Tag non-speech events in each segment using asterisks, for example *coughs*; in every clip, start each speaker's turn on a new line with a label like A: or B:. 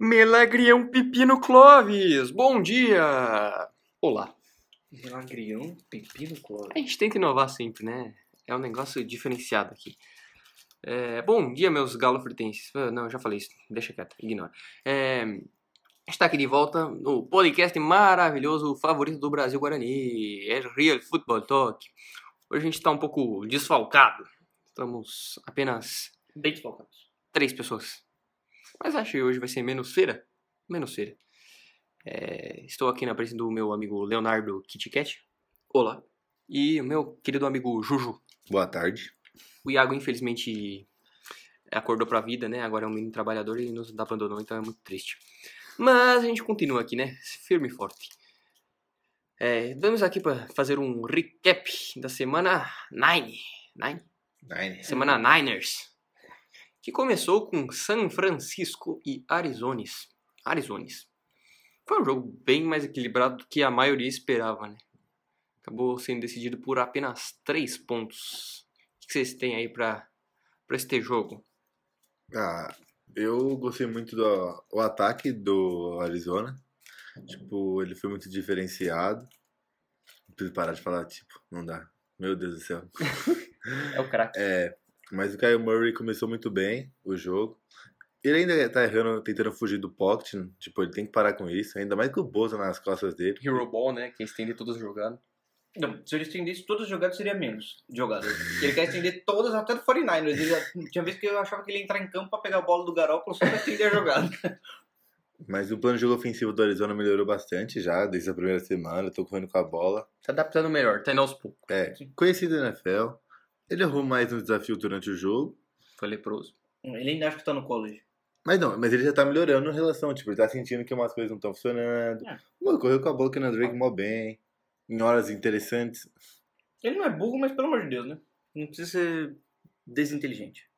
A: Melagrião é um Pepino Clóvis, bom dia! Olá.
B: Milagrião, pepino, cloro.
A: A gente tenta inovar sempre, né? É um negócio diferenciado aqui. É, bom dia, meus galofritenses. Ah, Não, eu já falei isso. Deixa quieto, ignora. É, está aqui de volta no podcast maravilhoso, favorito do Brasil Guarani. É Real Football Talk. Hoje a gente está um pouco desfalcado. Estamos apenas
B: Bem desfalcados.
A: três pessoas. Mas acho que hoje vai ser menos feira. Menos feira. É, estou aqui na presença do meu amigo Leonardo KitKat. Olá. E o meu querido amigo Juju.
C: Boa tarde.
A: O Iago, infelizmente, acordou pra vida, né? Agora é um menino trabalhador e nos abandonou, então é muito triste. Mas a gente continua aqui, né? Firme e forte. É, vamos aqui pra fazer um recap da semana 9. Nine?
C: Nine.
A: Semana Niners. Que começou com San Francisco e Arizones. Arizones. Foi um jogo bem mais equilibrado do que a maioria esperava, né? Acabou sendo decidido por apenas 3 pontos. O que vocês têm aí pra, pra este jogo?
C: Ah, eu gostei muito do o ataque do Arizona. Tipo, ele foi muito diferenciado. Preciso parar de falar, tipo, não dá. Meu Deus do céu.
B: É o craque.
C: É, mas o Kyle Murray começou muito bem o jogo. Ele ainda tá errando, tentando fugir do pocket. né? Tipo, ele tem que parar com isso. Ainda mais que o Boza nas costas dele.
A: Hero Ball, né? Que estende todas as jogadas.
B: Não, se ele estendesse todas as jogadas, seria menos jogadas. Porque ele quer estender todas, até do 49ers. Ele já- tinha vez que eu achava que ele ia entrar em campo pra pegar a bola do Garoppolo só pra estender a jogada.
C: Mas o plano de jogo ofensivo do Arizona melhorou bastante já, desde a primeira semana. Tô correndo com a bola.
A: Se adaptando melhor, tá indo aos poucos.
C: É, conhecido da NFL. Ele errou mais um desafio durante o jogo.
A: Foi leproso.
B: Ele ainda acha que tá no college.
C: Mas não, mas ele já tá melhorando em relação, tipo, ele tá sentindo que umas coisas não estão funcionando.
B: É.
C: Mano, correu com a bola que na Drake mó bem. Em horas interessantes.
B: Ele não é burro, mas pelo amor de Deus, né? Não precisa ser desinteligente.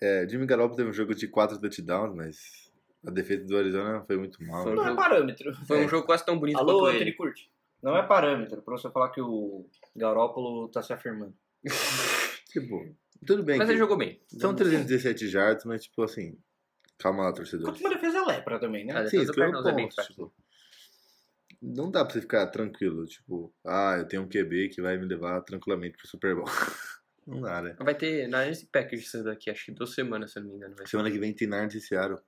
C: É, Jimmy Garoppolo teve um jogo de quatro touchdowns, mas a defesa do Arizona foi muito mal.
A: Foi.
B: Não é parâmetro.
A: Foi um jogo quase tão bonito
B: Alô,
A: quanto
B: Anthony
A: ele.
B: Curte. Não é parâmetro pra você falar que o Garoppolo tá se afirmando.
C: Tipo, tudo bem.
A: Mas
C: que
A: ele jogou bem.
C: São 317 jardas, mas tipo assim, calma lá, torcedor.
B: Quanto uma defesa lepra também, né?
A: Ah,
C: Sim,
A: depois
C: isso
A: do
C: que eu
A: Cardinals é bem
C: ponto,
A: fraco.
C: tipo, não dá pra você ficar tranquilo, tipo, ah, eu tenho um QB que vai me levar tranquilamente pro Super Bowl. *laughs* não dá, né?
A: Vai ter Niners e Packers isso daqui, acho que duas semanas, se eu não me engano. Vai ser.
C: Semana que vem tem Nards e Seattle.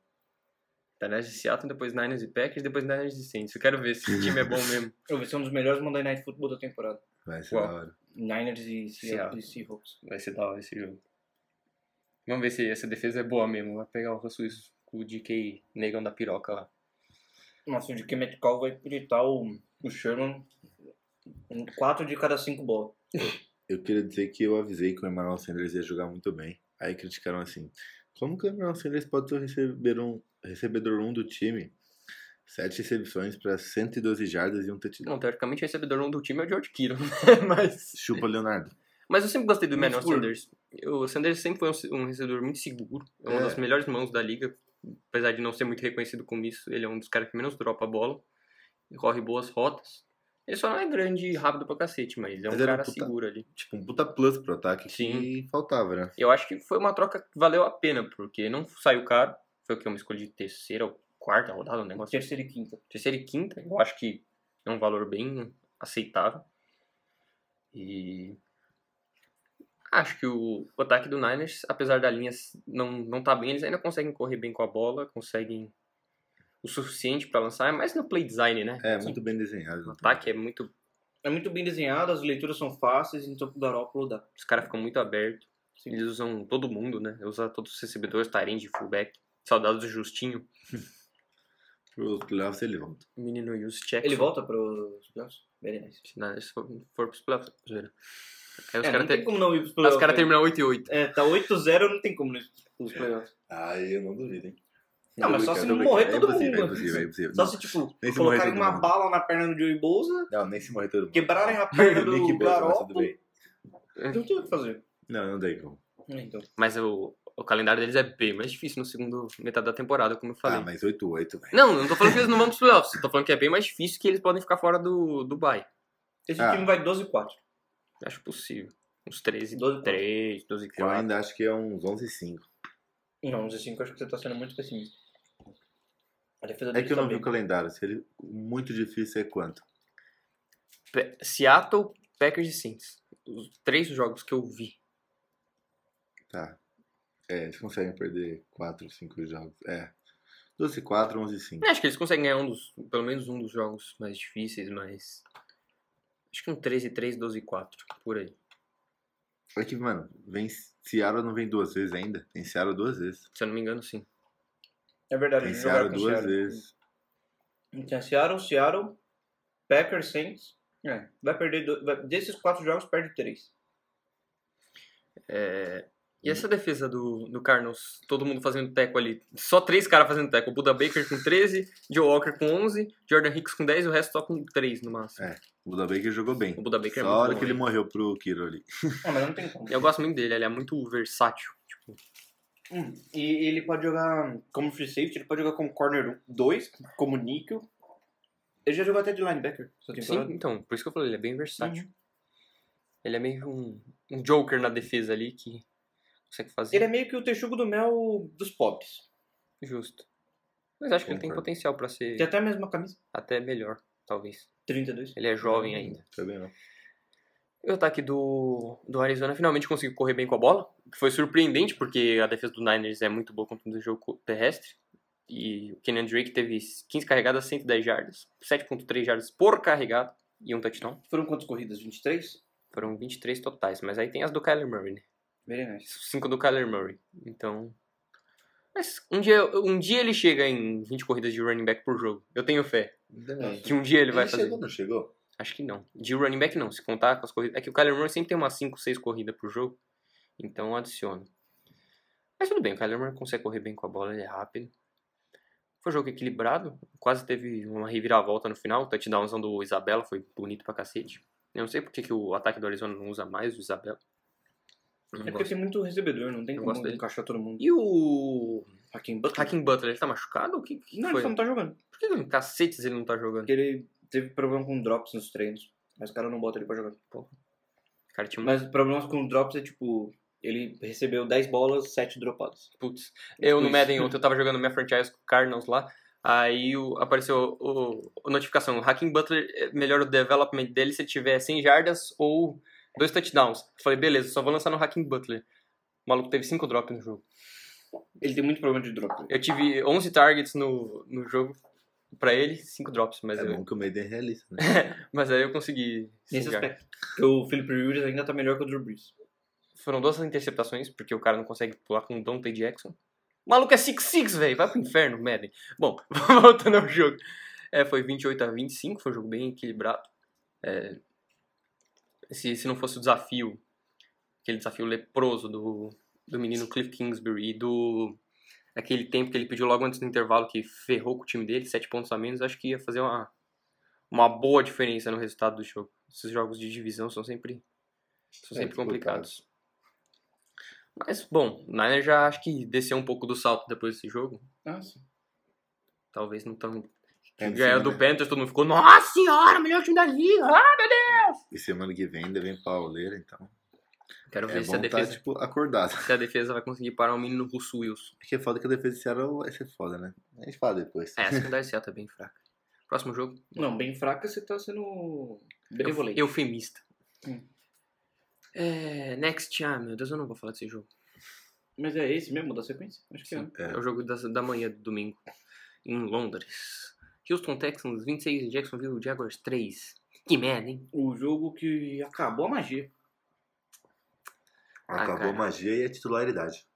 A: Tá Niners e Seattle, depois Niners e Packers, depois Niners e Saints. Eu quero ver se esse time é bom mesmo.
B: Eu vi ser um dos melhores Monday Night Football da temporada.
C: Vai ser
A: Uau.
C: da hora.
B: Niners e
A: Seattle.
B: Seattle- e Seahawks.
A: *laughs* Vai ser da hora esse jogo. Vamos ver se essa defesa é boa mesmo. Vai pegar o Russell Wilson com o DK negão da piroca lá.
B: Nossa, o DK Metcalf vai gritar o, o Sherman em 4 de cada 5 bolas.
C: Eu queria dizer que eu avisei que o Emmanuel Sanders ia jogar muito bem. Aí criticaram assim: como que o Emmanuel Sanders pode ser o receber um, recebedor 1 um do time? Sete recepções pra 112 jardas e um touchdown.
A: Não, teoricamente o recebedor 1 do time é o George Kittle, *laughs* né? Mas,
C: Chupa, Leonardo.
A: mas eu sempre gostei do
B: Muito
A: Emmanuel
B: seguro.
A: Sanders. O Sanders sempre foi um, um recebedor muito seguro. É uma
C: É.
A: das melhores mãos da liga. Apesar de não ser muito reconhecido como isso, ele é um dos caras que menos dropa a bola. Corre boas rotas. Ele só não é grande e rápido pra cacete, mas é um
C: Mas ele é um
A: cara
C: puta-
A: seguro ali.
C: Tipo, um puta plus pro ataque
A: Sim.
C: que faltava, né?
A: Eu acho que foi uma troca que valeu a pena, porque não saiu caro. Foi o que eu me escolhi de terceira ou quarta rodada, um negócio. assim.
B: Terceira e quinta.
A: Terceira e quinta, eu acho que é um valor bem aceitável. E acho que o, o ataque do Niners, apesar da linha não não tá bem, eles ainda conseguem correr bem com a bola, conseguem o suficiente para lançar, é mais no play design, né?
C: É, muito bem desenhado.
A: O ataque é muito
B: É muito bem desenhado, as leituras são fáceis, então o Garoppolo dá.
A: Os caras ficam muito abertos.
B: Sim.
A: Eles usam todo mundo, né? Usa todos os recebedores, Tyrande, fullback. Saudades do Justinho.
C: Pro playoffs ele volta.
A: O menino Juszczyk.
B: Ele volta pros playoffs? Very nice.
A: Se não, se for, for pros playoffs, zoeira. Aí os
B: É,
A: caras
B: não tem
A: ter...
B: como não ir pros
A: Os
B: playoffs.
A: caras
B: né?
A: terminam 8 e 8.
B: É, tá 8-0, não tem como não ir pros playoffs.
C: Ai, eu não duvido, hein?
B: Não, mas só se não
C: Tô
B: morrer
C: brincando.
B: todo
C: é impossível,
B: mundo.
C: É impossível, é impossível.
B: Só
C: Não,
B: se, tipo,
C: Nesse
B: colocarem
C: momento,
B: uma
C: não.
B: bala na perna do Joey Bosa,
C: Não, nem se morrer todo mundo.
B: quebrarem
C: *laughs*
B: a perna
C: Nick Bosa, mas
B: do
C: tudo
B: Garoppolo.
C: bem.
B: Não tem o que fazer.
C: Não, não tem como.
B: Então,
A: Mas o, o calendário deles é bem mais difícil no segundo metade da temporada, como eu falei.
C: Ah, mas 8-8, velho.
A: Não, não tô falando que eles não vão pros playoffs. Tô falando que é bem mais difícil que eles podem ficar fora do, do bye.
B: esse
C: Ah.
B: time vai 12-4.
A: Acho possível. Uns 13,
B: 12,
A: 3, 12,
C: Eu
A: 4.
C: ainda acho que é uns 11 e 5.
B: Não, 11 5 acho que você tá sendo muito pessimista. A defesa tá
C: É que eu não vi
B: também.
C: o calendário. Se ele, muito difícil é quanto?
A: Pe- Seattle, Packers e Saints. Os três jogos que eu vi.
C: Tá. É, eles conseguem perder 4, 5 jogos. É. 12, 4, 11, 5.
B: É.
A: Eu Acho que eles conseguem ganhar um dos, pelo menos um dos jogos mais difíceis, mas. Acho que um 13-3, 12-4, por aí.
C: É que, mano, vem Seattle não vem duas vezes ainda. Tem Seattle duas vezes.
A: Se eu não me engano, sim.
B: É verdade,
C: Tem
B: eles
C: Seattle
B: jogaram com
C: duas
B: Seattle.
C: vezes.
B: Então, Seattle, Seattle, Packers, Saints. É, vai perder. do- vai- desses quatro jogos, perde três.
A: É, E essa defesa do, do Cardinals, todo mundo fazendo teco ali. Só três caras fazendo teco. O Buda Baker com 13, Joe Walker com 11, Jordan Hicks com 10 e o resto só com 3 no máximo.
C: É. O Buda Baker jogou bem.
A: O Buda Baker é
C: Só a
A: muito
C: hora
A: bom,
C: que ele
A: né?
C: morreu pro Kiro ali.
B: Ah, mas não tem como.
A: Eu gosto muito dele, ele é muito versátil. Tipo,
B: Hum, E ele pode jogar como free safety, ele pode jogar como corner 2, como níquel. Ele já jogou até de linebacker. Só tem
A: sim, então, por isso que eu falei, ele é bem versátil. Ele é meio um, um joker na defesa ali que consegue fazer
B: Ele é meio que o texugo do mel dos pops.
A: justo. Mas acho que ele tem
C: Concordo.
A: potencial pra ser
B: Tem até a mesma camisa.
A: até melhor, talvez.
B: 32.
A: Ele é jovem ainda.
C: Tá vendo?
A: E o ataque do, do Arizona finalmente conseguiu correr bem com a bola, o que foi surpreendente, porque a defesa do Niners é muito boa contra o jogo terrestre. E o Kenyan Drake teve 15 carregadas, 110 jardas, 7.3 jardas por carregada e um touchdown.
B: Foram quantas corridas? 23?
A: Foram 23 totais, mas aí tem as do Kyler Murray, né?
B: Very nice.
A: 5 do Kyler Murray. Então... Mas um dia, um dia ele chega em 20 corridas de running back por jogo. Eu tenho fé
B: É
A: que um dia ele vai fazer.
C: chegou, não chegou?
A: Acho que não. De running back não, se contar com as corridas. É que o Kyler Murray sempre tem umas 5, 6 corridas por jogo. Então adiciona. Mas tudo bem, o Kyler Murray consegue correr bem com a bola, ele é rápido. Foi um jogo equilibrado, quase teve uma reviravolta no final. O touchdownzão do Isabela foi bonito pra cacete. Eu não sei porque que o ataque do Arizona não usa mais o Isabela. Eu não
B: É porque
A: gosto.
B: tem muito recebedor, não tem
A: Eu
B: como
A: gosto dele.
B: encaixar todo mundo.
A: E o
B: Hakim Butler?
A: Hakim Butler, ele tá machucado? O que, que
B: Não, ele
A: foi?
B: só não tá jogando.
A: Por que que cacetes ele não tá jogando?
B: Porque ele teve problema com drops nos treinos. Mas o cara não bota ele pra jogar.
A: Cara, tinha um
B: Mas problemas com drops é tipo... Ele recebeu 10 bolas, 7 dropadas.
A: Putz, eu no
B: Isso.
A: Madden ontem, eu tava jogando minha franchise com o Cardinals lá, aí o- apareceu o, o notificação, Hacking Butler eh, melhora o development dele se ele tiver 100 jardas ou dois touchdowns. Eu falei, beleza, só vou lançar no Hacking Butler. O maluco teve 5 drops no jogo.
B: *laughs* Ele tem muito problema de drop.
A: Eu tive 11 targets no, no jogo pra ele, 5 drops, mas,
C: É
A: eu-
C: bom que o Maiden é realista,
A: *laughs*
C: né?
A: mas aí eu consegui 100
B: Nesse
A: jardas.
B: aspecto. Porque o Philip Rivers ainda tá melhor que o Drew Brees.
A: Foram duas interceptações, porque o cara não consegue pular com o Dante Jackson. O maluco é 6-6, velho. Vai pro inferno, Madden. Bom, *laughs* voltando ao jogo. É, foi 28 a 25, foi um jogo bem equilibrado. É, se, se não fosse o desafio, aquele desafio leproso do, do menino Cliff Kingsbury e do aquele tempo que ele pediu logo antes do intervalo que ferrou com o time dele, 7 pontos a menos, acho que ia fazer uma, uma boa diferença no resultado do jogo. Esses jogos de divisão são sempre, são
C: É,
A: sempre
C: disputado.
A: complicados. Mas, bom, o Niners já acho que desceu um pouco do salto depois desse jogo.
B: Nossa.
A: Talvez não tão.
C: É, em
A: Ganhou
C: cima,
A: do
C: né?
A: Panthers, todo mundo ficou, nossa senhora, melhor time da liga! ah!"
C: E semana que vem ainda vem pauleira, então.
A: Quero ver
C: É
A: se, a
C: bom tá,
A: defesa,
C: tipo, acordado.
A: *laughs*
C: *laughs*
A: se a defesa vai conseguir parar o menino Russo Wilson.
C: Porque é foda que a defesa de Seattle vai ser foda, né? A gente fala depois.
A: É, a secundária de Seattle é bem fraca. Próximo jogo,
B: Não, bem fraca você tá sendo benevolente.
A: eu, eufemista.
B: Hum.
A: É, next, ah, meu Deus, eu não vou falar desse jogo.
B: Mas é esse mesmo, da sequência? Acho que é.
A: É, o jogo da, da manhã do domingo, em Londres. Houston Texans 26, Jacksonville Jaguars 3. Que merda, hein?
B: O jogo que acabou a magia.
A: Ah,
C: Acabou
A: cara.
C: a magia e a titularidade.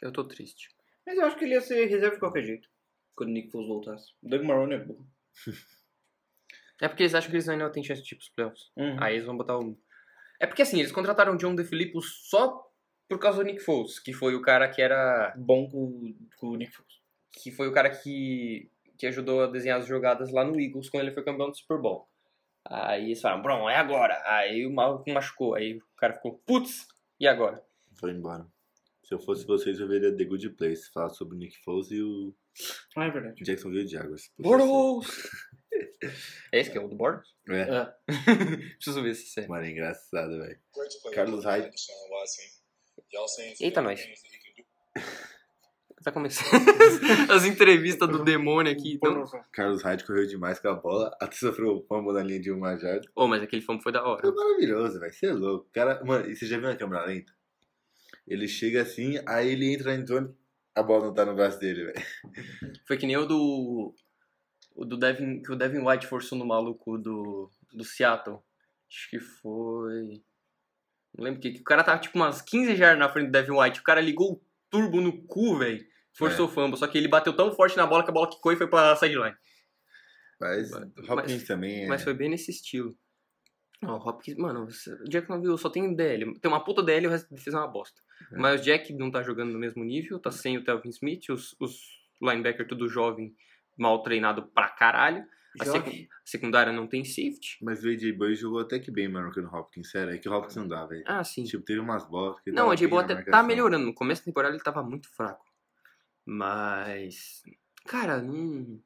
A: Eu tô triste.
B: Mas eu acho que ele ia ser reserva de qualquer jeito. Quando o Nick Foles voltasse. O Doug Marrone é burro.
A: É porque eles acham que eles ainda têm chance de ir pros playoffs.
B: Uhum.
A: Aí eles vão botar o. É porque assim, eles contrataram o John DeFilippo só por causa do Nick Foles, que foi o cara que era.
B: Bom com, com o Nick Foles.
A: que foi o cara que. que ajudou a desenhar as jogadas lá no Eagles quando ele foi campeão do Super Bowl. Aí eles falaram, Bron, é agora. Aí o maluco machucou. Aí o cara ficou, putz, e agora?
C: Foi embora. Se eu fosse vocês, eu veria The Good Place. Falar sobre o Nick Foles e o
B: Ah, é verdade.
C: Jacksonville Jaguars.
A: Bortles! assim. é esse que é o do Bortles?
C: É,
B: É.
A: Preciso ver se é.
C: mano, é engraçado, velho.
D: Great to play with
C: Carlos Hyde.
D: Deshaun Watson. Y'all saying some
A: Eita,
D: other
A: nós.
D: things that he can do.
A: *laughs* Tá começando *laughs* as entrevistas do demônio aqui. Então...
C: Carlos Hyde correu demais com a bola, *laughs* até sofreu o pombo na linha de uma jarda.
A: Oh, mas aquele fombo foi da hora.
C: É maravilhoso, vai ser louco. O Cara, mano, e você já viu na câmera lenta? Ele chega assim, aí ele entra em zone, a bola não tá no braço dele, velho.
A: Foi que nem o do. O do Devin. Que o Devin White forçou no maluco do. Do Seattle. Acho que foi. Não lembro o que. que O cara tava tipo umas 15 jardas na frente do Devin White. O cara ligou o turbo no cu, velho. Forçou o fumble. Só que ele bateu tão forte na bola que a bola quicou e foi pra sideline.
C: Mas
A: Mas-
C: Hopkins também é.
A: Mas foi bem nesse estilo. Não, o Hopkins, mano, o Jack não viu, só tem DL. Tem uma puta DL e o resto da defesa é uma bosta.
C: É.
A: Mas o Jack não tá jogando no mesmo nível, tá sem o Telvin Smith, os, os linebacker tudo jovem, mal treinado pra caralho. A
B: Jovem.
A: secu- a secundária não tem safety.
C: Mas o AJ Boy jogou até que bem melhor que o Hopkins, sério. É que o Hopkins não dá, velho.
A: Ah, sim.
C: Tipo, teve umas bolas que
A: Não, o
C: tava
A: AJ
C: bem na
A: Boa até tá
C: marcação.
A: melhorando. No começo da temporada ele tava muito fraco. Mas. Cara, não.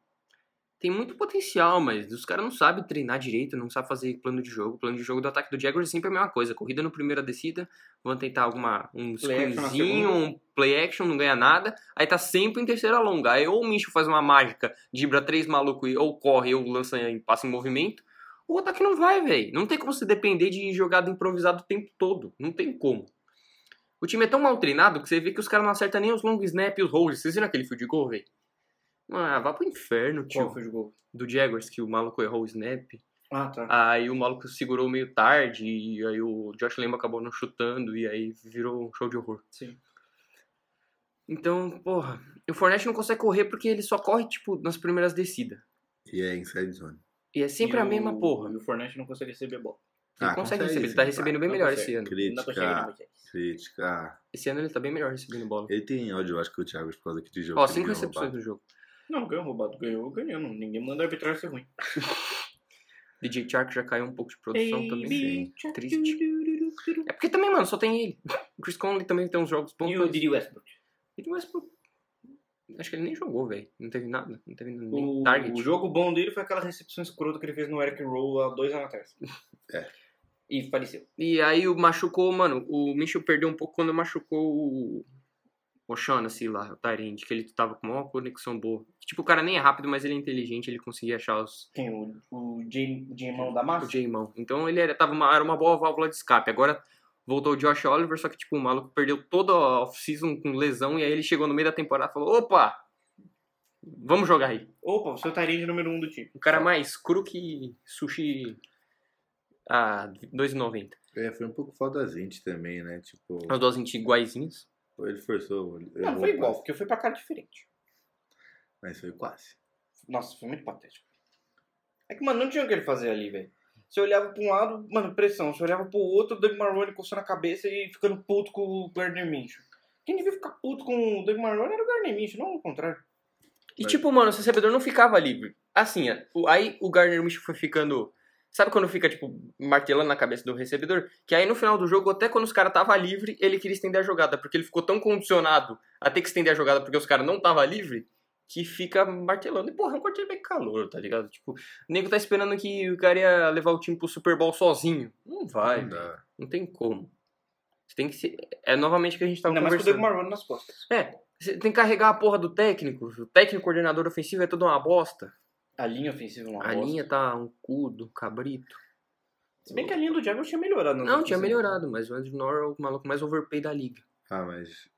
A: Tem muito potencial, mas os caras não sabem treinar direito, não sabem fazer plano de jogo. O plano de jogo do ataque do Jaguars é sempre a mesma coisa. Corrida no primeira descida, vão tentar alguma, um
B: Play action na
A: screenzinho,
B: segunda.
A: um play action, não ganha nada. Aí tá sempre em terceira longa. Aí ou o Micho faz uma mágica, dibra três malucos, ou corre, ou lança em passe em movimento. O ataque não vai, velho. Não tem como se depender de jogada improvisada o tempo todo. Não tem como. O time é tão mal treinado que você vê que os caras não acertam nem os long snap e os holds. Vocês viram aquele field goal, velho? Ah, vá pro inferno, tio.
B: Qual foi o gol?
A: Do Jaguars, que o maluco errou o snap.
B: Ah, tá.
A: Aí o maluco segurou meio tarde e aí o Josh Lamb acabou não chutando e aí virou um show de horror.
B: Sim.
A: Então, porra, e o Fournette não consegue correr porque ele só corre, tipo, nas primeiras descidas.
C: E é inside zone.
A: E é sempre
B: E
A: a
B: o-
A: mesma porra.
B: E o Fornette não consegue receber bola.
A: Ele
C: Ah,
A: consegue
C: consegue
A: receber, ele
C: sim,
A: tá recebendo
B: pá,
A: bem
B: não
A: melhor
B: consegue.
A: esse ano.
B: Não consegue
C: Crítica,
B: receber.
C: crítica. Ah,
A: Esse ano ele tá bem melhor recebendo bola.
C: Ele tem ódio, eu acho que o Thiago, por causa daquele jogo.
A: Ó,
C: que ele
A: cinco
C: ganhou
A: recepções no jogo.
B: Não, ganhou roubado. Ganhou, ganhou. Não, Ninguém manda a arbitragem ser ruim.
A: DJ Chark já caiu um pouco de produção também.
C: sim.
B: tchau,
A: Triste.
B: tchau, tchau, tchau.
A: É porque também, mano, só tem ele. *laughs* O Chris Conley também tem uns jogos bons.
B: E o
A: mas-
B: Didi Westbrook.
A: Ele mais pro- Acho que ele nem jogou, velho. Não teve nada. Não teve nem
B: O,
A: target.
B: o jogo bom dele foi aquela recepção escrota que ele fez no Eric Rowe há dois anos
A: *laughs*
B: atrás.
C: É.
B: E faleceu.
A: E aí o machucou, mano. O Michel perdeu um pouco quando machucou o. O Shaughnessy lá, o Tyrande, que ele tava com uma conexão boa. Tipo, o cara nem é rápido, mas ele é inteligente, ele conseguia achar os.
B: Tem o, o Jim- Jimão da massa.
A: O J-Mão. Então ele era, tava uma, era uma boa válvula de escape. Agora voltou o Josh Oliver, só que, tipo, o maluco perdeu toda a off-season com lesão, e aí ele chegou no meio da temporada e falou: opa! Vamos jogar aí.
B: Opa, você é o Tyrande número um do time.
A: O cara mais cru que sushi a ah, 2,90.
C: É, foi um pouco faldazente também, né? Tipo,
A: As duas gente iguaizinhas.
C: ele forçou. ele
B: Não,
A: é
C: errou
B: foi
C: o
B: igual,
C: passe,
B: porque eu fui pra cara diferente.
C: Mas foi quase.
B: Nossa, foi muito patético. É que, mano, não tinha o que ele fazer ali, velho. Você olhava pra um lado, mano, pressão. Você olhava pro outro, o Doug Marrone coçando a cabeça e ficando puto com o Gardner Minshew. Quem devia ficar puto com o Doug Marrone era o Gardner Minshew, não o contrário.
A: E
C: Mas-
A: tipo, mano, o recebedor não ficava livre. Assim, ó, o- aí o Gardner Minshew foi ficando... Sabe quando fica, tipo, martelando na cabeça do recebedor? Que aí no final do jogo, até quando os caras tava livre, ele queria estender a jogada. Porque ele ficou tão condicionado a ter que estender a jogada porque os caras não tava livre, que fica martelando. E porra, é um quarterback calor, tá ligado? Tipo, o nego tá esperando que o cara ia levar o time pro Super Bowl sozinho. Não vai,
C: Não
A: velho.
C: dá.
A: Não tem como. Você tem que se... É novamente o que a gente tava
B: Ainda mais com o Doug
A: conversando.
B: Marrone nas costas.
A: É, você tem que carregar a porra do técnico. O técnico coordenador ofensivo é tudo uma bosta.
B: A linha ofensiva é não
A: a linha tá um cu do cabrito.
B: Se bem que a linha do Jaguars tinha melhorado. nas
A: Não,
B: últimas
A: tinha
B: semanas.
A: melhorado, mas o Andrew Norris é o maluco mais overpay da liga.
C: Ah, mas.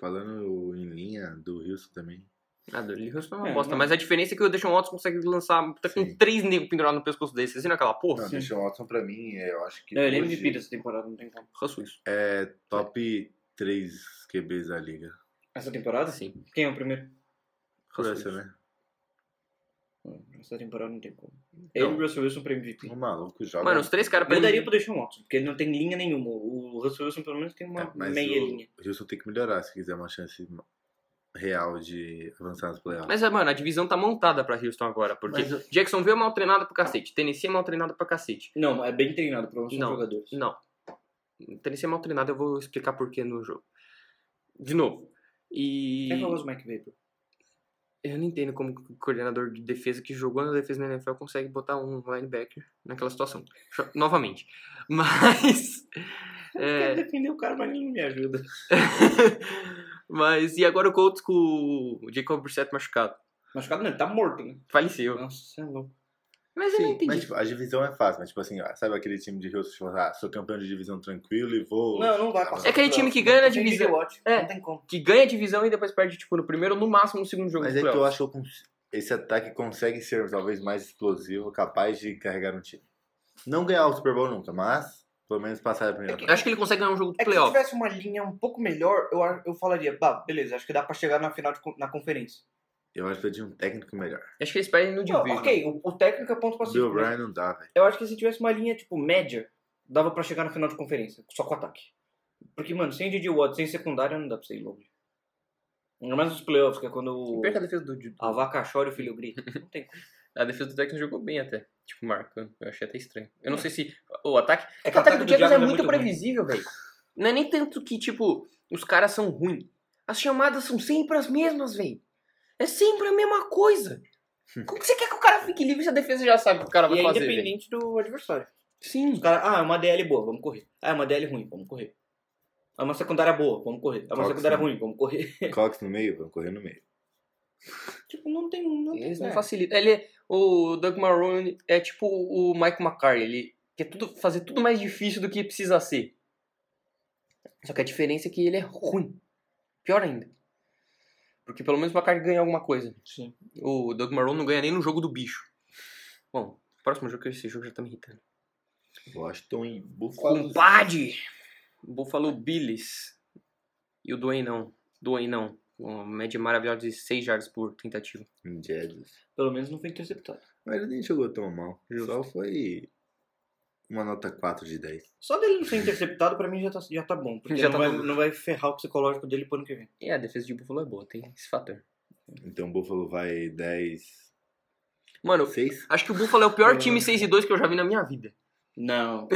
C: Falando em linha do Wilson também.
A: Ah, do Lee Houston é uma
B: É,
A: bosta,
B: não.
A: mas a diferença é que o Deshaun Watson consegue lançar, tá com
C: Sim.
A: três negros pendurados no pescoço dele. Vocês viram aquela porra?
C: Não,
B: Sim.
C: deixa o Watson pra mim, eu acho que.
B: Não, ele é
C: hoje
B: MVP dessa temporada, não tem como.
A: Russell isso.
C: É top 3 QBs da liga.
B: Essa temporada?
A: Sim.
B: Quem é o primeiro?
C: Por
A: Russell
C: essa,
A: Wilson.
C: né?
B: Essa temporada não tem como. Ele e o Russell Wilson pra MVP.
C: O Um maluco joga.
A: Mano, os três caras
B: Eu daria pro Deshaun Watson, porque ele não tem linha nenhuma. O Russell Wilson, pelo menos, tem uma
C: É, mas
B: meia
C: o
B: linha.
C: Wilson tem que melhorar se quiser uma chance real de avançar nos playoffs.
A: Mas, é, mano, a divisão tá montada pra Houston agora, porque
C: Mas eu-
A: Jacksonville é mal treinado pra cacete, Tennessee é mal treinado pra cacete.
B: Não, é bem treinado para alguns
A: Não.
B: jogadores.
A: Não. Tennessee é mal treinado, eu vou explicar por que no jogo. De novo. E.
B: Quem é que eu gosto do Mike Vapor?
A: Eu não entendo como que o coordenador de defesa que jogou na defesa na NFL consegue botar um linebacker naquela situação. Cho- Novamente. *laughs* Mas.
B: *laughs* Eu quero
A: é, *laughs*
B: defender o cara, mas ele não me ajuda.
A: Mas e agora o Colts com o Jacob Brissett machucado?
B: Machucado não, ele tá morto, né?
A: Faleceu.
B: Nossa, você é louco.
A: Mas eu não
C: Sim,
A: entendi.
C: mas tipo, a divisão é fácil, mas tipo assim, ó, sabe aquele time de Houston, tipo, ah, sou campeão de divisão tranquilo e vou...
B: Não, não vai passar.
A: É aquele time que
B: Não,
A: ganha na
B: não tem
A: divisão.
B: Watch,
A: É.
B: Não tem como.
A: Que ganha a divisão e depois perde, tipo, no primeiro, no máximo, no segundo jogo.
C: Mas
A: do
C: é que eu
A: playoff.
C: acho que eu cons- esse ataque consegue ser talvez mais explosivo, capaz de carregar um time. Não ganhar o Super Bowl nunca, mas pelo menos passar a primeira
B: É que-
A: Eu acho que ele consegue ganhar um jogo do
B: É que se
A: playoff.
B: tivesse uma linha um pouco melhor, eu, a- eu falaria, bah, beleza, acho que dá pra chegar na final de con- na conferência.
C: Eu acho que eu tinha um técnico melhor.
A: Acho que eles perdem no
B: Não,
A: division.
B: ok, o, o técnico é ponto
C: O Bill
B: pacífico. né?
C: O'Brien não dá,
B: *laughs*
C: velho.
B: Eu acho que se tivesse uma linha, tipo, média, dava pra chegar na final de conferência, só com ataque. Porque, mano, sem Didi Watt, sem secundária, não dá pra você ir longe. Ainda mais nos playoffs, que é quando o-
A: Perca a defesa do, do-
B: a vaca chora e o filho grita. Não tem como.
A: A defesa do Texans jogou bem até. Tipo, marcando. Eu achei até estranho. Eu não sei se. O ataque.
B: É
A: O ataque do Jaguars é muito
B: ruim.
A: previsível, velho. Não é nem tanto que, tipo, os caras são ruins. As chamadas são sempre as mesmas, velho. É sempre a mesma *laughs* coisa. Como que você quer que o cara fique livre se a defesa já sabe o que o cara vai
B: E é
A: fazer, velho?
B: independente do adversário. Os
A: Sim.
B: caras, ah, é uma DL boa, vamos correr. Ah, é uma DL ruim, vamos correr. É uma secundária boa, vamos correr. É uma
C: Claro que
B: secundária
C: sim.
B: ruim, vamos correr. *laughs*
C: Cox no meio, vamos correr no meio.
B: tipo, não tem. Não tem
A: Eles não
B: é.
A: facilitam. Ele, é- o Doug Marrone é tipo o Mike McCarthy. Ele quer tudo, fazer tudo mais difícil do que precisa ser. Só que a diferença é que ele é ruim. Pior ainda. Porque pelo menos o McCarthy ganha alguma coisa.
B: Sim.
A: O Doug Marrone não ganha nem no jogo do bicho. Bom, próximo jogo que esse jogo já tá me irritando.
C: Washington e Buffalo.
A: Compadre! Buffalo Bills. E o Dwayne não. Dwayne não. Uma média maravilhosa de 6 jardas por tentativa.
C: Jesus.
B: Pelo menos não foi interceptado.
C: Mas ele nem jogou tão mal. Só foi uma nota 4 de 10.
B: Só dele não ser interceptado, pra mim já tá, já tá bom. Porque
A: Já
B: não,
A: tá
B: vai,
A: bom.
B: não vai ferrar o psicológico dele pro ano que vem.
A: E a defesa de Buffalo é boa, tem esse fator.
C: Então o Buffalo vai 10.
A: Mano,
C: 6?
A: acho que o Buffalo é o pior time 6 e 2 que eu já vi na minha vida.
B: *laughs* Não.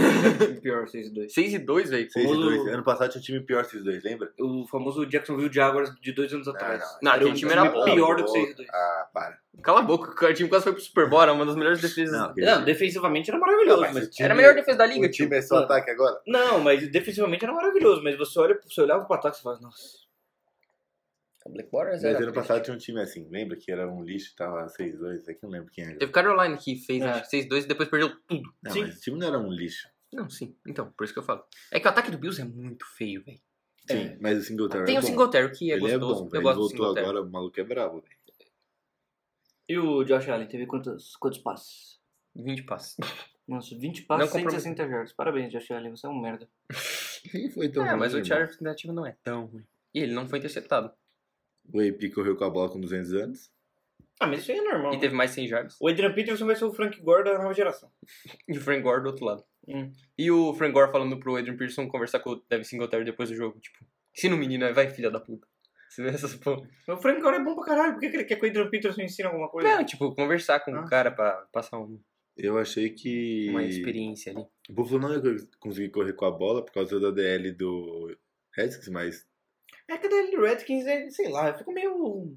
B: pior, 6 e 2.
A: 6 e 2, velho.
C: 6 e
B: Como-
C: 2. Ano passado tinha um time pior que esses dois, lembra?
B: O famoso Jacksonville Jaguars de dois anos atrás. um
A: Não, aquele time era bom.
B: pior do que 6 e 2.
C: Ah, para.
A: Cala a boca, o time quase foi pro Super Bowl, era uma das melhores defesas.
C: Não, aquele
B: Não, defensivamente era maravilhoso,
C: Não, mas
B: mas...
C: o time-
A: era a melhor defesa da liga,
C: O
A: tio.
C: time é só ataque agora?
B: Não, mas defensivamente era maravilhoso, mas você olha, você olhava pro ataque e fala, nossa.
A: Black Borders
C: Mas ano passado tinha um time assim, lembra? Que era um lixo, tava 6-2, é que eu não lembro quem era.
A: Teve Carolina que fez
B: É.
A: acho, 6 e 2 e depois perdeu tudo.
C: Não,
B: Sim.
C: mas o time não era um lixo.
A: Não, sim. Então, por isso que eu falo. É que o ataque do Bills é muito feio, velho.
C: Sim, mas o Singletary
A: Tem
C: é
A: o
C: bom.
A: Singletary que é
C: Ele
A: gostoso.
C: é bom,
A: eu
C: velho.
A: gosto do
C: voltou
A: Singletary.
C: agora, o maluco é bravo. velho.
B: E o Josh Allen teve quantos, quantos passes?
A: 20 passes.
B: Nossa, 20
A: Não
B: passes,
A: compromet-
B: 160 jardas. Parabéns, Josh Allen, você é um merda.
C: *laughs* Nem foi tão
A: É,
C: ruim,
A: mas o
C: irmão.
A: Charles tentativa não é tão ruim. E ele não foi interceptado.
C: O AP correu com a bola com 200 anos.
B: Ah, mas isso aí é normal.
A: E teve mais 100 jardas.
B: O Adrian Peterson vai ser o Frank Gore da nova geração.
A: E o Frank Gore do outro lado.
B: Hum.
A: E o Frank Gore falando pro Adrian Pearson conversar com o Devin Singletary depois do jogo. Tipo, se no menino é, vai filha da puta. Se não é essas porra.
B: O Frank Gore é bom pra caralho, por que, que ele quer que o Adrian Peterson ensine alguma coisa?
A: Não, tipo, conversar com
B: Ah.
A: o cara pra passar um-
C: Eu achei que.
A: uma experiência ali.
C: O Buffalo não ia conseguir correr com a bola por causa da DL do Redskins, mas
B: É que a DL do Redskins é, sei lá, eu fico meio,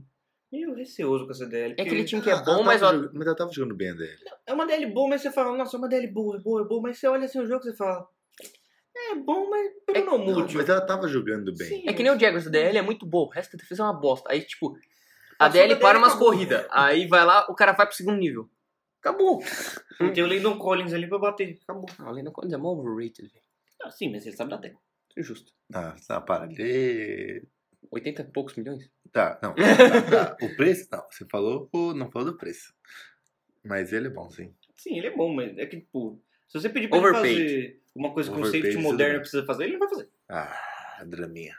B: meio receoso com essa DL.
A: É
B: porque
A: aquele time que é bom,
C: ela
A: mas
C: tava
A: o-
C: jogando- mas ela tava jogando bem a DL.
B: É uma DL boa, mas você fala, nossa, é uma DL boa, é boa, é boa, mas você olha assim o jogo e você fala, é bom, mas pelo
A: É-
B: não
C: Não,
B: mude.
C: mas ela tava jogando bem.
B: Sim,
A: É que nem o Jaguars, a DL é muito boa, o resto da defesa é uma bosta. Aí, tipo, a
B: Passou
A: DL
B: da
A: para
B: DL,
A: umas
B: acabou.
A: corridas. Aí vai lá, o cara vai pro segundo nível. Acabou.
B: Não tem o Landon Collins ali pra bater, acabou.
A: Ah, o Landon Collins é mó overrated, velho.
B: Ah, sim, mas ele sabe da tecla.
A: Justo.
C: Ah, tá, para. Ele...
A: 80 e poucos milhões?
C: Tá, *laughs* não. tá, tá. O preço, não. Você falou, o- não falou do preço. Mas ele é bom, sim.
B: Sim, ele é bom, mas é que, tipo, se você pedir pra
A: Overpaid.
B: ele fazer uma coisa que um
C: Overpaid,
B: safety
C: tudo
B: moderno
C: bem.
B: precisa fazer, ele não vai fazer.
C: Ah, draminha.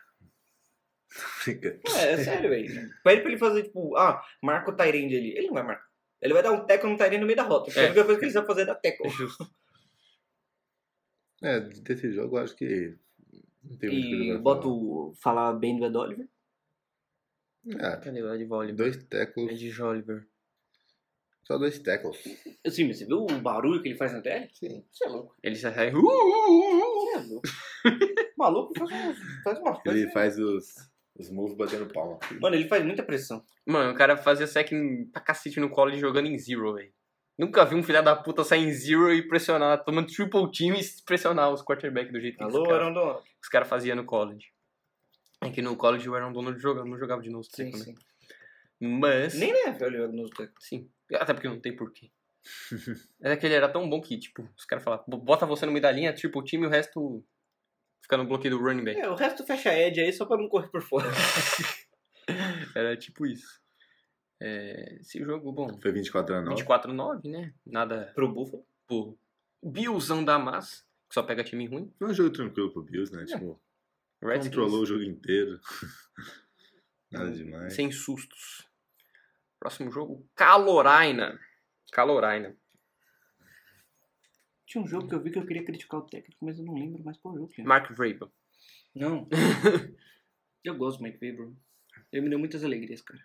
C: Tô brincando.
B: É, é sério, velho. Pede pra ele fazer, tipo, ah, marca o Tyrande ali. Ele não vai marcar. Ele vai dar um teco no Tyrande no meio da rota. porque
A: É.
B: A única coisa que ele sabe fazer é dar teco.
C: *laughs* É, desse jogo eu acho que. Não tem muito
B: E
C: o
B: bota o. Falar bem do Ed Oliver.
C: Ah,
A: Cadê o Ed Oliver?
C: dois tackles.
A: Ed Oliver.
C: Só dois tackles.
B: Sim, mas você viu o barulho que ele faz na tela?
C: Sim.
B: Você é louco.
A: Ele já sai. Uh, uh, uh, uh.
B: Você é louco. O *laughs* maluco faz, um, faz umas
C: Ele
B: coisas.
C: faz os, os moves batendo palma.
B: Mano, ele faz muita pressão.
A: Mano, o cara fazia sec em- pra cacete no college jogando em zero, velho. Nunca vi um filho da puta sair em zero e pressionar, tomando triple team e pressionar os quarterback do jeito que
B: Alô,
A: os caras
B: Arão Donald.
A: os cara faziam no college. É que no college o Aaron Donald jogava, não jogava de novo
B: Sim,
A: né?
B: sim.
A: Mas.
B: Nem na NFL ele joga nos tecos.
A: Sim. Até porque não tem
B: *laughs*
A: porquê. Mas é que ele era tão bom que, tipo, os caras falavam, "Bo- bota você no meio da linha, tipo, o time e o resto fica no bloqueio do running back.
B: É, o resto fecha a edge aí só pra não correr por fora.
A: Era tipo isso. É, esse jogo, bom,
C: Foi 24 a 9.
A: 24 a 9, né? Nada
B: *laughs* Pro Buffalo.
A: por Tipo, Billzão da massa, que só pega time ruim.
C: Foi um jogo tranquilo pro Bills, né? Tipo,
A: Redskins,
C: controlou o jogo inteiro. *laughs* Nada demais.
A: Sem sustos. Próximo jogo, Caloraina. Caloraina.
B: Tinha um jogo que eu vi que eu queria criticar o técnico, mas eu não lembro mais qual jogo que é. era.
A: Mark Vrabel.
B: Não. *laughs* eu gosto do Mike Weber. Ele me deu muitas alegrias, cara.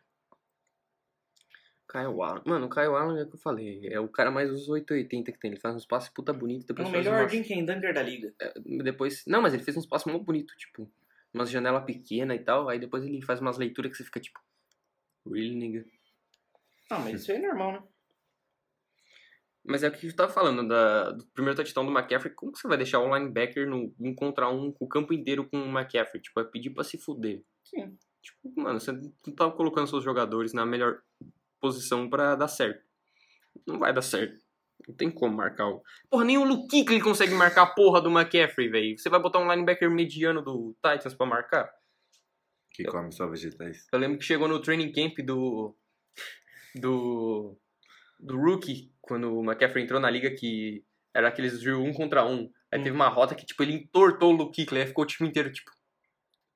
A: Kyle Allen. Mano, o Kyle Allen é o que eu falei. É o cara mais dos 880 que tem. Ele faz uns passes puta bonito.
B: É
A: Depois
B: o
A: faz
B: melhor
A: umas-
B: Jim Dunker da liga.
A: depois. Não, mas ele fez uns passos muito bonitos, tipo, umas janela pequena e tal. Aí depois ele faz umas leituras que você fica tipo. Really, nigga.
B: Ah, mas isso aí é normal, né?
A: Mas é o que eu tava falando da- do primeiro touchdown do McCaffrey. Como que você vai deixar o linebacker no um contra um com o campo inteiro com o McCaffrey? Tipo, é pedir pra se fuder.
B: Sim.
A: Tipo, mano, você não tá colocando seus jogadores na melhor posição pra dar certo. Não vai dar certo. Não tem como marcar o. Porra, nem o Luke que ele consegue marcar a porra do McCaffrey, velho. Você vai botar um linebacker mediano do Titans pra marcar?
C: Que come só vegetais.
A: Eu lembro que chegou no training camp do. do. do rookie, quando o McCaffrey entrou na liga, que era aqueles drill um contra um. Aí
B: Hum.
A: teve uma rota que, tipo, ele entortou o Luke Kuechly, aí ficou o time inteiro, tipo.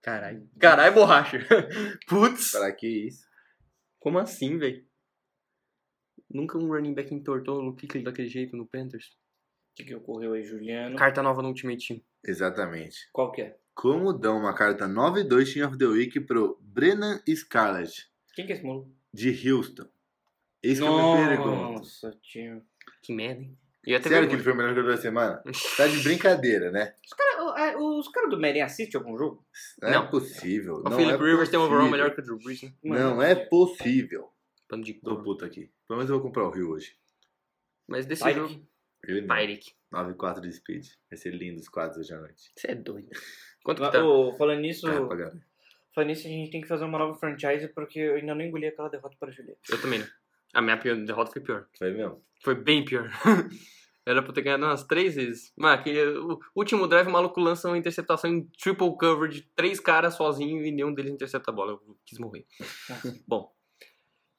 A: Caralho. Caralho, borracha. *laughs* Putz.
C: Para que isso?
A: Como assim, velho? Nunca um running back entortou o Luke Kuechly daquele jeito no Panthers.
B: O que, que ocorreu aí, Juliano?
A: Carta nova no Ultimate Team.
C: Exatamente.
B: Qual que é?
C: Como dão uma carta 9-2 Team of the Week pro Brennan Scarlett,
B: Quem que é esse maluco?
C: de Houston? Isso
B: é
C: que é eu me pergunto.
B: Nossa, tio.
A: Que merda, hein? E até
C: Sério que ele
A: vergonha.
C: foi o melhor jogador da semana? Tá de brincadeira, né?
B: Os caras os cara do Meren assistem algum jogo?
C: Não,
A: Não.
C: é possível.
A: O
C: não
A: Philip
C: é
A: Rivers tem um overall
C: possível.
A: melhor que o Drew Brees, né?
B: Mano,
C: Não é possível.
A: Pano de
C: Tô
A: couro.
C: puto aqui. Pelo menos eu vou comprar o Rio hoje.
A: Mas desse
B: Tyreek.
A: jogo.
C: Ele não.
A: Tyreek.
C: 9-4 de speed. Vai ser lindo os quadros hoje à noite.
A: Você é doido. Quanto que
B: Mas,
A: tá?
B: ô, falando nisso,
C: Ah, pra galera.
B: falando nisso, a gente tem que fazer uma nova franchise porque eu ainda não engoli aquela derrota para Juliano.
A: Eu também não. A minha pior derrota foi pior.
C: Foi mesmo?
A: Foi bem pior. *laughs* Era pra eu ter ganhado umas três vezes. Mano, aquele, o último drive, o maluco lança uma interceptação em triple coverage, três caras sozinho e nenhum deles intercepta a bola. Eu quis morrer. Bom.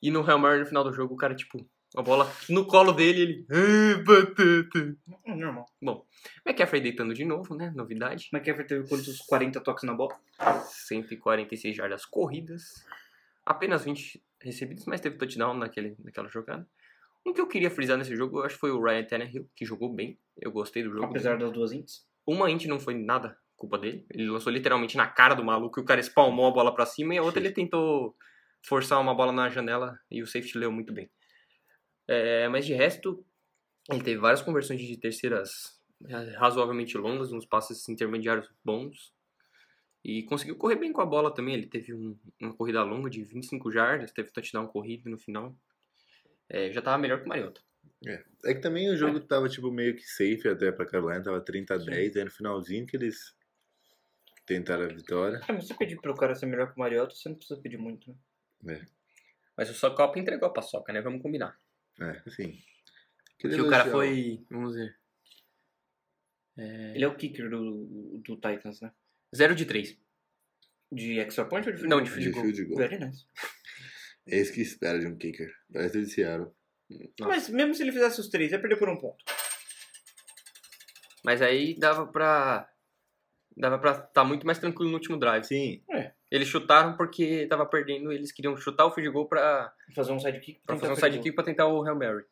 A: E no Real Madrid, no final do jogo, o cara, tipo, a bola no colo dele ele. "Ah, Batata. é
B: Hum, Normal. é
A: McCaffrey deitando de novo, né? Novidade.
B: McCaffrey teve quantos 40 toques na bola?
A: 146 jardas corridas, apenas 20 recebidos, mas teve touchdown naquele, naquela jogada. Um que eu queria frisar nesse jogo, eu acho que foi o Ryan Tannehill, que jogou bem. Eu gostei do jogo.
B: Apesar das duas ints.
A: Uma int não foi nada culpa dele. Ele lançou literalmente na cara do maluco e o cara espalmou a bola pra cima. E a outra ele tentou forçar uma bola na janela e o safety leu muito bem. É, mas de resto, ele teve várias conversões de terceiras razoavelmente longas, uns passes intermediários bons. E conseguiu correr bem com a bola também. Ele teve um- uma corrida longa de 25 jardas, teve touchdown corrido no final. É, já tava melhor que o Mariota.
C: É que também o jogo tava tipo meio que safe até pra Carolina, tava 30 a 10, aí no finalzinho que eles tentaram a vitória.
B: Ah, mas você pedir pro cara ser melhor que o Mariota, você não precisa pedir muito, né?
A: Mas o Socop entregou a paçoca, né? Vamos combinar.
C: É, assim.
A: Porque o cara foi, né? vamos dizer,
B: Ele é o kicker do, do Titans, né?
A: 0 de 3.
B: De extra point ou de
A: Não, de
C: de
A: field goal.
C: field goal.
B: Very nice.
C: É isso que espera de um kicker. Parece o de Seattle.
A: Nossa.
B: Mas mesmo se ele fizesse os três, ia perder por um ponto.
A: Mas aí dava pra. Dava pra tá muito mais tranquilo no último drive.
C: Sim,
A: Eles chutaram porque tava perdendo, eles queriam chutar o field goal pra,
B: Fazer um sidekick
A: pra
B: tentar
A: fazer um
B: perder.
A: sidekick pra tentar o Hail Mary.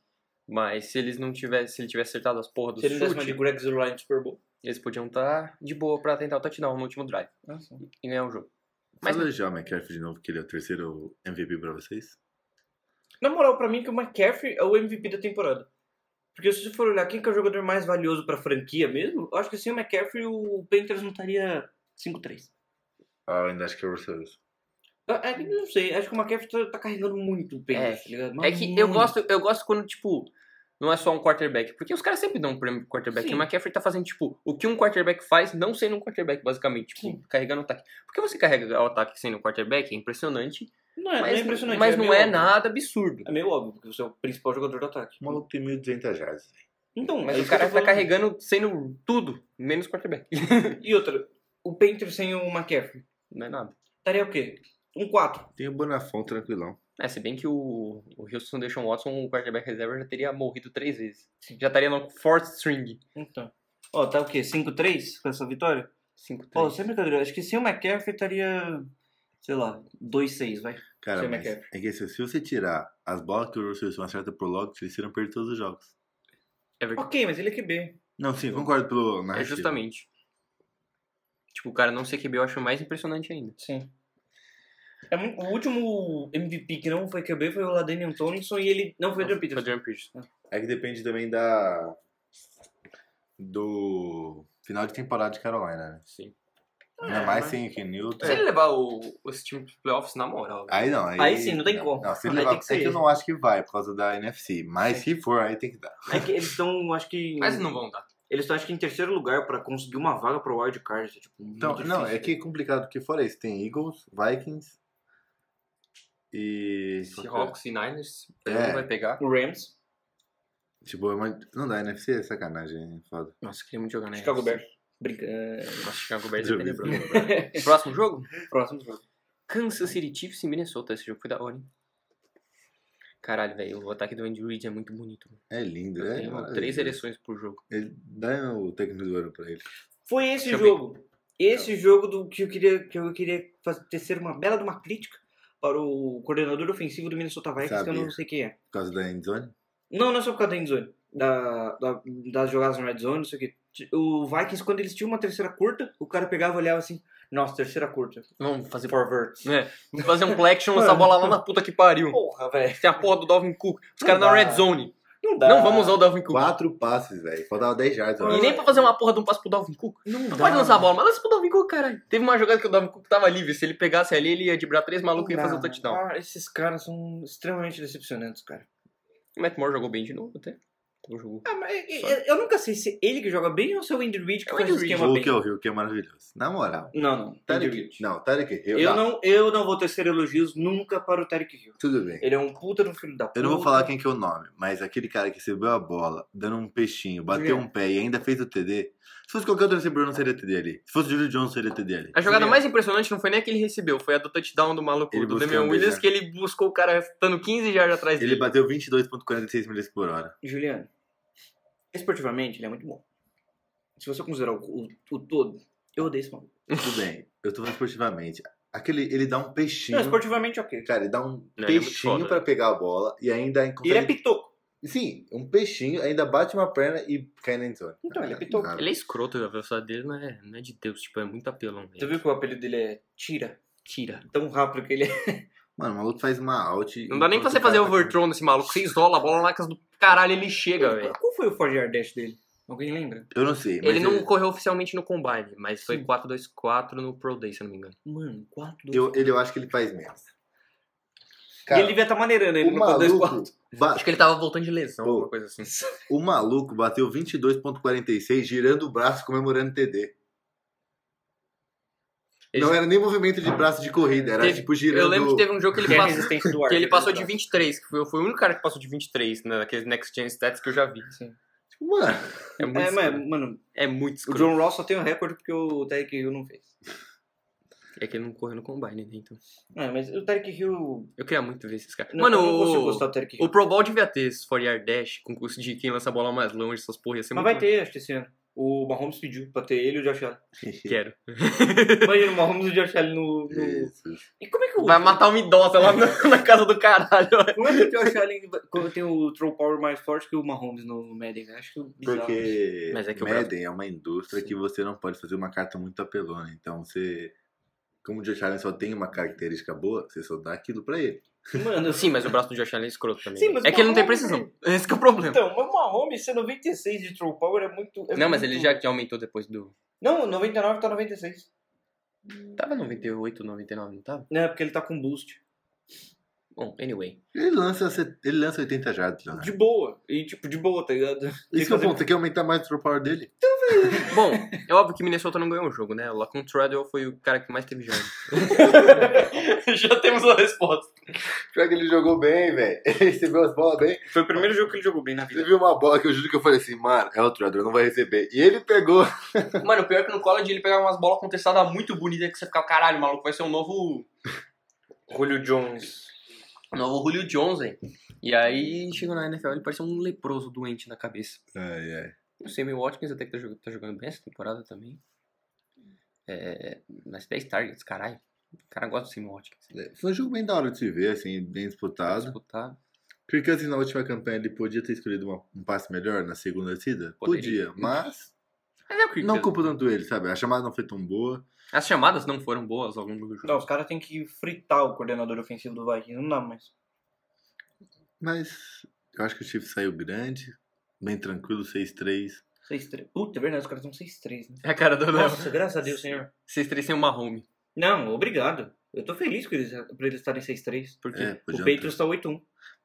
A: Mas se eles não tivessem. Se ele tivesse acertado as porras do
B: um. Se ele não desse uma
A: chute,
B: de Greg Zuline Super Bowl.
A: eles podiam estar de boa pra tentar o touchdown no último drive
B: Ah, sim.
A: e ganhar o jogo. Mas-
C: mas elogiar o McCaffrey de novo, que ele é o terceiro MVP pra vocês.
B: Na moral, pra mim, que o McCaffrey é o MVP da temporada. Porque se você for olhar quem que é o jogador mais valioso pra franquia mesmo, eu acho que sem o McCaffrey o Panthers não estaria 5-3.
C: Ah, eu ainda acho que é o Russell Wilson.
B: Eu- É, que eu não sei, acho que o McCaffrey tá, tá carregando muito o Panthers, tá ligado?
A: É
B: Mas
A: que eu
B: muito.
A: gosto, eu gosto quando, tipo, Não é só um quarterback. Porque os caras sempre dão um prêmio pro quarterback.
B: Sim.
A: E o McCaffrey tá fazendo, tipo, o que um quarterback faz não sendo um quarterback, basicamente. Tipo, carregando o ataque. Porque você carrega o ataque sendo um quarterback é impressionante.
B: Não é,
A: mas
B: não é impressionante.
A: mas não
B: meio
A: é
B: óbvio.
A: nada absurdo.
B: É meio óbvio, porque você é o principal jogador do ataque.
C: O maluco tem 1.200 jardas. velho.
B: Então,
A: Mas
B: é
A: o
B: isso que
A: cara
B: eu tô
A: tá
B: falando.
A: carregando sendo tudo, menos quarterback. *laughs*
B: E outra, o Painter sem o McCaffrey
A: não é nada.
B: estaria o quê? Um 4.
C: Tem o Bonafon tranquilão.
A: É, se bem que o, o Houston Deshaun Watson, o quarterback reserva, já teria morrido três vezes. Já estaria no fourth string.
B: Então. Ó, tá o quê? 5-3 com essa vitória?
A: 5
B: Ó, sem brincadeira, acho que sem o McCaffrey estaria, sei lá, 2-6, vai.
C: Cara,
B: Sem
C: mas é
B: McCaffrey.
C: que assim, se você tirar as bolas que o Russell Wilson acerta pro Lockett, eles iriam perder todos os jogos.
A: É verdade.
B: Ok, mas ele é QB.
C: Não, sim, eu concordo pelo
A: É
C: narrativo.
A: justamente. Tipo, o cara não ser QB eu acho mais impressionante ainda.
B: Sim. É muito- o último MVP que não foi QB foi o Laden Antonison e ele não foi o Adrian Peterson. Ah,
A: Adrian Peterson.
C: É que depende também da. Do final de temporada de Carolina, né?
A: Sim.
C: Ainda
B: É,
C: mais
B: mas-
C: sem o Ken Newton.
A: Se ele levar o, esse time pros playoffs, na moral.
C: Aí não, aí,
B: Aí sim, não tem como.
C: Não, se
B: Aí
C: ele levar,
B: tem que ser
C: é que eu
B: ele.
C: não acho que vai por causa da NFC, mas se for, aí tem que dar.
B: É que eles estão, acho que...
A: Mas não vão dar.
B: Eles estão, acho que, em terceiro lugar pra conseguir uma vaga pro Wild Card. é, Tipo, muito
C: Então, não, é
B: difícil.
C: que é complicado, porque fora isso, tem Eagles, Vikings e.
B: é.
A: Seahawks e Niners,
C: É.
A: ele não vai pegar.
B: O Rams,
C: Tipo, é uma- não dá, NFC é sacanagem, é foda.
A: Nossa, queria muito jogar na
B: Chicago
A: NFC.
B: Bears. Brinca... é,
A: Nossa, *laughs* Chicago Bears é
C: Já vi
A: tenebroso.
C: isso.
A: Próximo jogo?
B: Próximo jogo.
A: Kansas City Chiefs e Minnesota. Esse jogo foi da hora, hein? Caralho, velho. O ataque do Andy Reid é muito bonito.
C: É lindo,
A: Eu
C: é.
A: tenho
C: maravilhoso.
A: três eleições por jogo.
C: Ele- Dá o técnico do ano pra ele.
B: Foi esse
A: Deixa eu
B: jogo. Esse jogo do que eu queria, que eu queria fazer, tecer uma bela de uma crítica para o coordenador ofensivo do Minnesota Vikings, que eu
C: Sabia.
B: não sei quem é.
C: Por causa da endzone?
B: Não, não é só por causa da endzone, da, da, das jogadas na red zone, não sei o quê. O Vikings, quando eles tinham uma terceira curta, o cara pegava e olhava assim, nossa, terceira curta,
A: Vamos fazer,
B: forward.
A: né? Vamos fazer um play action, essa bola lá na puta que pariu.
B: Porra, velho.
A: Tem a porra do Dalvin Cook. Os
B: Não
A: caras na
B: dá.
A: red zone.
B: Não dá.
A: Não vamos usar o Dalvin Cook.
C: Quatro passes, velho. Faltava 10 jardas. eu
A: E
C: acho.
A: nem pra fazer uma porra de um passo pro Dalvin Cook.
B: Não
A: Tu
B: dá.
A: pode lançar a bola, mas lança pro Dalvin Cook, caralho. Teve uma jogada que o Dalvin Cook tava livre. Se ele pegasse ali, ele ia driblar três malucos e ia
B: Não
A: fazer o
B: dá.
A: touchdown.
B: Ah, esses caras são extremamente decepcionantes, cara.
A: O Matt Moore jogou bem de novo até. Então, jogou.
B: Ah, mas eu, eu nunca sei se é ele que joga bem ou se é o Andy Reid que
A: É o
B: faz
A: Andy
B: o
A: Reid.
B: esquema
C: O
B: bem.
C: que é o Rio, que é maravilhoso. Na moral.
B: Não, não. Andy
C: Tarek.
B: Reid.
C: Não, Tarek Hill.
B: Eu
C: dá.
B: não, eu não vou tecer elogios nunca para o Tarek Hill.
C: Tudo bem.
B: Ele é um puta no filho da puta.
C: Eu não vou falar quem que é o nome, mas aquele cara que recebeu a bola, dando um peixinho, bateu
B: Julian.
C: um pé e ainda fez o TD. Se fosse qualquer outro recebedor, não seria TD ali. Se fosse o Júlio Johnson, seria TD ali.
A: A jogada
B: Juliano.
A: mais impressionante não foi nem a que ele recebeu, foi a do touchdown do maluco,
C: Ele
A: do
C: buscando
A: Damian
C: ele,
A: Williams,
C: né?
A: que ele buscou o cara estando 15 jardas atrás
C: Ele
A: dele.
C: bateu 22,46 milhas por hora.
B: Juliano, esportivamente ele é muito bom. Se você considerar o, o, o todo, eu odeio esse maluco.
C: Tudo bem, eu tô falando esportivamente. Aquele, ele dá um peixinho.
B: Não, esportivamente ok.
C: Cara, ele dá um
A: ele é muito
C: peixinho
A: foda,
C: pra pegar a bola e ainda.
B: E ele é pitoco.
C: Sim, um peixinho, ainda bate uma perna e cai na endzone.
B: Então, ele é pitoco.
C: Nada.
A: Ele é escroto, a velocidade dele não é, não é de Deus, tipo, é muito apelão.
B: Tu
A: velho.
B: viu que o apelido dele é Tira?
A: Tira.
B: Tão rápido que ele é.
C: Mano, o maluco faz uma out.
A: Não dá nem pra você fazer
C: tá
A: overthrow nesse maluco, você isola a bola na casa do caralho, ele chega, velho.
B: Qual foi o Ford Yard Dash dele? Alguém lembra?
C: Eu não sei. Mas
A: Ele não correu oficialmente no combine, mas foi
B: Sim.
A: 4-2-4 no Pro Day, se eu não me engano.
B: Mano, 4, 2,
C: Eu, ele, eu acho que ele faz menos.
B: E ele devia estar maneirando ele
C: o
B: no 4, 2, 4.
C: maluco, ba-
A: Acho que ele tava voltando de lesão,
C: Ah. Pô.
A: alguma coisa assim.
C: o maluco bateu 22.46 girando o braço comemorando TD.
A: Ele-
C: Não é era nem movimento de braço de corrida, era
A: Teve-
C: tipo girando.
A: Eu lembro que teve um jogo que ele
B: Que é a
A: passou.
B: resistência do ar.
A: Que ele
C: né,
A: passou de 23, que foi, eu fui o único cara que passou de 23 né, naqueles Next Gen Stats que eu já vi.
C: Mano,
A: É muito
B: É,
A: escroto.
B: mas, mano,
A: É muito
B: o
A: escroto.
B: John Ross só tem um recorde porque o Tarek Hill não fez.
A: É que ele não correu no combine, né? Então.
B: É, mas o Tarek Hill.
A: Eu queria muito ver esses caras.
B: Não,
A: Mano,
B: eu não consigo
A: o-
B: gostar do Tarek
A: o
B: Hill.
A: Pro Bowl devia ter esse 4 Yard Dash, concurso de quem lança a bola mais longe, essas porra, ia ser
B: Mas
A: muito
B: vai ter, acho que esse ano. O Mahomes pediu pra ter ele e o Josh
A: *laughs*
B: Allen.
A: Quero.
B: Imagina o Mahomes e o Josh Allen no. no-
C: Jesus.
B: E como é que o.
A: Vai matar uma idosa lá na, *laughs* na casa do caralho.
B: Como é que o Josh Allen vai- quando tem o Troll Power mais forte que o Mahomes no, no Madden? né? Acho que o bizarro.
C: porque
A: Mas é que o
C: Madden
A: braço-
C: é uma indústria que você não pode fazer uma carta muito apelona. Então você. Como o Josh Allen só tem uma característica boa, você só dá aquilo pra ele.
A: *laughs*
B: Mano,
A: Sim, mas o braço do Josh Allen é escroto também.
B: Sim, mas
A: é que ele não tem
B: Mahomes,
A: precisão. Esse que é o problema.
B: Então, mas o Mahomes ser 96 de Troll Power é muito. é
A: não, mas
B: muito-
A: ele já que aumentou depois do...
B: Não, 99 tá 96.
A: Tava 98, 99, não tava?
B: Né, Não, é porque ele tá com boost.
A: Bom, anyway.
C: Ele lança, set- ele lança 80 jardas, Leonardo.
B: De boa. E tipo, de boa, tá ligado?
C: Isso que é
B: fazer-
C: bom, você quer aumentar mais o throw power dele?
A: Bom, é óbvio que Minnesota não ganhou o jogo, né? O Lacon Treadwell foi o cara que mais teve *laughs*
B: *laughs*
A: jardas.
B: Já temos a resposta.
C: Pior que ele jogou bem, velho. *laughs* Ele recebeu as bolas bem.
B: Foi o primeiro jogo que ele jogou bem na vida.
C: Teve uma bola que eu juro que eu falei assim, mano, é o Trudor, não vai receber. E ele pegou.
A: Mano, o pior é que no college ele pegava umas bolas contestadas muito bonitas que você ficava, caralho, maluco, vai ser um novo.
B: Julio Jones.
A: um novo Julio Jones, hein? E aí chegou na NFL, ele parecia um leproso doente na cabeça.
C: Ai, ai.
A: O Sammy Watkins até que tá jogando, tá jogando bem essa temporada também. É, nas 10 targets, caralho. O cara gosta do Sammy Watkins. tá
C: Foi um jogo bem da hora de se ver, assim, bem disputado.
A: Disputar.
C: Porque assim, na última campanha ele podia ter escolhido uma- um passe melhor na segunda descida?
A: Poderia.
C: Podia, mas
A: Mas é o que
C: não culpo tanto ele, sabe? A chamada não foi tão boa.
A: As chamadas não foram boas ao longo do jogo.
B: Não, os caras têm que fritar o coordenador ofensivo do Vikings. Não dá mais.
C: Mas eu acho que o Chiefs saiu grande, bem tranquilo, 6-3.
B: 6-3. Puta, é verdade, os caras estão 6-3, né?
A: É a cara do Léo.
B: Nossa, graças a Deus, senhor.
A: Vocês três têm uma home.
B: Não, obrigado. Eu tô feliz por eles, por eles estarem 6-3.
A: Porque...
C: É,
B: O
C: podiam ter-
B: Patriots tá 8-1.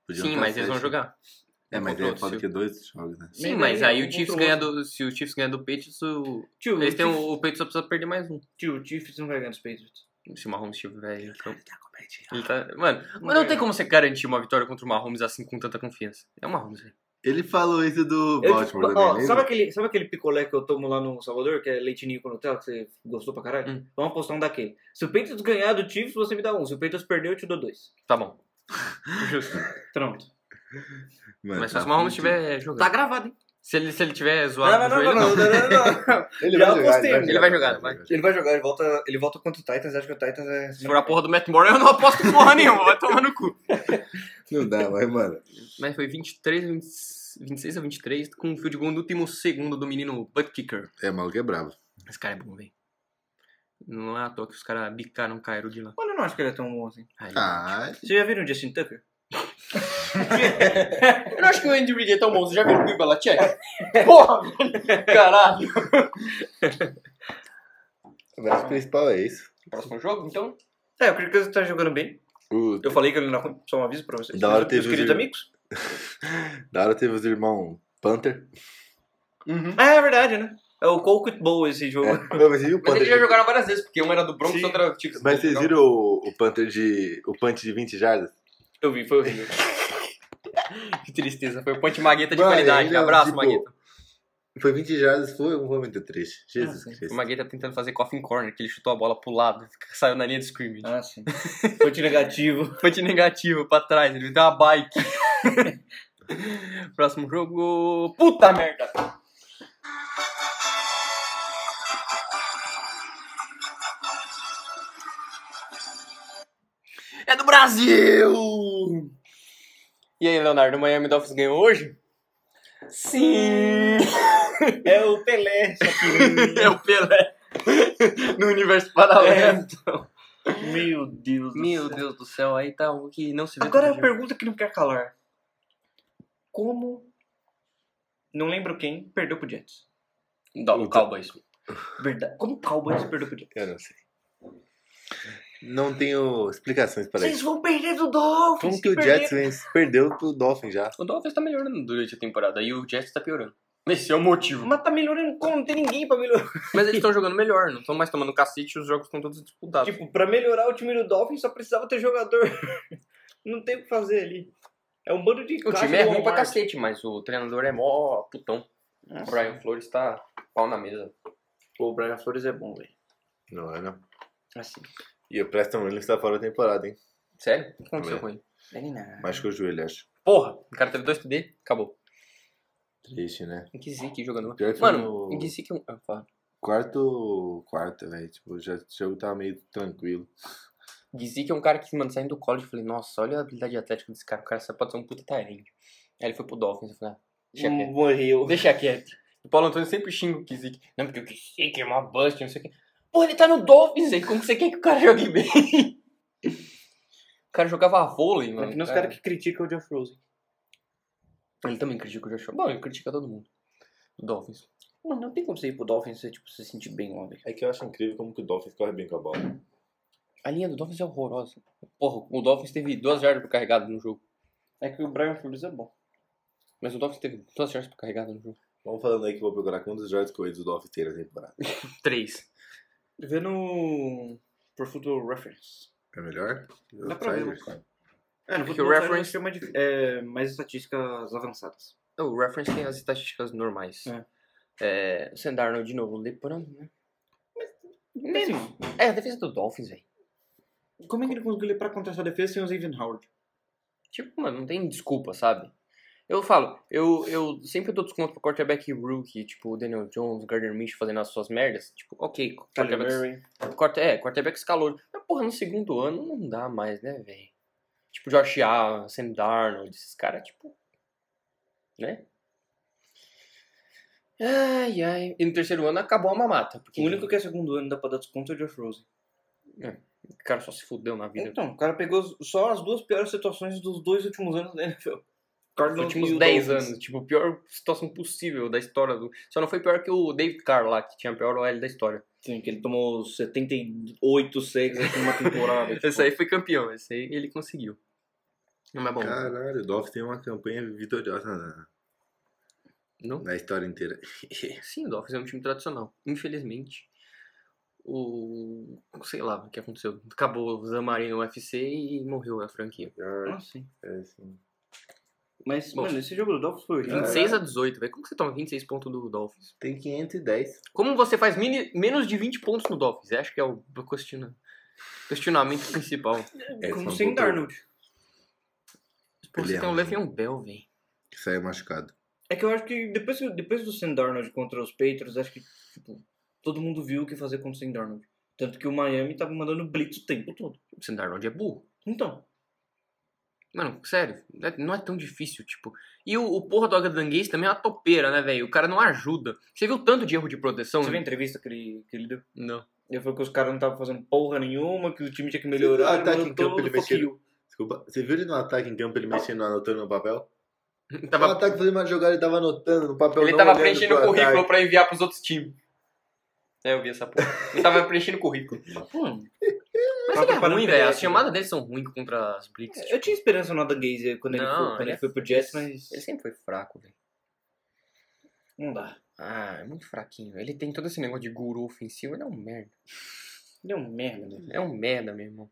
C: podiam
A: Sim,
C: tá
A: mas eles vão
C: sete.
A: jogar.
C: É, mas
A: Contra
C: é
A: outro,
C: foda
A: se-
C: que é dois jogos, né?
A: Sim,
B: Nem
A: mas
B: ganha
A: aí
B: um
A: o Chiefs
B: contra o
A: ganha do. Se o Chiefs ganha do Patriots, o.
B: Tio,
A: Eles
B: o
A: têm
B: Chiefs-
A: o, o Patriots só precisa perder mais um.
B: Tio, o Chiefs não vai ganhar dos Patriots.
A: Se o Mahomes estiver em campo. Ele tá... Mano, mas
B: ganha.
A: não tem como você garantir uma vitória contra o Mahomes assim com tanta confiança. É o Mahomes, velho.
C: Ele falou isso do
B: Eu-
C: Baltimore também,
B: ó,
C: lembra?
B: sabe, aquele, sabe aquele picolé que eu tomo lá no Salvador, que é leitinho com Nutella, que você gostou pra caralho?
A: Hum.
B: Vamos apostar um daquele. Se o Patriots ganhar do Chiefs, você me dá um. Se o Patriots perder, eu te dou dois.
A: Tá bom. Justo.
B: Pronto.
C: Mano,
A: Mas se
C: tá
A: o Mahomes
C: fudido.
A: estiver
B: Tá
A: jogando.
B: gravado, hein?
A: Se ele, se ele tiver zoado
B: Não,
A: no
B: não, não,
A: joelho,
B: não, não, não, não, não.
C: Ele
B: Já
C: vai jogar,
B: apostei.
A: Ele vai jogar, vai.
B: Ele vai jogar, ele volta, ele volta contra o Titans. Acho que o Titans é.
A: Se for a porra do Matt Moore, eu não aposto porra nenhuma, vai tomar no cu.
C: Não dá, vai, mano.
A: *laughs* Mas foi 23, 20, 26 a 23, com um field goal no último segundo do menino Butt Kicker.
C: É, o maluco é bravo.
A: Esse cara é bom, velho. Não é à toa que os caras bicaram o Cairo de lá.
B: Mano, eu não acho que ele é tão bom assim.
A: Ai,
C: Ah,
B: Vocês já viram o Justin Tucker?
A: Eu não acho que o Andy Reid é tão bom. Você já viu o Bill Belichick? *laughs* Porra, velho. Caralho.
C: mas o principal é isso.
A: Próximo jogo, então?
B: É, o Kirk Cousins tá jogando bem.
C: O
B: Eu falei que ele não é ruim, só um aviso pra vocês.
C: Da hora
B: Meus-
C: teve
B: meus
C: o
B: queridos
C: Gil.
B: amigos.
C: Da hora teve os irmãos Panther.
A: Uhum.
B: Ah, é verdade, né? É o Colquitt Bowl esse jogo.
C: É. Não, mas e o
A: Mas
C: Panther?
A: eles já jogaram várias vezes, porque um era do Broncos,
B: Sim.
A: outro era do Chiefs.
C: Mas vocês viram o, o Panther de. o punch de 20 jardas?
B: Eu vi, foi horrível.
A: *laughs* Que tristeza. Foi o Ponte Magueta de
C: Mano,
A: qualidade.
C: ele é um
A: Abraço,
C: tipo-
A: Magueta.
C: Foi 20 jardas, foi, foi muito triste. Jesus
B: Ah, sim.
A: O
C: Cristo.
A: Magueta tentando fazer coffin corner, que ele chutou a bola pro lado, *laughs* saiu na linha de scrimmage.
B: ah, sim. Foi de
A: *laughs*
C: *laughs*
B: negativo.
A: Ponte negativa pra trás, ele me deu uma *laughs* bike. Próximo jogo. Puta merda! É do Brasil! E aí, Leonardo, o Miami Dolphins ganhou hoje? Sim!
B: É o Pelé, só que.
A: *laughs* É o Pelé! *laughs* no universo paralelo.
B: Meu Deus do
A: Meu
B: céu.
A: Deus do céu, aí tá o que não se vê.
B: Agora a
A: todo dia.
B: pergunta que não quer calar. Como. Não lembro quem perdeu pro Jets.
A: Dó- o Cowboys.
B: Verdade. Como o Cowboys perdeu pro Jets?
C: Eu não sei. Não tenho explicações para
B: Vocês
C: isso.
B: vão perder do Dolphins!
C: Como que o
B: perderam.
C: Jets vence- perdeu pro Dolphin já?
A: O Dolphins tá melhorando durante a temporada e o Jets tá piorando. *laughs* Esse é o motivo.
B: Mas tá melhorando como? Não tem ninguém pra
A: *laughs*
B: melhorar.
A: Mas eles estão jogando melhor, não estão mais tomando cacete e os jogos estão todos disputados.
B: Tipo, pra melhorar o time do Dolphins só precisava ter jogador. *laughs* não tem o que fazer ali. É um bando de
A: o
B: caixa
A: time é
B: do
A: ruim pra
B: Walmart.
A: cacete, mas o treinador é mó putão. O Brian Flores tá pau na mesa.
B: Pô, o Brian Flores é bom, velho.
C: Não é, não.
B: Assim.
C: E o Preston Williams tá fora da temporada, hein?
A: Sério? O que aconteceu
C: É.
A: com ele?
B: Ele nada.
C: Mais que o joelho, acho.
A: Porra, o cara teve dois TD, acabou.
C: Triste, né?
A: Em que zique jogando.
C: Pior que
A: Mano,
C: no-
A: em que zique... Ah, fala.
C: Quarto, quarto, velho. Tipo, já, o jogo tava meio tranquilo.
A: Dizia que é um cara que, mano, saindo do college, eu falei, nossa, olha a habilidade atlética desse cara. O cara só pode ser um puta tarente. Aí ele foi pro Dolphins, eu falei, ah, deixa quieto.
B: Morreu.
A: Deixa quieto. O Paulo Antônio sempre xinga o Kizik. Não, porque o Kizik é uma bust, não sei o quê. Pô, ele tá no Dolphins, aí como que você quer que o cara jogue bem? o cara jogava vôlei,
B: É
A: mano.
B: que nem os caras que criticam o Jeff Rosen.
A: Ele também critica o Joshua. Bom, ele critica todo mundo. O Dolphins.
B: Mano, não tem como você ir pro Dolphins e você, tipo, se sentir bem lá, velho.
C: É que eu acho incrível como que o Dolphins corre bem com a bola.
A: A linha do Dolphins é horrorosa. Porra, o Dolphins teve duas jardas por carregada no jogo.
B: É que o Brian Flores é bom.
A: Mas o Dolphins teve duas jardas por carregada no jogo.
C: Vamos falando aí que eu vou procurar quantos jardas corridos o Dolphins tem na temporada.
A: Três.
B: Vê no Pro Football Reference.
C: É melhor?
B: Dá pra ver,
C: Outsiders.
B: É, no
A: Porque
B: Football
A: o reference-
B: Reference chama de, é, mais estatísticas avançadas.
A: O reference tem as estatísticas normais.
B: É.
A: É, o Sendarno de novo leprando, né?
B: Tem, mano.
A: É, a defesa do Dolphins, velho.
B: Como é que ele conseguiu ler pra contra essa defesa sem o Xavier Howard?
A: Tipo, mano, não tem desculpa, sabe? Eu falo, eu, eu sempre dou desconto pro quarterback rookie, tipo o Daniel Jones, Gardner Minshew fazendo as suas merdas. Tipo, ok,
B: Tyler
A: quarterbacks-
B: Murray.
A: quarter, é, quarterback calor. Mas, porra, no segundo ano não dá mais, né, velho? Tipo, Josh Allen, Sam Darnold, esses caras, tipo. Né? Ai, ai. E no terceiro ano acabou a mamata. Porque
B: O único que é segundo ano dá pra dar desconto é o Josh Rosen.
A: o cara só se fudeu na vida.
B: Então, o cara pegou só as duas piores situações dos dois últimos anos da NFL.
A: Nos
B: Cardinals e
A: últimos
B: o
A: 10
B: Dolphins.
A: anos, tipo, pior situação possível da história do. Só não foi pior que o David Carr lá, que tinha a pior OL da história.
B: Sim, que ele tomou 78 sacks aqui numa temporada. tipo.
A: Esse aí foi campeão, esse aí ele conseguiu. Não é bom.
C: Caralho, o Dolphins tem uma campanha vitoriosa na,
A: Não?
C: na história inteira.
A: Sim, o Dolphins é um time tradicional. Infelizmente, o. Sei lá o que aconteceu. Acabou o Zamarin no UFC e morreu a franquia.
B: *laughs* Ah, sim.
C: É assim.
B: Mas,
A: Bom.
B: mano, esse jogo do Dolphins foi horrível.
C: Caralho.
A: 26 a 18, velho. Como que você toma 26 pontos do Dolphins?
C: Tem 510.
A: Como você faz mini- menos de 20 pontos no Dolphins? Eu Acho que é o o questiona- questionamento principal.
C: É,
B: Como
C: foi um
B: sem
C: pouco-
B: Darnold.
A: Pô,
C: Ele
A: você
C: é
A: tem o
C: ruim.
A: Le'Veon Bell, velho.
C: Que saiu machucado.
B: É que eu acho que depois, que- depois do Sam Darnold contra os Patriots, acho que tipo, todo mundo viu o que fazer contra o Sam Darnold. Tanto que o Miami tava mandando blitz o tempo todo.
A: O Sam Darnold é burro.
B: Então,
A: Mano, sério, não é- não é tão difícil, tipo. E o, o porra do Agadanguês também é uma topeira, né, velho? O cara não ajuda. Você viu o tanto de erro de proteção?
B: você viu a entrevista que ele, que ele deu?
A: *laughs* Não.
B: Ele falou que os caras não estavam fazendo porra nenhuma, que o time tinha que melhorar.
C: Ah,
B: ele
C: tá,
B: mandou
C: que em campo
B: todo
C: ele mexeu.
B: fuck you.
C: Desculpa, você viu ele no ataque em campo, ele mexendo, anotando no papel? No
A: Tava,
C: ataque fazendo uma jogada, ele tava anotando no papel.
A: ele
C: não
A: tava
C: olhando
A: preenchendo o
C: pro ataque.
A: currículo pra enviar pros outros times. É, eu vi essa porra. Ele *laughs* tava preenchendo o currículo.
B: Pô, mano,
A: Mas
B: Tava
A: ele é
B: preparando
A: ruim,
B: o
A: velho.
B: PDF,
A: As chamadas dele são ruins contra as Blitz. tipo.
B: eu tinha esperança no Adam Gaze quando ele,
A: Não,
B: foi, quando
A: ele
B: tipo ele,
A: é-
B: foi pro Jets, mas
A: Ele sempre foi fraco, velho.
B: não dá.
A: Ah, é muito fraquinho. Ele tem todo esse negócio de guru ofensivo. Ele é um merda.
B: Ele é um merda, né?
A: É um merda, meu irmão.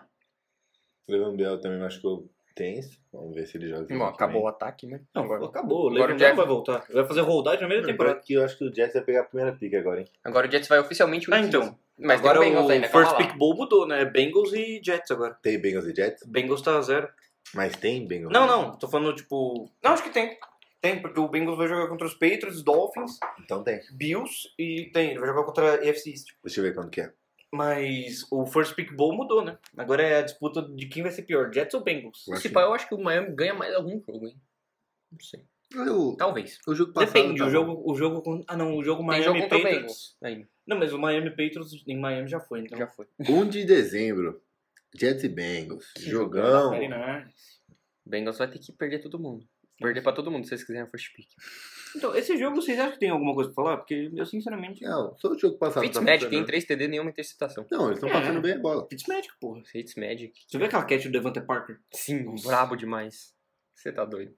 C: Levan Bell também machucou tenso. Vamos ver se ele joga.
A: Bom, acabou o ataque, né?
B: Não,
A: Agora-
B: acabou. O
A: agora
B: Levan
A: o
B: Bell
A: Jeff-
B: vai voltar. Vai fazer holdade na meio da temporada.
C: temporada. Que eu acho que o Jets vai pegar a primeira pica agora, hein?
A: Agora o Jets vai oficialmente...
B: Ah, então.
A: Mas
B: agora
A: tem o
B: o
A: Bengals ainda, calma
B: first
A: lá.
B: pick bowl mudou, né? É Bengals e Jets agora.
C: Tem Bengals e Jets?
B: Bengals tá a zero.
C: Mas tem Bengals.
B: Não, não. Tô falando, tipo... Não, acho que tem. Tem, porque o Bengals vai jogar contra os Patriots, Dolphins,
C: Então tem.
B: Bills e tem. Ele vai jogar contra a EFC East.
C: Deixa eu ver quando que é.
B: Mas o first pick bowl mudou, né? Agora é a disputa de quem vai ser pior, Jets ou Bengals.
C: Ué.
A: Se pá, eu acho que o Miami ganha mais algum jogo, hein? Não sei.
C: O,
A: Talvez.
C: o Ah, jogo
B: Então, Depende,
C: tá
B: o
C: bom.
B: jogo, o jogo com... Ah, não, o jogo
A: Tem
B: Miami
A: jogo contra o
B: Patriots.
A: Bengals. Ainda.
B: Não, mas o Miami Patriots em Miami já foi, então.
A: Já foi.
C: 1 de dezembro. Jets e Bengals.
A: Que
C: Jogão.
B: Very nice.
A: O Bengals vai ter que perder todo mundo. Perder pra todo mundo, se vocês quiserem a first pick.
B: Então, esse jogo, vocês acham que tem alguma coisa pra falar? Porque eu, sinceramente...
C: Não, só é o jogo passado. tá
A: Fitzmagic tem
C: funcionando.
A: 3 TD e nenhuma interceptação.
C: Não, eles estão passando
B: É.
C: bem a bola.
B: Fitzmagic, porra.
A: Fitzmagic.
B: Você viu aquela catch do Devante Parker?
A: Sim,
B: Nossa.
A: um brabo demais. Você tá doido.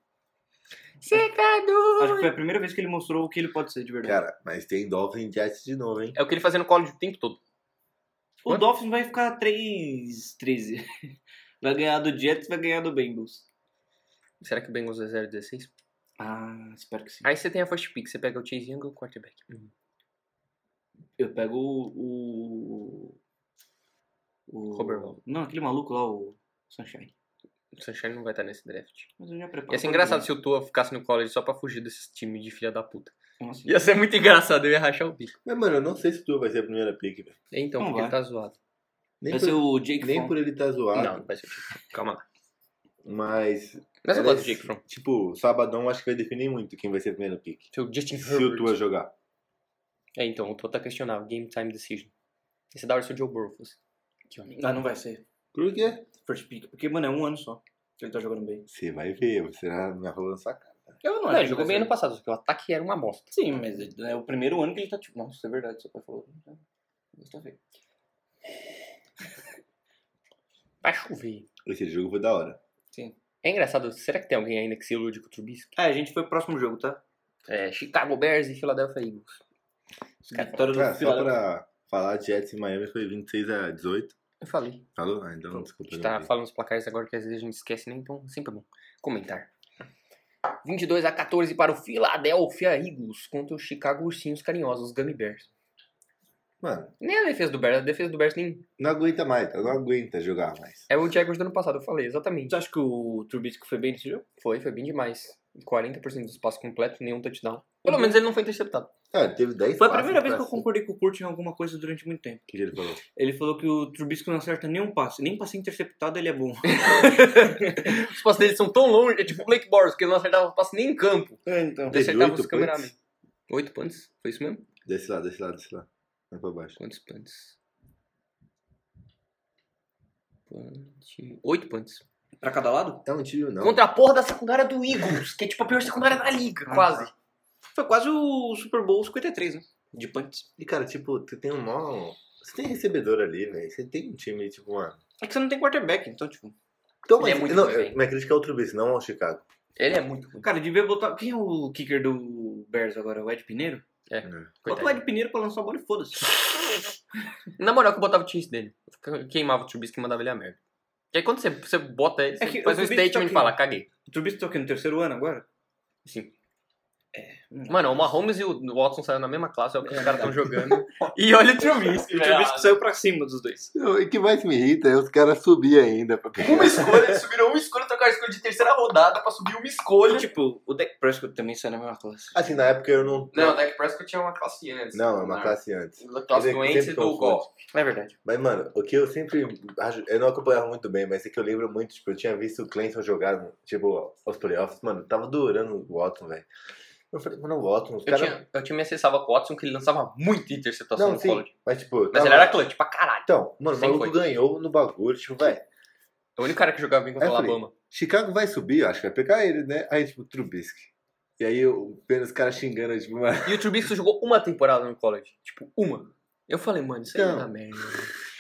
A: Você tá doido.
B: Acho que foi a primeira vez que ele mostrou o que ele pode ser de verdade.
C: Cara, mas tem Dolphins e Jets de novo, hein?
A: É o que ele fazia no college o tempo todo.
B: o Dolphins vai ficar 3-13. *laughs* Vai ganhar do Jets, vai ganhar do Bengals.
A: Será que o Bengals é 0-16?
B: Ah, espero que sim.
A: Aí você tem a first pick, você pega o Chase Young ou o quarterback. Hum.
B: Eu pego o. o... O.
A: Robert Wall.
B: Não, aquele maluco lá, o Sunshine.
A: O Sunshine não vai estar nesse draft.
B: Mas eu já preparo.
A: Ia ser engraçado se o Tua ficasse no college só pra fugir desse time de filha da puta.
B: Como assim?
A: Ia ser muito engraçado, eu ia rachar o bico.
C: Mas, mano, eu não sei se tu vai ser a primeira pick, velho.
A: É, Então,
B: Não
A: porque
B: vai.
A: ele tá zoado.
C: Nem,
B: Vai
C: por,
B: ser o Jake
C: nem
B: Fromm.
C: por ele estar tá zoado.
A: Não, não vai ser o Jake Fromm. Calma lá.
C: Mas.
A: Mas eu
C: era
A: gosto do Jake
C: esse-
A: Fromm.
C: Tipo, sabadão acho que vai definir muito quem vai ser a primeira pick.
A: Se o Justin
C: Se o
A: Herbert.
C: Tua jogar.
A: É, então, o Tua tá questionável. Game time decision. Esse da hora se o Joe Burrow fosse. Que homem.
B: Ah, não vai ser.
C: Por quê?
B: First pick. Porque, mano, é um ano só que ele tá jogando bem.
C: Você vai ver, você vai na rua na sua cara.
B: Eu
A: Não,
B: acho
A: ele
B: que
A: jogou
B: vai
A: bem
B: ser.
A: ano passado, só que o ataque era uma bosta.
B: Sim, mas é o primeiro ano que ele tá tipo. Nossa, é verdade, seu pai falou. Então, Isso tá feio.
A: Vai chover.
C: Esse jogo foi da hora.
A: É engraçado, será que tem alguém ainda que se ilude com o Trubisky?
B: Ah, a gente foi pro próximo jogo, tá?
A: É, Chicago Bears e Philadelphia Eagles. Cara,
B: Vitória
C: Cara,
B: do
C: só
B: Philadelphia.
C: pra falar, Jets em Miami foi 26 a 18.
A: Eu falei.
C: Falou? Ah, então
A: A
C: desculpa.
A: gente
C: eu
A: tá
C: não vi.
A: falando os placares agora que às vezes a gente esquece, né? Então sempre é bom comentar. 22 a 14 para o Philadelphia Eagles contra o Chicago Ursinhos Carinhosos, os Gummy Bears.
C: Mano,
A: Nem a defesa do Bears, a defesa do Bears nem...
C: não aguenta mais, tá? não aguenta jogar mais.
A: É o Jaguars do ano passado, eu falei, exatamente.
B: Você acha que o Trubisky foi bem nesse jogo?
A: Foi, foi bem demais. 40% dos passos completos, nenhum touchdown. Pelo menos ele não foi interceptado.
C: Cara, teve 10
B: Foi a
C: passes
B: primeira vez que
C: pra
B: eu concordei com o Kurt em alguma coisa durante muito tempo.
C: O que ele falou?
B: Ele falou que o Trubisky não acerta nenhum passe. Nem um passe interceptado ele é bom.
A: Os passos dele são tão longe, é tipo o Blake Boris, que ele não acertava o passe nem em campo.
B: É, então.
A: Ele acertava os
C: 18
A: cameramen. Oito punts? Foi isso mesmo?
C: Desse lado, desse lado, desse lado. Vai pra baixo.
A: Quantos punts? Punt... Oito punts.
B: *laughs* Pra cada lado?
C: É um tiro, não.
A: Contra a porra da secundária do Eagles, que é tipo a pior secundária da liga,
B: Ah,
A: quase.
B: Foi quase o Super Bowl 53, né? De punts.
C: E, cara, tipo, tu tem um mó... Você tem recebedor ali, velho. Você tem um time, tipo, mano...
B: É que você não tem quarterback, então, tipo...
C: Então,
A: Ele
C: mas,
A: é muito
C: não,
A: ruim,
C: eu,
A: velho.
C: minha crítica é outro vez, não ao Chicago.
A: Ele é muito ruim.
B: Cara, devia botar... Quem é o kicker do Bears agora? O Ed Pinheiro?
A: É.
C: É.
B: Bota o
A: coitado.
B: Ed Pinheiro pra lançar a bola e foda-se.
A: Na moral, que eu botava o chance dele. Eu queimava o Trubisky e mandava ele a merda. E aí quando você, você bota ele, você
B: que
A: faz
B: o
A: um
B: Trubisky tá
A: statement e
B: aqui.
A: fala, caguei.
B: O Trubisky tá aqui no terceiro ano agora? É, hum.
A: Mano, o Mahomes e o Watson saíram na mesma classe, é o que os caras estão jogando. *laughs* E olha o Trubisky,
B: O
A: velho.
B: Trubisky saiu pra cima dos dois.
C: Não, e o que mais me irrita é os caras subir ainda pra pegar.
A: Uma escolha, eles subiram uma escolha, trocaram a escolha de terceira rodada pra subir uma escolha.
B: Tipo, o Dak Prescott também saiu na mesma classe.
C: Assim, na época eu não...
A: Não, o Dak Prescott tinha uma classe antes. Né?
C: Não, é uma classe antes.
A: A classe
C: Ele
A: do Wentz e
C: sempre
A: do
C: confunde.
A: Goff.
B: É verdade.
C: Mas, mano, o que eu sempre. acho- Eu não acompanhava muito bem, mas é que eu lembro muito, tipo, eu tinha visto o Clemson jogar, tipo, os playoffs, mano, eu tava durando o Watson, velho. Eu falei, mano, o Watson, os
A: Eu,
C: caras.
A: tinha, eu tinha me acessava com o Watson, que ele lançava muita interceptação
C: Não,
A: no
C: sim,
A: college.
C: mas tipo.
A: Mas
C: tava-
A: ele era clutch pra caralho.
C: Então, mano, o
A: Sempre
C: maluco
A: foi.
C: ganhou no bagulho, tipo, velho.
A: É o único cara que jogava bem contra o
C: É, eu falei,
A: Alabama.
C: Chicago vai subir, eu acho que vai pegar ele, né? Aí, tipo, Trubisky. E aí, eu vendo os caras xingando, tipo, mano. *laughs*
A: E o Trubisky só jogou uma temporada no college. Tipo, uma. Eu falei, mano, isso aí vai
C: Então.
A: dar merda.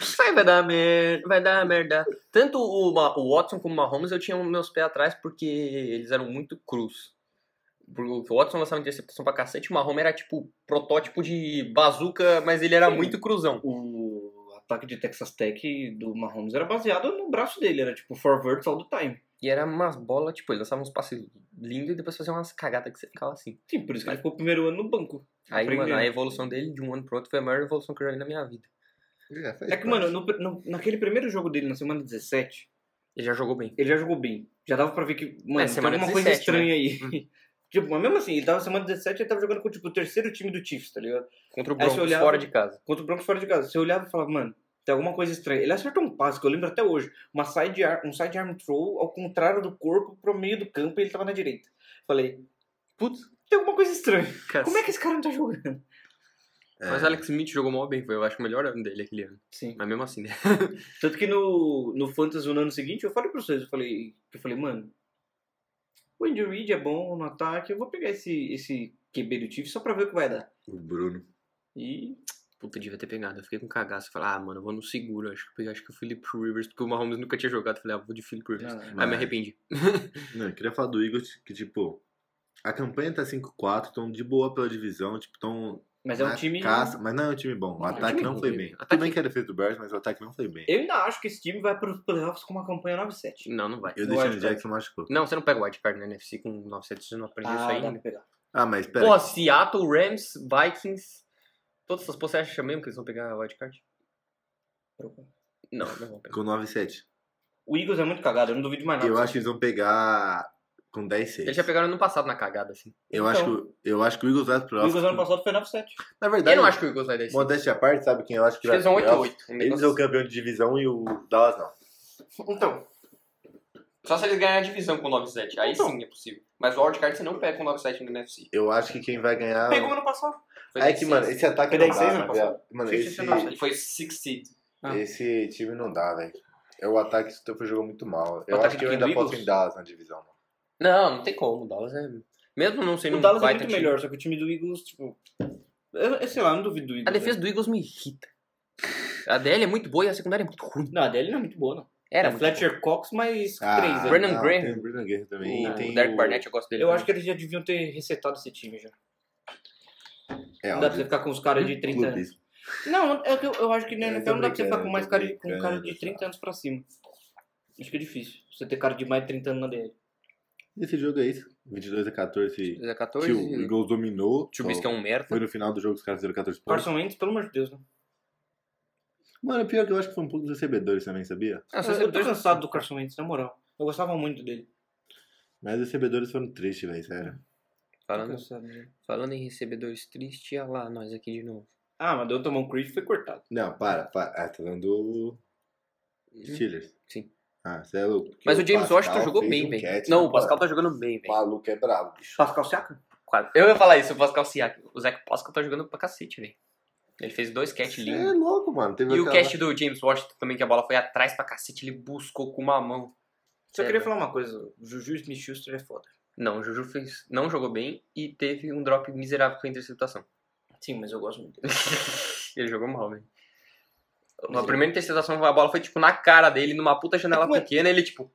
A: Isso aí vai dar merda, vai dar merda. Tanto o, Ma- o Watson como o Mahomes eu tinha meus pés atrás porque eles eram muito crus. Porque O Watson lançava interceptação pra cacete, o Mahomes era tipo protótipo de bazuca, mas ele era
B: Sim.
A: muito cruzão.
B: O ataque de Texas Tech do Mahomes era baseado no braço dele. Era tipo forward all the time.
A: E era umas bolas, tipo, ele lançava uns passes lindos e depois fazia umas cagadas que você ficava assim.
B: Sim, por isso que
A: Mas-
B: ele ficou o primeiro ano no banco.
A: Aí,
B: Aprendendo.
A: mano, a evolução dele de um ano pro outro foi a maior evolução que eu já vi na minha vida.
C: já faz
B: É que,
C: parte.
B: mano, no- no- naquele primeiro jogo dele, na semana 17,
A: Ele já jogou bem.
B: ele já jogou bem. Já dava pra ver que, mano,
A: É,
B: tem
A: semana né? Hum.
B: alguma
A: 17,
B: coisa estranha aí. *laughs* tipo, mas mesmo assim, ele tava semana 17 ele tava jogando com, tipo, o terceiro time do Chiefs, tá ligado?
A: Contra o
B: Aí você
A: Broncos,
B: olhava-
A: fora de casa.
B: Contra o Broncos fora de casa. Você olhava e falava, mano, tem alguma coisa estranha. Ele acertou um passe, que eu lembro até hoje. Uma side ar- um side arm throw ao contrário do corpo pro meio do campo e ele tava na direita. Falei, putz, tem alguma coisa estranha. Como é que esse cara não tá jogando?
C: É.
A: Mas Alex Smith jogou mal bem, foi eu acho o melhor ano dele aquele ano.
B: Sim.
A: Mas mesmo assim, né? *laughs*
B: Tanto que no, no Fantasy no ano seguinte eu falei pra vocês, eu falei, eu falei, mano, o Andy Reid é bom no ataque, eu vou pegar esse, esse QB do Chiefs só pra ver o que vai dar.
C: O Bruno.
B: E
A: Puta, devia ter pegado. Eu fiquei com cagaço. Falei, ah, mano, eu vou no seguro. Acho que eu peguei acho que o Philip Rivers, porque o Mahomes nunca tinha jogado. Falei, ah, vou de Philip Rivers.
B: Não,
A: Aí
C: não.
A: me arrependi.
C: Não, eu queria falar do Eagles, que, tipo, a campanha tá 5-4, tão de boa pela divisão, tipo, tão.
B: mas é um
C: na
B: time.
C: Caça, mas não é um time bom. O
A: é um
C: ataque
A: time
C: não
A: ruim.
C: foi bem.
A: Ataque-
C: Tudo bem que era feito do Bears, mas o ataque não foi bem.
B: Eu ainda acho que esse time vai pros playoffs com uma campanha 9-7.
A: Não, não vai.
C: E o
B: Não
C: Deshaun
B: acho, cara.
C: Jackson machucou.
A: Não, você não pega o wildcard né, na NFC com 900, você não aprendeu isso
B: Ah, dá
A: ainda.
B: pra pegar.
C: Ah, mas pera.
A: Porra, Seattle, Rams, Vikings. Todas essas porra, você acha mesmo que eles vão pegar a wildcard? Não, não vão pegar.
C: Com 9-7.
B: O Eagles é muito cagado, eu não duvido de mais nada.
C: Eu acho que eles vão pegar com
A: Eles já
C: 10-6.
A: pegaram ano passado na cagada, assim.
C: Eu, acho
B: Então.
C: que, eu acho que o Eagles vai pro
B: O Eagles ano
C: playoffs.
B: passado foi 9-7.
C: Na
A: Eu
C: verdade,
A: não acho que o Eagles vai dar esse. Acho
C: modéstia à parte, sabe quem eu acho que
A: que eles
C: vai
A: vão
C: pro playoffs?
A: 8-8. Um
C: Eles
A: negócio
C: são o campeão de divisão e o Dallas não.
A: Então. Só se eles ganharem a divisão com 9-7. Aí
B: Então.
A: sim é possível. Mas o wildcard você não pega com 9-7 no NFC.
C: Eu acho que quem vai ganhar.
B: Pegou ano passado.
A: Foi
C: É que,
A: 16.
C: mano, esse ataque
B: Foi
C: não
B: 10-6
C: dá,
B: ano
C: mano.
B: passado.
C: Mano,
B: Sim, sim,
C: esse,
B: sim, não.
A: Ele foi 6 seed. Ah.
C: esse time não dá, velho. É o ataque que o jogou muito mal. Eu
B: ataque
C: acho que
B: de
C: eu
B: quem?
C: ainda
B: Do
C: posso
B: Eagles?
C: em Dallas na divisão. mano.
A: Não, não tem como. O Dallas é... Mesmo não sendo
B: O Dallas
A: um
B: é
A: baita
B: muito
A: time,
B: melhor, só que o time do Eagles, tipo. Eu, eu sei lá, eu não duvido do Eagles.
A: A defesa do Eagles me irrita. A DL é muito boa e a secundária é muito ruim.
B: Não, né? a DL não é muito boa, não.
A: Era
B: É,
A: muito
B: Fletcher Cox mais
C: Ah,
B: três. né?
A: Brandon
C: ah,
A: Graham.
C: Tem o Brandon Graham também.
A: bom.
C: e
A: O,
C: tem
A: Derek Barnett, eu gosto dele.
B: Eu acho que eles já deviam ter resetado esse time já.
C: É,
B: Não dá pra você ficar com os caras
A: Uhum.
B: de 30 anos.
C: clubismo.
B: Não, é que eu, eu acho que na
C: Eu
B: NFL não dá pra você
C: também
B: ficar com
C: quero,
B: mais
C: eu
B: cara de,
C: também
B: com um cara de
A: tá.
C: quero,
B: 30 anos pra cima. Acho que é difícil. Você ter cara de mais de 30 anos na DL.
C: Esse jogo é isso. 22 a 14.
A: É
C: Que o
A: 14.
C: Eagles dominou.
A: Chubisky é um merda.
C: Foi no final do jogo que os caras fizeram 14 pontos.
B: Carson Wentz, pelo amor de Deus, né?
C: Mano, pior que eu acho que foi um pouco dos recebedores também, sabia?
A: Ah,
B: Eu,
A: só
B: eu tô
A: dois-
B: cansado do Carson Wentz, na moral. Eu gostava muito dele.
C: Mas os recebedores foram tristes, velho, sério.
B: Tô
A: Falando,
B: cansado dele.
A: falando em recebedores tristes, olha lá nós aqui de novo.
B: Ah, mas deu tomar um creep e foi cortado.
C: Não, para, para. Ah, tá dando o Steelers.
A: Sim.
C: Ah, você é louco. Porque
A: Mas o James
C: Pascal
A: Washington jogou
C: fez
A: bem,
C: um
A: velho.
C: catch,
A: Não,
C: né,
A: o Pascal
C: cara?
A: tá jogando bem,
C: O
A: velho.
C: maluco é brabo, bicho.
B: Pascal Siaka?
A: Quase. Eu ia falar isso, o Pascal Siak. O Zach Pascal tá jogando pra cacete, velho. Ele fez dois catch
C: Você
A: lindos.
C: é louco, mano. Teve
A: E o
C: aquela-
B: né?
A: catch do James Washington também, que a bola foi atrás pra cacete, ele buscou com uma mão.
B: Só
A: É,
B: queria
A: velho.
B: falar uma coisa. O Juju Smith-Schuster é foda.
A: Não, o Juju fez, não jogou bem e teve um drop miserável com a interceptação.
B: Sim, mas eu gosto muito dele.
A: Ele jogou mal, velho.
B: Mas
A: A
B: ele-
A: primeira interceptação, a bola foi, tipo, na cara dele, numa puta janela
B: *laughs* Mas-
A: pequena, ele, tipo...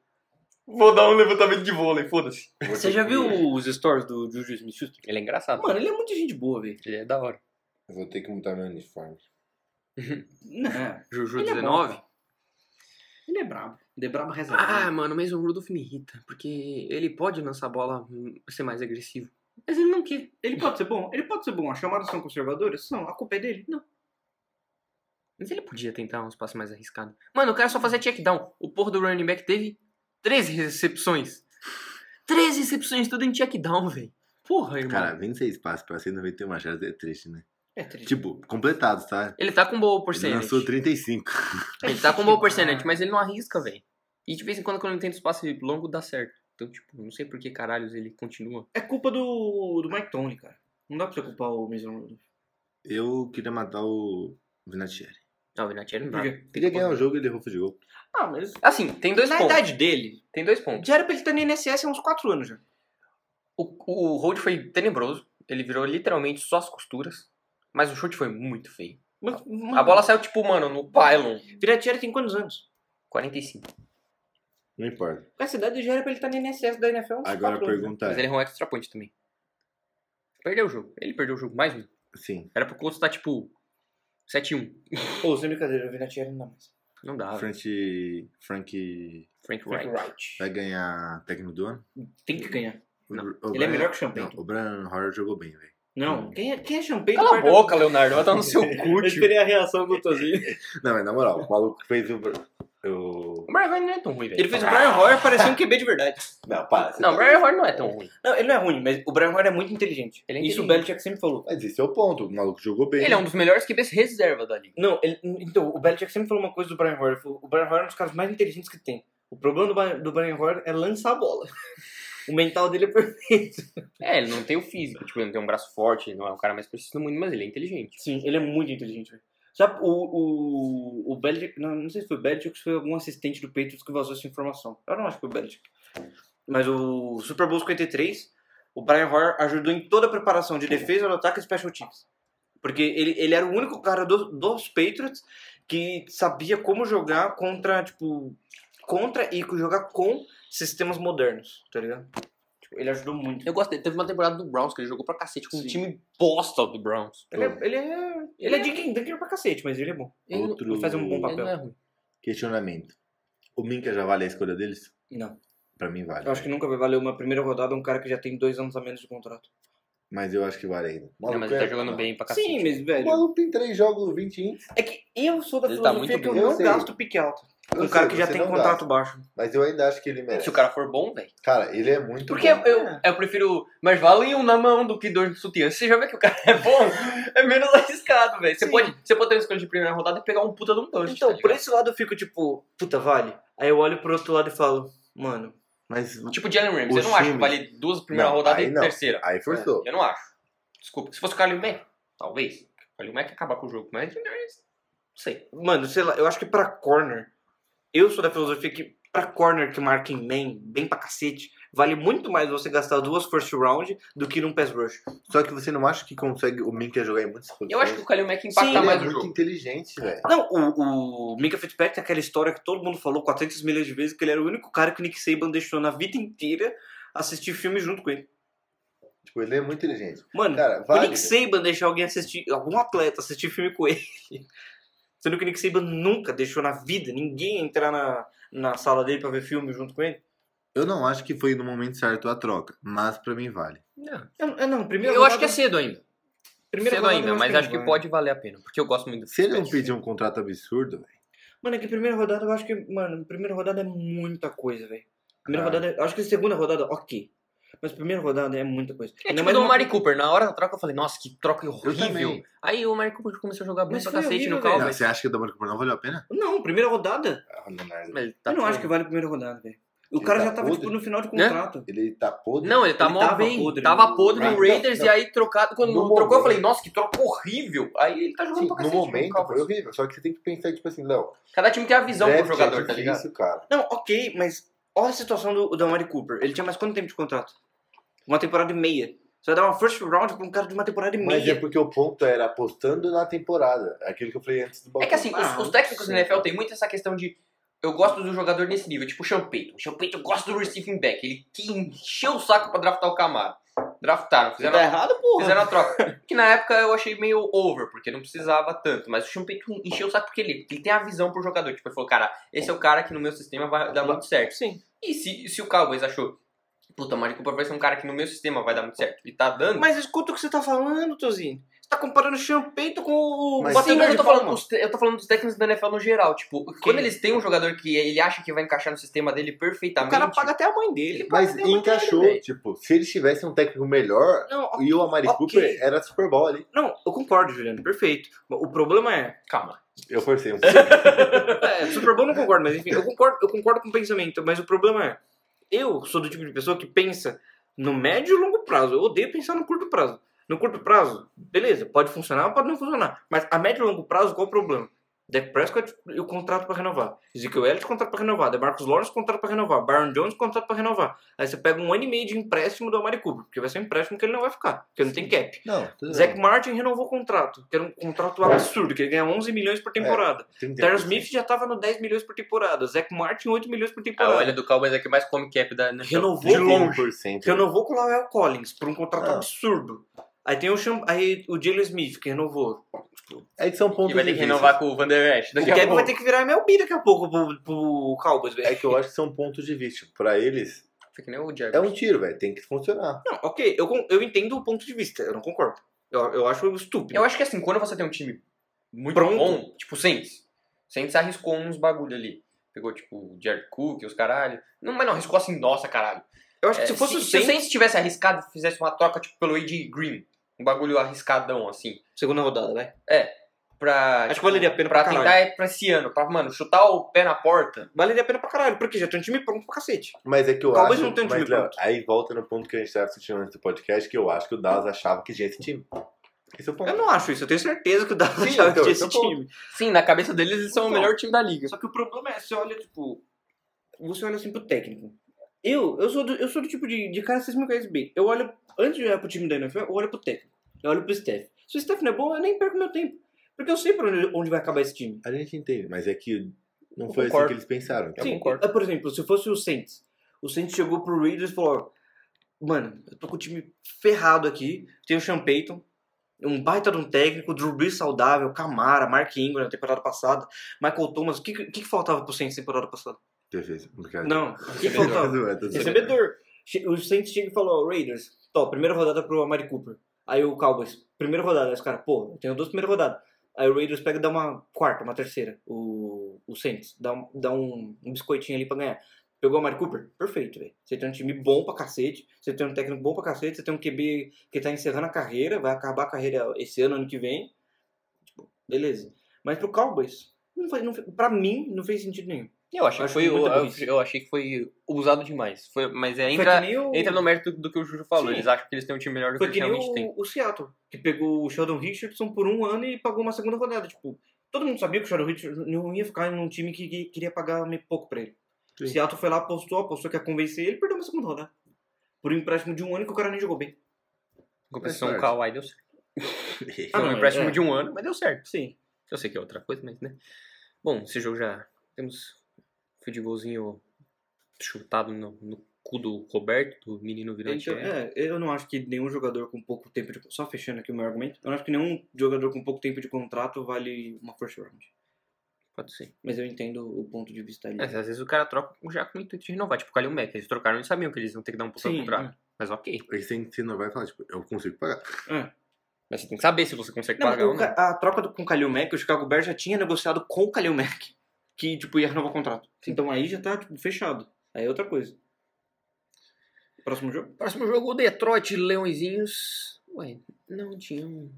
A: Vou dar um levantamento de vôlei, foda-se. *laughs*
B: Você já viu os stories do Juju Smith-Schuster?
A: Ele é engraçado.
B: Mano, ele é muito gente boa, velho.
A: Ele é da hora.
C: Eu Vou ter que mudar meu uniforme.
B: Não,
A: Juju
B: Ele é bom,
A: 19?
B: ele é brabo. Ele é brabo reserva.
A: ah,
C: Então.
A: mano, o Mason Rudolph me irrita. Porque ele pode lançar a bola, hum, ser mais agressivo. Mas ele não quer.
B: Ele pode ser bom? Ele pode ser bom. As chamadas são conservadoras? São. A culpa é dele? Não.
A: Mas ele podia tentar uns passos mais arriscados. Mano, o cara só fazia check down. O porra do running back teve 13 recepções. 13 recepções, tudo em check down, velho. Porra, irmão.
C: Cara, 26 passes pra 191 jardas é triste, né?
B: É triste.
C: Tipo, completados, tá?
A: Ele tá com boa
C: Ele
A: porcentagem.
C: lançou 35.
B: É
A: Ele tá com boa
B: tipo,
A: percentage, mas ele não arrisca, velho. E de vez em quando, quando ele tenta os passes longos, dá certo. Então, tipo, não sei por que caralhos ele continua.
B: É culpa do, do Mike Tony, cara. Não dá pra você culpar o Mason Rudolph.
C: Eu queria matar o Vinatieri.
A: Não, o Vinatieri não dá.
B: Por quê?
A: Tem que
C: Queria ganhar o
A: correr.
C: jogo e ele errou o field goal.
B: Ah, mas...
A: Assim, tem dois
B: Na
A: pontos.
B: idade dele,
A: Tem dois pontos.
B: já era pra ele estar no INSS há uns 4 anos já.
A: O, o hold foi tenebroso. Ele virou literalmente só as costuras. Mas o chute foi muito feio.
B: Mas,
A: A bola saiu, tipo, mano, no pylon.
B: Piratieri tem quantos anos?
A: 45.
C: Não importa.
B: Com essa idade já era pra ele estar no INSS da NFL há uns
C: Agora a
B: quatro anos.
C: pergunta
A: Mas ele
C: é...
A: errou um extra point também. Perdeu o jogo. Ele perdeu o jogo mais um.
C: Sim,
A: Era pro Colts estar, tipo, 7-1.
B: Ô, né? sem brincadeira, o Vinatieri não dá mais.
A: Não dá. velho.
C: Frank, Frank
A: Frank Wright.
B: Frank Wright.
C: vai ganhar técnico do ano?
B: Tem que ganhar.
C: O-
A: Não.
C: o
B: Ele é
C: Brian-
B: melhor que o Champagne.
C: Não, o Brian Howard jogou bem, velho.
B: Não.
C: Hum.
B: Quem é, quem é Champagne?
A: Cala a
B: perto-
A: boca, Leonardo. Vai estar no seu *laughs* cu,
B: Eu
A: tio.
B: esperei a
A: um
B: reação do Tozinho.
C: Não, mas na moral, o maluco fez o... o...
A: *laughs* O Brian Hoyer não é tão ruim, velho.
B: Ele fez o Brian Hoyer parecer um QB de verdade.
C: Não, para.
A: Não, o Brian Hoyer não é tão ruim.
B: Não, ele não é ruim, mas o Brian Hoyer é muito inteligente.
A: Ele é
B: Isso o
A: inteligente.
B: Belichick sempre falou.
C: Mas esse é o ponto. O maluco jogou bem.
A: Ele é um dos melhores QBs reserva da liga.
B: Não, ele- então, o Belichick sempre falou uma coisa do Brian Hoyer. Ele falou, O Brian Hoyer é um dos caras mais inteligentes que tem. O problema do, Ba- do Brian Hoyer é lançar a bola. *laughs* O mental dele é perfeito.
A: É, ele não tem o físico. Tipo, ele não tem um braço forte. Ele não é o cara mais preciso do mundo, mas ele é inteligente.
B: Sim, ele é muito inteligente, velho. Sabe, o, o, o Belichick, não, não sei se foi o Belichick ou se foi algum assistente do Patriots que vazou essa informação. Eu não acho que foi o Belichick. Mas o Super Bowl 53, o Brian Hoyer ajudou em toda a preparação de defesa, do ataque e special teams. Porque ele, ele era o único cara do- dos Patriots que sabia como jogar contra, tipo, contra e jogar com sistemas modernos, tá ligado? Tipo, ele ajudou muito.
A: Eu gosto dele. Teve uma temporada do Browns que ele jogou pra cacete com um
B: Sim.
A: time bosta do Browns.
B: Ele é, ele é, ele é de Dunker pra cacete, mas ele é bom.
A: Ele não-
C: Outro
B: Vou fazer um bom
A: ele
B: papel.
A: não é ruim.
C: questionamento. O Minka já vale a escolha deles?
B: Não.
C: Pra mim vale.
B: Eu acho que nunca vai valer uma primeira rodada um cara que já tem dois anos a menos de contrato.
C: Mas eu acho que vale ainda. é
A: Não, mas ele tá jogando bem pra cacete.
B: Sim, mas,
C: O
B: velho.
C: maluco tem três jogos, 20 índices.
B: É que eu sou da
A: Ele tá
B: filosofia
A: muito
B: que eu
A: bem.
C: Eu
B: não
C: sei.
B: gasto pique alto.
C: Eu
B: Um cara
C: sei,
B: que já
C: você
B: tem
C: não
B: contrato
C: gasta, Então,
B: baixo.
C: Mas eu ainda acho que ele merece.
A: né? Se o cara for bom, velho.
C: Cara, ele é muito
A: Porque
C: bom.
A: eu, eu prefiro mais vale um na mão do que dois no sutiã. Você já vê que o cara *laughs* é bom, é menos arriscado, velho. Você
B: Sim.
A: pode, você pode ter uma escolha de primeira rodada e pegar um puta de um punch,
B: Então,
A: tá
B: por
A: ligado?
B: esse lado eu fico tipo, puta, vale. Aí eu olho pro outro lado e falo, mano.
C: Mas
A: Tipo Jalen Ramsey,
C: O
A: eu não acho que
C: time-
A: vale duas primeiras
C: Não,
A: rodadas e
C: aí não.
A: terceira. É,
C: aí forçou.
A: Eu não acho. Desculpa. Se fosse o Carly Mack, talvez. O Carly Mack ia acabar com o jogo, mas mas não sei.
B: Mano, sei lá, eu acho que pra corner. Eu sou da filosofia que pra corner que marca em man, bem pra cacete, Vale muito mais você gastar duas first round do que num pass rush.
C: Só que você não acha que consegue o Minka jogar em muitas posições?
A: É. Eu acho que o Kalil Mack impacta
C: ele
B: Sim,
C: é
A: mais o
C: muito
A: jogo. É.
C: inteligente, velho.
B: Não, o, o Mika Fitzpatrick tem aquela história que todo mundo falou 400 milhões de vezes que ele era o único cara que o Nick Saban deixou na vida inteira assistir filme junto com ele.
C: Tipo, ele é muito inteligente.
B: Mano,
C: Cara,
B: o
C: vale.
B: Nick Saban deixar alguém assistir, algum atleta assistir filme com ele. *laughs* Sendo que o Nick Saban nunca deixou na vida ninguém entrar na, na sala dele pra ver filme junto com ele.
C: Eu não acho que foi no momento certo a troca, mas pra mim vale.
A: Não.
B: Eu, eu não, é primeiro
A: É. Eu acho que é cedo ainda.
B: primeiro
A: Cedo ainda, mas acho que pode valer a pena. Porque eu gosto muito do
C: Se ele não
A: Fitzpatrick.
C: pedir um contrato absurdo, velho.
B: Mano, é que primeira rodada eu acho que. Mano, primeira rodada é muita coisa, velho. Primeira
C: Ah.
B: rodada. é- Eu acho que segunda rodada, ok. Mas primeira rodada é muita coisa.
A: É
B: Ainda
A: tipo
B: mais
A: do
B: uma-
A: Mari Cooper. Na hora da troca eu falei, nossa, que troca horrível.
C: também.
A: Aí o Mari Cooper começou a jogar bem
B: Mas
A: pra
B: foi
A: cacete
B: horrível,
A: no
C: Não,
B: velho.
A: Cowboys.
C: você acha que o Damar Cooper não valeu a pena?
B: Não, primeira rodada.
C: Ah, Leonardo.
A: Mas ele tá
B: eu não
A: bem.
B: acho que vale a primeira rodada, velho. O
C: Ele
B: cara
C: tá
B: já tava, tipo,
C: podre.
B: no final de
A: Né?
B: contrato.
C: Ele tá podre.
A: Não, ele tá
B: Ele
A: mó
B: tava
A: bem.
B: podre
A: tava
B: no-
A: podre no
C: Não,
A: Raiders
C: não.
A: e aí trocado. Quando
C: No
A: trocou, eu
C: momento.
A: falei, nossa, que troca horrível. Aí ele tá jogando
C: Sim,
A: pra
C: no
A: cacete.
C: momento
A: Cowboys.
C: foi horrível. Só que você tem que pensar, tipo assim, Léo.
A: Cada time tem a visão
C: draft
A: pro jogador,
C: é
A: tá ligado?
C: difícil, cara.
B: Não, ok, mas olha a situação do, do Amari Cooper. Ele tinha mais quanto tempo de contrato? Uma temporada e meia. Você vai dar uma first round pra um cara de uma temporada e
C: Mas
B: meia.
C: é porque o ponto era apostando na temporada. Aquilo que eu falei antes do balcão.
A: É que assim, os,
B: Ah,
A: os técnicos
C: sim.
A: da NFL tem muito essa questão de eu gosto do jogador nesse nível, tipo o Sean Payton. O Sean Payton gosta do receiving back, ele que encheu o saco pra draftar o Camaro. Draftaram,
C: É,
A: fizeram, a-
B: tá errado, porra.
A: fizeram a troca. Que na época eu achei meio over, porque não precisava tanto. Mas o Sean Payton encheu o saco porque ele, ele tem a visão pro jogador. Tipo, ele falou, cara, esse é o cara que no meu sistema vai dar muito certo.
B: Sim.
A: E se, se o Cowboys achou, puta, o Mari Cooper vai ser um cara que no meu sistema vai dar muito certo. E tá dando.
B: Mas escuta o que você tá falando, Tozinho. Você tá comparando o Champeito com o
C: Mas-
A: Sim,
B: batedor
A: mas eu
B: de
A: tô,
B: palma.
A: falando, dos te- eu tô falando dos técnicos da NFL no geral. Tipo, quando eles têm um jogador que ele acha que vai encaixar no sistema dele
B: O
A: perfeitamente.
B: cara paga até a mãe dele.
C: Mas
A: Mas é muito
C: encaixou.
A: velho.
C: tipo, se eles tivessem um técnico melhor,
B: Não, ok.
C: e o Amari
B: Ok.
C: Cooper era Super Bowl ali.
B: não, eu concordo, Juliano, perfeito. O problema é.
A: Calma.
C: Eu forcei um
B: É, Super Bowl eu não concordo, mas enfim, eu concordo, eu concordo com o pensamento, mas o problema é. Eu sou do tipo de pessoa que pensa no médio e longo prazo. Eu odeio pensar no curto prazo. No curto prazo, beleza, pode funcionar ou pode não funcionar. Mas a médio e longo prazo, qual o problema? Dak Prescott e o contrato pra renovar. Ezekiel Elliott, contrato pra renovar. DeMarcus Lawrence, contrato pra renovar. Byron Jones, contrato pra renovar. Aí você pega um ano e meio de empréstimo do Amari Cooper, porque vai ser um empréstimo que ele não vai ficar, porque não tem cap.
C: Não, tudo
B: Zach Martin renovou o contrato, que era um contrato absurdo, que ele ganha 11 milhões por temporada.
C: bem.
B: Terrence Smith já tava no 10 milhões por temporada. Zach Martin, 8 milhões por
A: A
B: temporada.
A: olha do Cowboys é que mais come cap da NFL.
B: Renovou
C: de
B: com-
C: longe.
B: Renovou com o Lawel Collins por um contrato
C: Ah.
B: absurdo. Aí tem o, Cham... aí o Jalen Smith, que renovou.
C: É que são pontos
A: E vai ter que
C: difíceis.
A: renovar com o Van Der Esch.
B: O
A: Daqui a
B: Kevin vai
A: pouco.
B: ter que virar MLB daqui a pouco pro, pro Cowboys, velho.
C: É que eu acho que são pontos de vista. Pra eles,
A: Fica que nem o
C: é
A: Jaguars.
C: um tiro, velho. Tem que funcionar.
B: Não, ok, eu, con- eu entendo o ponto de vista, eu não concordo. Eu, eu acho estúpido.
A: Eu acho que assim, quando você tem um time muito
B: Pronto.
A: bom, tipo o Saints. O Saints arriscou uns bagulho ali. Pegou, tipo, o Jared Cook, os caralho. Não, mas não, arriscou assim, nossa, caralho.
B: Eu acho que
A: É,
B: se fosse o
A: se
B: Saints,
A: tivesse arriscado, fizesse uma troca, tipo, pelo A.J. Green. Um bagulho arriscadão, assim.
B: segunda rodada, né?
A: pra. tipo,
B: Acho que valeria a pena
A: pra
B: pra caralho.
A: tentar é pra esse ano, pra, mano, chutar o pé na porta.
B: Valeria a pena pra caralho, porque já tem um time pronto pra cacete.
C: Mas é que eu
B: Talvez
C: acho...
B: não tenha um
C: mas,
B: time
C: Léo,
B: pronto.
C: Aí volta no ponto que a gente estava discutindo antes do podcast, que eu acho que o Dallas achava que tinha esse time. Esse é o ponto.
B: Eu não acho isso, eu tenho certeza que o Dallas
C: Sim,
B: achava que
C: então,
B: tinha esse
C: então, pô.
B: time.
A: Sim, na cabeça deles eles são
B: Não.
A: o melhor time da liga.
B: Só que o problema é, você olha, tipo. Você olha assim pro técnico. Eu, eu sou do, eu sou do tipo de, de cara, vocês me conhecem bem. Eu olho, antes de olhar pro time da NFL, eu olho pro técnico. Eu olho pro staff. Se o staff não é bom, eu nem perco meu tempo. Porque eu sei pra onde, onde vai acabar esse time.
C: A gente entende, mas é que não
A: Eu
C: foi assim
A: concordo.
C: que eles pensaram. então.
B: Sim,
A: concordo.
B: é, por exemplo, se fosse o Saints. O Saints chegou pro Raiders e falou: ó, Mano, eu tô com o time ferrado aqui. Tem o Sean Payton, um baita de um técnico, Drew Brees saudável, Camara, Mark Ingram na temporada passada, Michael Thomas. O que, que, que faltava pro Saints na temporada passada?
C: Defesa, brincadeira.
B: Não, o
C: tipo,
B: que
A: Recebedor.
C: *laughs*
B: faltava?
C: Zoa, tô zoando.
A: é
B: Recebedor. Che- O Saints chega e falou, ó, Raiders, top, primeira rodada pro Amari Cooper. Aí o Cowboys, primeira rodada. Aí os caras, pô, eu tenho duas primeiras rodadas. Aí o Raiders pega e dá uma quarta, uma terceira. O, o Saints dá, um, dá um, um biscoitinho ali pra ganhar. Pegou o Amari Cooper? Perfeito, velho. Você tem um time bom pra cacete, você tem um técnico bom pra cacete, você tem um QB que tá encerrando a carreira, vai acabar a carreira esse ano, ano que vem. Tipo, beleza. Mas pro Cowboys, não faz, não, fe- pra mim, não fez sentido nenhum.
A: Eu achei
B: Acho
A: que foi.
B: muita
A: Eu,
B: burrice.
A: eu achei que foi usado demais. Foi, mas é,
B: Foi que
A: entra,
B: nem o-
A: entra no mérito do que o Juju falou.
B: Sim.
A: Eles acham que eles têm um time melhor do que
B: Foi
A: eles
B: que nem
A: realmente têm.
B: o, o Seattle, que pegou o Sheldon Richardson por um ano e pagou uma segunda rodada. Tipo, todo mundo sabia que o Sheldon Richardson não ia ficar em um time que, que queria pagar meio pouco pra ele. O
C: Sim.
B: Seattle foi lá, apostou, apostou que ia convencer ele, perdeu uma segunda rodada. por um empréstimo de um ano que o cara nem jogou bem.
A: Em compensação, o
C: Faz parte.
A: Kawhi deu certo.
B: Ah,
C: *laughs*
A: Foi um
B: não,
A: empréstimo
B: é.
A: de um ano, mas deu certo.
B: Sim.
A: Eu sei que é outra coisa, mas né. Bom, esse jogo já temos fio de golzinho chutado no, no cu do Roberto, do menino virante.
B: Então,
A: é.
B: é, eu não acho que nenhum jogador com pouco tempo de. Só fechando aqui o meu argumento, eu não acho que nenhum jogador com pouco tempo de contrato vale uma first round.
A: Pode ser.
B: Mas eu entendo o ponto de vista ali.
A: Mas, às vezes o cara troca já com o intuito de renovar. Tipo, o Kalil Mack, eles trocaram e sabiam que eles iam ter que dar um pouco de contrato. Mas ok.
C: Aí você tem que não vai falar, tipo, eu consigo pagar.
B: é. É.
A: Mas você tem que saber se você consegue
B: Não,
A: pagar ou
B: o
A: não.
B: ca- a troca do, com o Kalil Mack, o Chicago Bears já tinha negociado com o Kalil Mack que, tipo, ia renovar o contrato. Então aí já tá, tipo, fechado. Aí é outra coisa. Próximo jogo?
A: Próximo jogo, o Detroit Leõezinhos. Ué, não tinha um.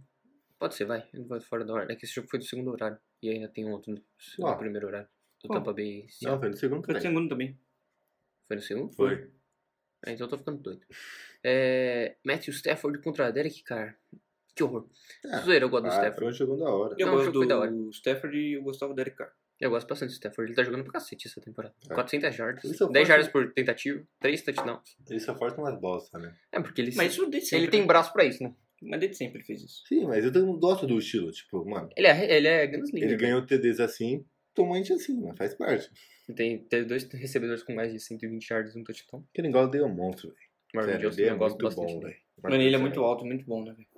A: Pode ser, vai. Não vai fora da hora. É que esse jogo foi do segundo horário. E ainda tem um outro no, no
C: Uau.
A: primeiro horário. Do
B: Uau.
A: Tampa Bay. Seahawks.
C: Não, foi no segundo
B: Foi o
C: tempo.
B: segundo também.
A: Foi no segundo?
C: Foi.
A: É, então eu tô ficando doido. É, Matthew Stafford contra Derek Carr. Que horror.
C: Ah,
A: Zoeira, eu gosto do
C: Ah,
A: Stafford.
C: foi um jogo da hora.
B: Eu
A: Não, o
B: gosto
A: jogo foi da hora.
B: do Stafford e eu gostava do Derek Carr.
A: Eu gosto bastante do Stafford. Ele tá jogando pra cacete essa temporada.
C: É.
A: 400 jardas.
C: Ele
A: 10
C: só pode-
A: jardas por tentativa. 3 touchdowns.
C: Ele só força umas bosta, né?
A: É, porque ele,
B: Mas isso desde sempre.
A: ele tem braço pra isso, né?
B: Mas desde sempre ele fez isso.
C: Sim, mas eu não gosto do estilo. Tipo, mano,
A: Ele é, ele é gunslinger.
C: ele ganhou TDs assim, tomante assim, mano, faz parte.
A: Ele Tem, teve dois recebedores com mais de 120 yardas e um touchdown.
C: Aquele igual deu um monstro, velho.
A: Marvin
C: Sério,
A: Johnson,
C: ele é
A: eu gosto
C: muito
A: bastante.
C: bom, velho.
B: Mano, ele é muito alto, muito bom, né, velho?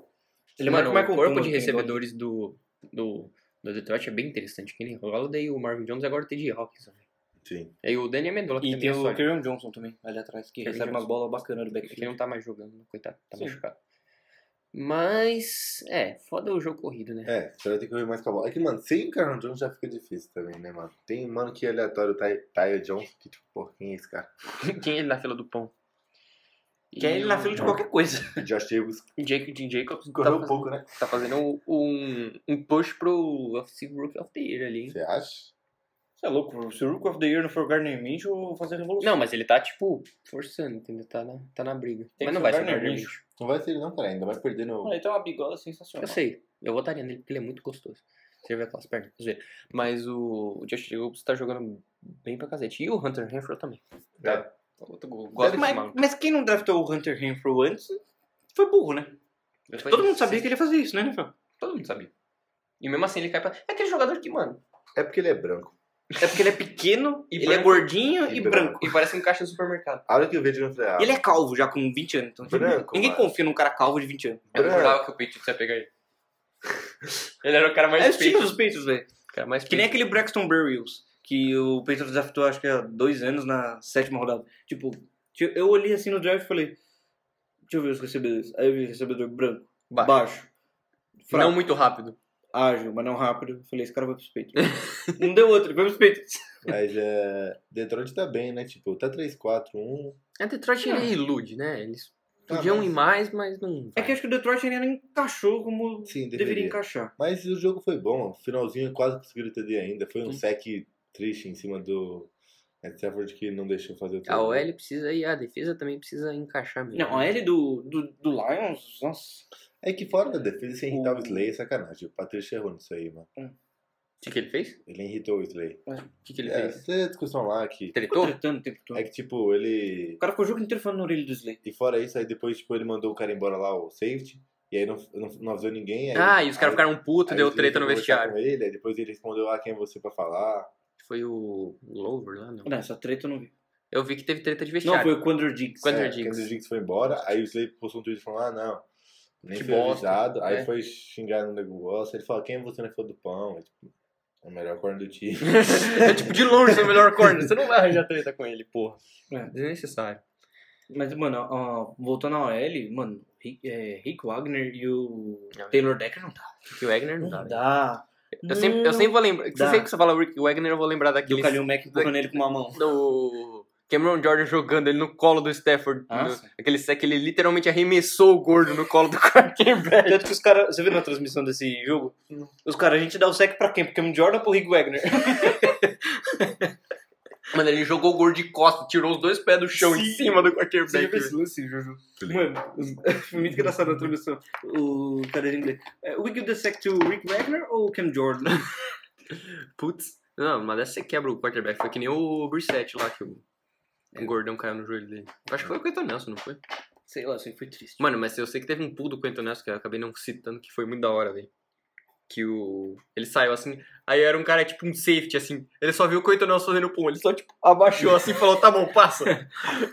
B: Ele
A: Mano,
B: marca
A: o
B: Michael
A: um corpo
B: é Thomas,
A: de
B: tem dó.
A: recebedores do, do, do Detroit é bem interessante. Que nem o Holiday, o Marvin Jones e agora o T.J. Hawkins. velho.
C: Sim.
A: E aí o Danny Amendola, que
B: E
A: também
B: tem
A: é
B: o
A: sólido.
B: Kerryon Johnson também, ali atrás, que
A: Kerryon
B: recebe umas
A: Johnson.
B: bolas bacanas do
A: Ele
B: backfield.
A: não tá mais jogando, coitado, tá
B: Sim.
A: machucado. Mas, é, foda o jogo corrido, né?
C: É, você vai ter que correr mais com a bola. É que, mano, sem Carl Jones já fica difícil também, né, mano? Tem, mano, que é aleatório, o Ty- Tyler Johnson, que tipo, porra, quem é esse cara? *laughs*
A: *laughs* Quem é ele na fila do pão?
B: Que é ele na fila de qualquer coisa.
C: O Josh Jacobs
A: O Jake, Jim Jacobs tá
C: correu um
A: fazendo,
C: pouco, né?
A: tá fazendo um- um, um push pro Offensive Rookie of the Year ali. hein?
C: Você acha?
B: Você é louco, se o Rook of the Year não for o Gardner Minshew, eu vou fazer revolução.
A: Não, mas ele tá, tipo, forçando, entendeu? Tá na, tá na briga.
B: Tem que
A: mas não vai ser o
B: jogar no
A: Gardner
B: lixo.
A: Minshew.
C: Não vai ser ele não, cara, ainda vai perder no...
B: Mano,
A: É.
B: ele tem uma bigola
A: Eu
B: sensacional.
A: sei, eu votaria nele porque ele é muito gostoso. Você vê aquelas pernas, zoeira. Mas o, o Josh Jacobs tá jogando bem pra cacete. E o Hunter Renfro também.
C: É.
A: Outro gol. Gosto desse
B: mas,
A: maluco.
B: mas quem não draftou o Hunter Renfro antes foi burro, né? Todo mundo sabia que ele ia fazer isso, né, NFL?
A: Todo mundo sabia. E mesmo assim ele cai pra. É aquele jogador que, mano.
C: É porque ele é branco.
B: É porque ele é pequeno,
A: *laughs* E
B: ele é
A: branco.
B: gordinho e,
C: E
B: branco.
A: E parece um caixa do supermercado.
C: A hora que eu vejo, eu falei, ah,
B: E Ele é calvo já com 20 anos. Então, tipo,
C: Branco,
B: ninguém
C: mano.
B: confia num cara calvo de 20 anos.
A: Eu não
C: Branco.
A: jurava que o Patriots ia pegar ele. ele era o cara mais
B: É o estilo
A: Patriots.
B: dos peitos, velho.
A: Cara mais
B: Que nem
A: Patriots.
B: aquele Braxton Berrios, que o Patriots draftou acho que há dois anos na sétima rodada. Tipo, ti- eu olhei assim no draft e falei, deixa eu ver os recebedores. Aí eu vi recebedor branco,
A: Baixo.
B: baixo, fraco,
A: Não muito rápido.
B: ágil, mas não rápido. Eu falei, esse cara vai pros Patriots. *laughs* não deu outro, ele vai pros Patriots.
C: Mas é. Detroit tá bem, né? Tipo, tá 3-4-1.
A: É Detroit
B: ele
A: ele ilude, né? Eles
C: Ah,
A: podiam
C: mas-
A: ir mais, mas não.
B: É que acho que o Detroit ainda não encaixou como
C: Sim,
B: deveria,
C: deveria.
B: encaixar.
C: Mas o jogo foi bom. O finalzinho quase conseguiram TD ainda. Foi um
A: Sim.
C: sec triste em cima do Matt Stafford que não deixou fazer o TD.
A: A OL precisa e a defesa também precisa encaixar mesmo.
B: Não, a L do, do, do Lions, nossa.
C: É que fora da defesa, você irritar
B: O-
C: o Slay é sacanagem. O Patrício errou nisso aí, mano.
A: O que, que ele fez?
C: Ele irritou o Slay.
A: O que, que ele
C: É,
A: fez?
C: essa é a discussão lá que...
B: Ficou
A: Tretou?
B: tretando o tempo todo.
C: É que, tipo, ele...
B: O cara ficou o jogo inteiro falando na orelha do Slay.
C: E fora isso, aí depois, tipo, ele mandou o cara embora lá, o safety. E aí não, não, não avisou ninguém. Aí,
A: Ah, e os caras
C: aí-
A: ficaram puto,
C: aí o
A: deu
C: Slay
A: treta no
C: foi conversar
A: vestiário.
C: com Ele, aí depois ele respondeu, ah, quem é você pra falar?
A: Foi o Glover lá, não.
B: Não, essa treta eu não vi.
A: Eu vi que teve treta de
B: Não,
A: vestiário.
B: foi o Quandro Diggs.
A: Quando- Quando
C: é,
A: o Diggs.
C: quando o Diggs foi embora, aí o Slay postou um tweet falando, ah, não, nem
A: Que
C: foi
A: bosta,
C: avisado. Aí
A: é.
C: foi xingar no negócio, ele falou, quem é você na fila do pão? É, tipo, o melhor corno
A: *laughs*
C: do time.
A: é tipo, de longe você é o melhor corner. Você não vai arranjar treta com ele, porra.
B: É.
A: Desnecessário.
B: Mas, mano, ó, voltando ao L, mano, Rick, é, Rick Wagner e o
A: Não,
B: Taylor Decker não dá.
A: Porque o Wagner não dá. né?
B: dá.
A: Eu sempre, eu sempre vou lembrar.
B: dá.
A: Sempre que você fala Rick Wagner, eu vou lembrar
B: Do
A: daquele.
B: Kalil Mack empurrando ele com uma mão.
A: do Cameron Jordan jogando ele no colo do Stafford.
B: Ah,
A: no-
B: sim.
A: aquele sec, ele literalmente arremessou o gordo no colo do *laughs* quarterback.
B: *laughs* Tanto que os caras. Você viu na transmissão desse jogo? Os caras, a gente dá o sec pra quem? Porque o Jordan ou pro Rick Wagner?
A: Mano, ele jogou o gordo de costa, tirou os dois pés do chão em
B: Sim.
A: cima do
B: Você já
A: quarterback.
B: viu esse
A: velho.
B: lance, Juju? Mano, *laughs* os- foi muito engraçado na transmissão. O cara de inglês. "Eh, We give the sec to Rick Wagner ou Cam Jordan?
A: Putz. Não, mas dessa você quebra o
B: É.
A: quarterback. Foi que nem o Brissette lá que o, o gordão caiu no joelho dele. Eu Acho que foi o Quentin Nelson, não foi?
B: *laughs* Sei lá, isso aí foi triste.
A: Mano, mas eu sei que teve um pull do Quentin Nelson que eu acabei não citando, que foi muito da hora, velho. Que o. Ele saiu assim. Aí era um cara tipo um safety, assim. Ele só viu o Quentin Nelson fazendo pull. Ele só, tipo, abaixou assim e falou: tá bom, passa.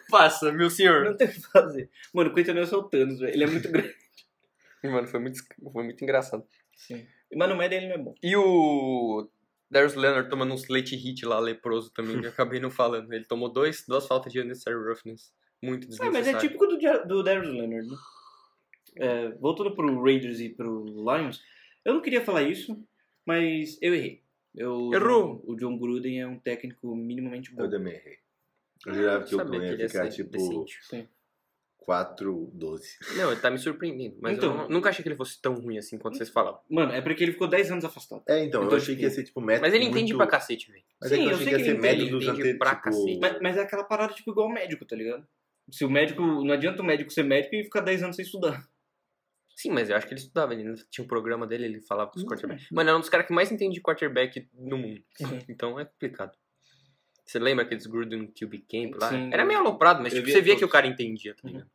A: passa, meu senhor.
B: Não tem o que fazer. Mano, o Quentin Nelson é o Thanos, velho. Ele
A: *laughs*
B: é muito grande.
A: Mano, foi muito, foi muito engraçado.
B: Sim. Mas no médio ele não é bom.
A: E o. Darius Leonard tomando uns leite hit lá leproso também, que eu acabei não falando. Ele tomou dois, duas faltas de unnecessary roughness. Muito
B: Ah,
A: desnecessário.
B: mas é típico do, Dia- do Darius Leonard, né? É, voltando pro Raiders e pro Lions, eu não queria falar isso, mas eu errei. Eu,
A: Errou.
B: O John Gruden é um técnico minimamente bom.
C: Eu também errei. Eu jurava que o
A: Sabia
C: Cunha
A: ele
C: ia ficar
A: ser
C: tipo
A: decente.
B: Sim.
C: 4, 12.
A: Não, ele tá me surpreendendo. Mas
B: Então.
A: eu não- nunca achei que ele fosse tão ruim assim quanto vocês falavam.
B: Mano, é porque ele ficou 10 anos afastado.
C: É, então,
B: Então,
C: eu achei
B: tipo,
C: que ia ser tipo método.
A: Mas ele entende
C: muito...
A: pra cacete, velho.
C: Mas é
B: Sim,
C: que
B: eu
C: eu achei
B: sei
C: que
B: que
C: ia ser
B: ele
C: método
A: entende,
C: dos
A: entende
C: anteriores.
A: pra
C: Tipo...
A: cacete.
B: Mas, mas é aquela parada, tipo, igual médico, tá ligado? Se o médico. Não adianta o médico ser médico e ficar 10 anos sem estudar.
A: Sim, mas eu acho que ele estudava. Ele tinha um programa dele, ele falava com os
B: Não,
A: quarterbacks. Mano, é um dos caras que mais entende de quarterback no mundo.
B: Sim.
A: *laughs* Então é complicado. Você lembra aqueles Gruden QB Camp lá?
B: Sim.
A: Era meio aloprado, mas
B: Eu
A: tipo,
B: via
A: você via
B: todos.
A: que o cara entendia, tá
B: Uhum.
A: ligado?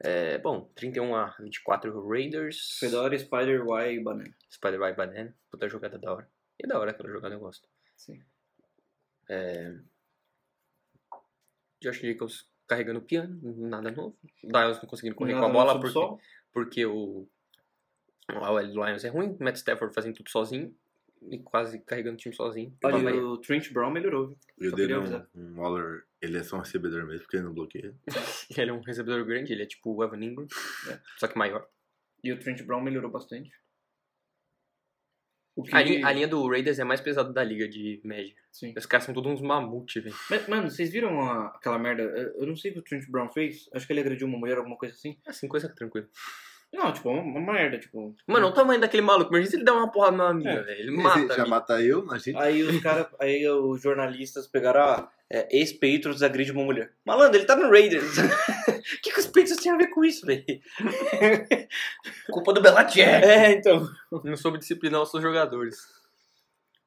A: É, bom, 31 a 24 Raiders.
B: Fedora, Spider, Y e Banana.
A: Spider-Man Banana. Puta jogada da hora. E é da hora aquela jogada eu gosto.
B: Sim.
A: Josh Jacobs carregando o piano, nada novo. Lions não conseguindo correr com a bola porque, porque o, o OL do Lions é ruim. Matt Stafford fazendo tudo sozinho e quase carregando o time sozinho. Vamos aí.
B: Olha, o Trent Brown melhorou, viu?
C: Eu
B: Só
C: dei
B: queria
C: um,
B: avisar.
C: um Waller. Ele é só um recebedor mesmo, porque ele não bloqueia.
A: Ele é um recebedor grande, ele é tipo o Evan Ingram, né?
B: É.
A: só que maior.
B: E o Trent Brown melhorou bastante. O que...
A: A, linha, a linha do Raiders é a mais pesada da liga de média.
B: Sim.
A: Os caras são todos uns mamute, velho.
B: Mas, mano, vocês viram a- aquela merda? Eu- Eu não sei o que o Trent Brown fez. Acho que ele agrediu uma mulher, alguma coisa assim.
A: Assim, coisa tranquila.
B: Não, tipo, uma, uma merda, tipo.
A: Mano, olha o tamanho daquele maluco. Imagina se ele dá uma porrada na amiga,
B: É.
A: velho. Ele mata.
C: Esse já
A: a mina.
C: mata eu, na gente.
B: Aí os caras, aí os jornalistas pegaram, ah, é, ex-Patriots agride uma mulher. Malandro, ele tá no Raiders. *laughs* O que, que os Patriots têm a ver com isso, velho?
A: *laughs* Culpa do Belichick.
B: É, então.
A: Não soube disciplinar os seus jogadores.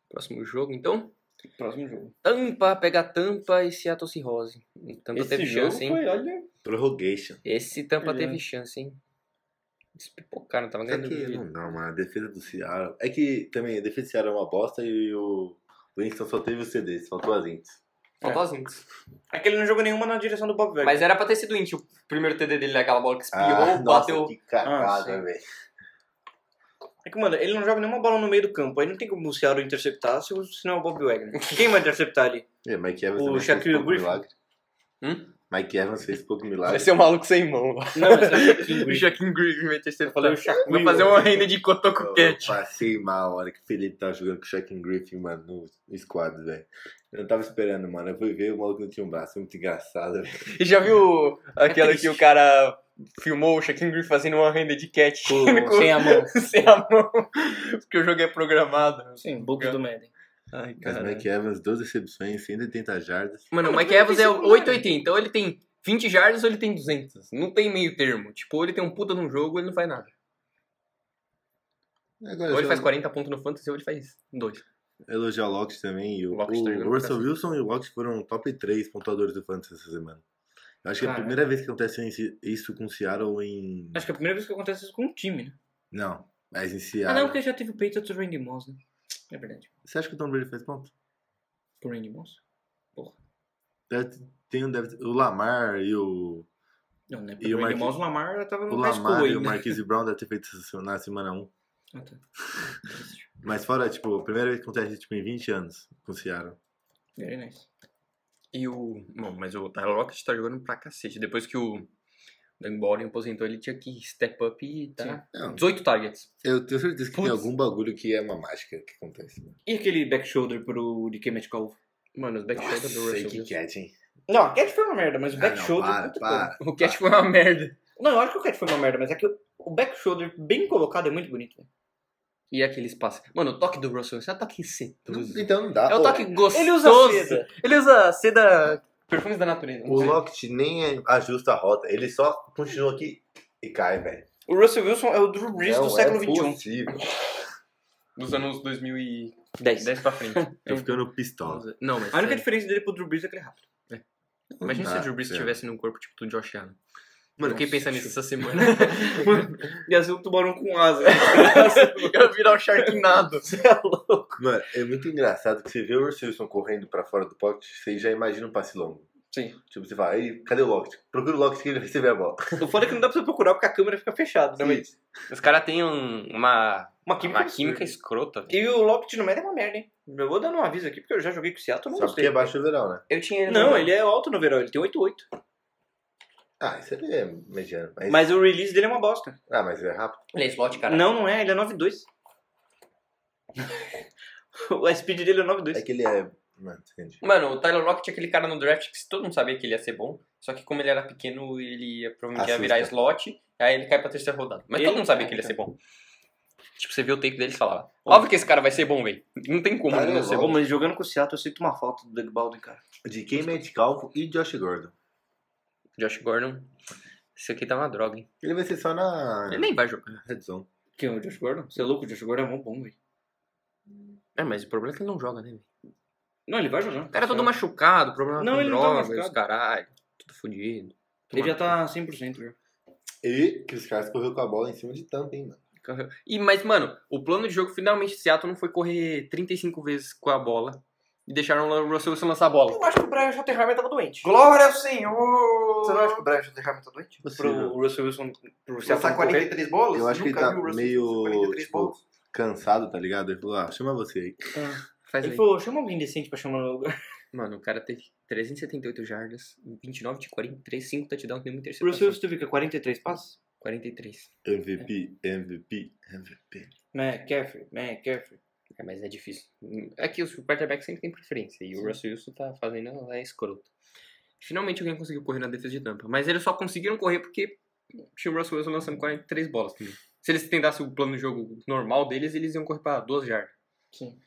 A: Próximo jogo, então.
B: Próximo jogo.
A: Tampa pega Tampa e Seattle Cirrose. Tampa teve chance, hein?
B: olha...
C: Prorrogation.
A: Esse Tampa
B: É.
A: teve chance, hein? Eles pipocaram, tava
C: Só
A: ganhando.
C: que
A: de-
C: não dá, mano. A defesa do Ceará. É que também a defesa do Ceará é uma bosta e o Winston só teve o CD, só faltou as índices.
A: Faltou as ints.
B: É que ele não jogou nenhuma na direção do Bob Vega.
A: Mas era pra ter sido int. O primeiro TD dele naquela bola que espiou,
C: nossa,
A: bateu.
C: que
B: É. Ah,
C: cagada,
B: sim.
C: velho.
B: É que, mano, ele não joga nenhuma bola no meio do campo. Aí não tem como o Seattle interceptar se, o- se não é o Bob Wagner. Quem vai interceptar ali?
C: É, Mike
B: O
C: Evans também
B: Shaquille
C: fez pouco
B: Griffin.
C: milagre.
A: Hum?
C: Mike Evans
A: *laughs*
C: fez pouco
A: Vai
C: milagre.
A: ser um maluco sem mão lá.
B: Não, mas é o King
A: O Shaquin Griffin vai ter sido.
B: Falei o Shaquille.
A: Vai fazer uma renda de cotoco
C: Eu *laughs*
A: quente.
C: passei mal a hora que o Felipe tava jogando com o Shaquille Griffin, mano, no- no squad, velho. Eu não tava esperando, mano. Eu fui ver, o maluco não tinha um braço. Muito engraçado, velho.
A: E já viu aquela que o cara filmou o Shaquin Griffin fazendo uma renda de catch? *laughs*
B: Com- Sem a mão.
A: sem a mão. Porque o jogo é programado.
B: Sim, book do Madden.
A: Ai,
C: Mas Mike Evans, 12 recepções, 180 jardas.
A: Mano, o
B: Mas
A: Mike
B: não
A: Evans
B: tem
A: é
B: segundo,
A: 880. Ou ele tem 20 jardas ou ele tem 200. Não tem meio termo. Tipo, ou ele tem um puta num jogo ou ele não faz nada.
C: Agora,
A: Ou ele
C: só
A: faz 40 pontos no fantasy ou ele faz 2.
C: Elogiar o Locke também. E o,
A: O Lockett tá jogando
C: o
A: pra
C: Russell
A: cacete.
C: Wilson e o Locke foram top 3 pontuadores do Fantasy essa semana. Eu acho que é a
B: Caraca.
C: primeira vez que acontece em- isso com Seattle em.
B: Acho que é a primeira vez que acontece isso com um time, né?
C: Não, mas em
B: Ah,
C: Seattle.
B: não, porque já teve o Patriots e o Randy Moss, né? É verdade.
C: Você acha que o Tom Brady faz ponto?
B: Com o Randy Moss?
C: Deve- Tem, um- deve, o Lamar e o.
B: Não, né?
C: E
B: Porque
C: o
B: o Randy
C: Marquinhos-
B: Moss, o Lamar já tava
C: O
B: no high school
C: Lamar e o
B: ainda.
C: Marquise Brown deve ter feito isso na semana 1.
B: Ah, tá.
C: *laughs* Mas fora, tipo, a primeira vez que acontece tipo, em 20 anos com Seattle.
B: Very nice.
A: E o. Bom, mas o Tyler Rocket tá jogando pra cacete. Depois que o Dan Borden aposentou, ele tinha que step up e tá.
C: Não,
A: 18 targets.
C: eu tenho certeza que
A: Putz.
C: tem algum bagulho que é uma mágica que acontece. Né?
B: E aquele back shoulder pro DK Metcalf?
A: Mano, os back shoulder do
C: sei
A: Russell.
C: que é.
A: Wilson.
C: catch, hein?
B: Não, a catch foi uma merda, mas o back
C: Ah, não,
B: shoulder...
C: para,
B: puta
C: para.
A: O catch foi uma merda.
B: que- Não, eu acho que o catch foi uma merda, mas é que o- o back shoulder bem colocado é muito bonito. né?
A: E aquele espaço. Mano, o toque do Russell Wilson é um toque
C: Não-
A: sedoso.
C: então não dá.
A: É um
C: Ó,
A: toque gostoso.
B: Ele usa seda.
A: Ele usa seda. Perfumes da natureza.
C: O Lockett nem é- ajusta a rota, ele só continua aqui e cai, velho.
B: O Russell Wilson é o Drew Brees
C: Não
B: do século um.
C: é
B: XXI.
C: possível.
A: Dos anos 2010. 10 pra
B: *laughs*
A: frente.
C: Tô ficando pistola.
A: Não, mas.
B: A única
A: sério.
B: diferença dele pro Drew Brees é que ele é rápido.
A: Imagina
C: Não
A: se o
C: dá,
A: Drew Brees
C: sério.
A: estivesse num corpo tipo do Josh Allen. Mano, fiquei
B: Nossa,
A: pensando nisso
B: tio.
A: essa
B: *laughs*
A: semana.
B: Ia ser um tubarão com asa.
A: eu virar um Sharknado.
B: Você é louco.
C: Mano, é muito engraçado que você vê o Russell Wilson correndo pra fora do pocket, você já imagina um passe longo.
B: Sim.
C: Tipo, você fala, "Ei, cadê o Lockett? Procura o Lockett que ele vai receber a bola.
B: O foda é que não dá pra você procurar porque a câmera fica fechada, né? Mas
A: Os caras têm um- uma,
B: uma química. é
A: uma química escrota. velho.
B: E o Lockett no Mero é uma merda, hein? Eu vou dando um aviso aqui, porque eu já joguei com o Seattle e não
C: Só porque
B: um gostei.
C: é baixo o verão, né?
A: Eu tinha
B: Não, ele é alto no verão, ele tem 8.8.
C: Ah, isso aí é mediano. Mas,
B: Mas o release dele é uma bosta.
C: Ah, mas é rápido.
A: Ele é slot, cara.
B: Não, não é, ele é 9.2. *laughs* o speed dele é 9.2.
C: É que ele é. Mano, entendi.
A: Mano, o Tyler Lockett é aquele cara no draft que todo mundo sabia que ele ia ser bom. Só que como ele era pequeno, ele ia, provavelmente ia
C: Assusta.
A: virar slot. Aí ele cai pra terceira rodada. Mas
B: Ele-
A: todo mundo sabia que ele ia ser bom. Tipo, você vê o tape dele e fala, óbvio que esse cara vai ser bom, velho. Não tem como ele
C: Tyler
A: não ser
C: Lockett.
B: Ô,
A: bom.
B: mas jogando com o Seattle, eu sinto uma falta do Doug Baldwin, cara.
C: De quem Metcalf e Josh Gordon.
A: Josh Gordon, isso aqui tá uma droga, hein.
C: Ele vai ser só na
A: Ele nem vai jogar.
C: red zone.
B: Quem é o Josh Gordon? Você é louco, o Josh Gordon é mó bom, velho.
A: É, mas o problema é que ele não joga, né, velho.
B: Não, ele vai jogar.
A: O cara é todo machucado, problema é
B: Não,
A: com
B: ele não tá
A: droga,
B: machucado.
A: os caralho. Tudo fodido.
B: Ele já tá 100% já.
C: E que os caras correu com a bola em cima de tampa, hein, mano.
A: E, mas, mano, o plano de jogo finalmente Seattle não foi correr 35 vezes com a bola e deixaram o Russell Wilson lançar a bola.
B: Eu acho que o Brian Schottenheimer tava doente.
D: Glória ao Senhor! Você não acha que o Brian Schottenheimer tá
A: Tipo
D: doente?
A: assim,
C: Possível.
A: né?
B: Pro Russell Wilson... Pro
D: Você
B: Seattle
D: tá
B: correr.
D: 43 bolas?
C: Eu acho que ele
D: Nunca
C: tá
D: vi o Russell lançar
C: meio
D: 43
C: tipo,
D: bolas.
C: cansado, tá ligado? Ele falou, ah, chama você aí.
A: Faz
B: Ele
A: aí.
B: falou, chama alguém decente pra chamar no lugar.
A: Mano, o cara teve 378 jardas, 29 de 43, 5 touchdowns, nenhuma
B: O Russell
A: interceptação.
B: Wilson teve o quê? 43 passes?
A: 43.
C: MVP, MVP, MVP.
B: McCaffrey, McCaffrey.
A: É, mas é difícil. É que os quarterbacks sempre tem preferência. E o
B: Sim.
A: Russell Wilson tá fazendo ela é escroto. Finalmente alguém conseguiu correr na defesa de tampa. Mas eles só conseguiram correr porque tinha o Russell Wilson lançando 43 bolas também. Se eles tentassem o plano de jogo normal deles, eles iam correr pra 12 jardas.
B: Sim.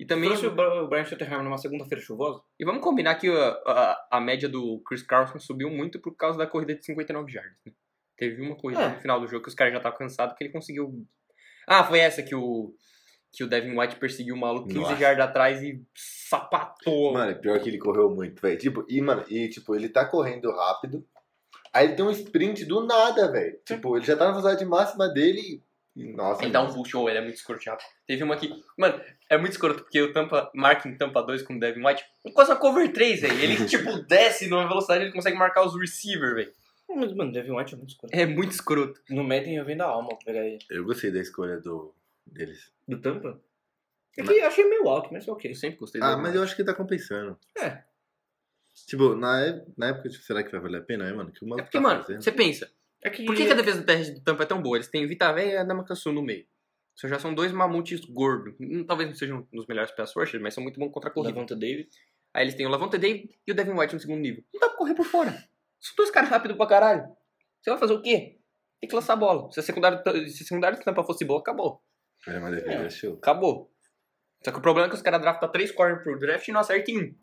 A: E também.
B: Trouxe o Bra- o Brian Schottenheimer numa segunda-feira chuvosa?
A: E vamos combinar que a, a, a média do Chris Carlson subiu muito por causa da corrida de 59 jardas. né? Teve uma corrida
B: É.
A: no final do jogo que os caras já estavam cansados que ele conseguiu. Ah, foi essa que o que o Devin White perseguiu o maluco 15
C: Nossa.
A: jardas atrás e sapatou.
C: Mano, é pior que ele correu muito, velho. Tipo, e, mano, e tipo, ele tá correndo rápido. Aí ele tem um sprint do nada, velho. Tipo, ele já tá na velocidade máxima dele e. e, Nossa.
A: Ele dá um
C: mano.
A: push, ou ele é muito escroteado. Teve uma aqui. Mano, é muito escroto, porque o Tampa marca em Tampa 2 com o Devin White. Quase uma cover 3, velho.
C: *laughs*
A: Ele, tipo, desce numa velocidade ele consegue marcar os receivers, velho.
B: Mas, mano, Devin White é muito escuro.
A: É muito escroto.
B: No Madden eu vendo a alma pra pegar ele.
C: Eu gostei da escolha do deles.
B: Do Tampa? É que eu achei meio alto, mas ok.
A: Eu sempre gostei
C: Ah,
A: do
C: mas eu acho que tá compensando.
B: É.
C: Tipo, na, é- na época, tipo, será que vai valer a pena, é, mano? Que o
A: É
C: maluco
A: porque,
C: tá
A: mano,
C: fazendo?
A: você pensa.
B: É que...
A: Por que, que a defesa do TR do Tampa é tão boa? Eles têm Vitavei e Adamakassu no meio. Isso já são dois mamutes gordos. Hum, Talvez não sejam os melhores pass rushers, mas são muito bons contra a corrida.
B: Levanta David.
A: Aí eles têm o Lavonte David e o Devin White no segundo nível. Não dá pra correr por fora. São dois caras rápidos pra caralho. Você vai fazer o quê? Tem que lançar a bola. Se a secundária, do Tam- se a secundária do Tampa fosse boa, acabou.
C: É, mas é,
B: É.
C: é show.
A: Acabou. Só que o problema é que os caras draftam três corners pro draft e não acertam em um.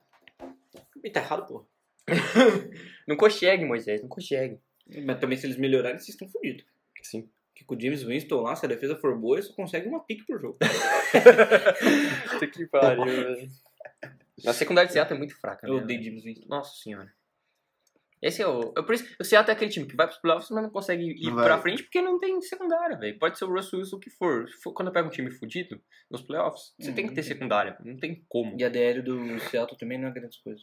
B: E tá errado, porra.
A: *laughs* Não consegue, Moisés. Não consegue.
B: Mas também se eles melhorarem, vocês estão fodidos.
A: Sim.
B: Porque com o James Winston lá, se a defesa for boa, eles só conseguem uma pique por jogo.
A: Puta que pariu, velho. A secundária de Seattle é muito fraca,
B: Eu
A: né?
B: odeio James Winston.
A: Nossa senhora. Esse é o. É por isso, o Seattle é aquele time que vai pros playoffs, mas não consegue ir
C: Não vai.
A: pra frente porque não tem secundária, velho. Pode ser o Russell Wilson o que for. Se for- Quando pega um time fudido nos playoffs, você
B: Hum,
A: tem que ter
B: entendi.
A: secundária. Não tem como.
B: E a DL do Seattle também não é grande coisa.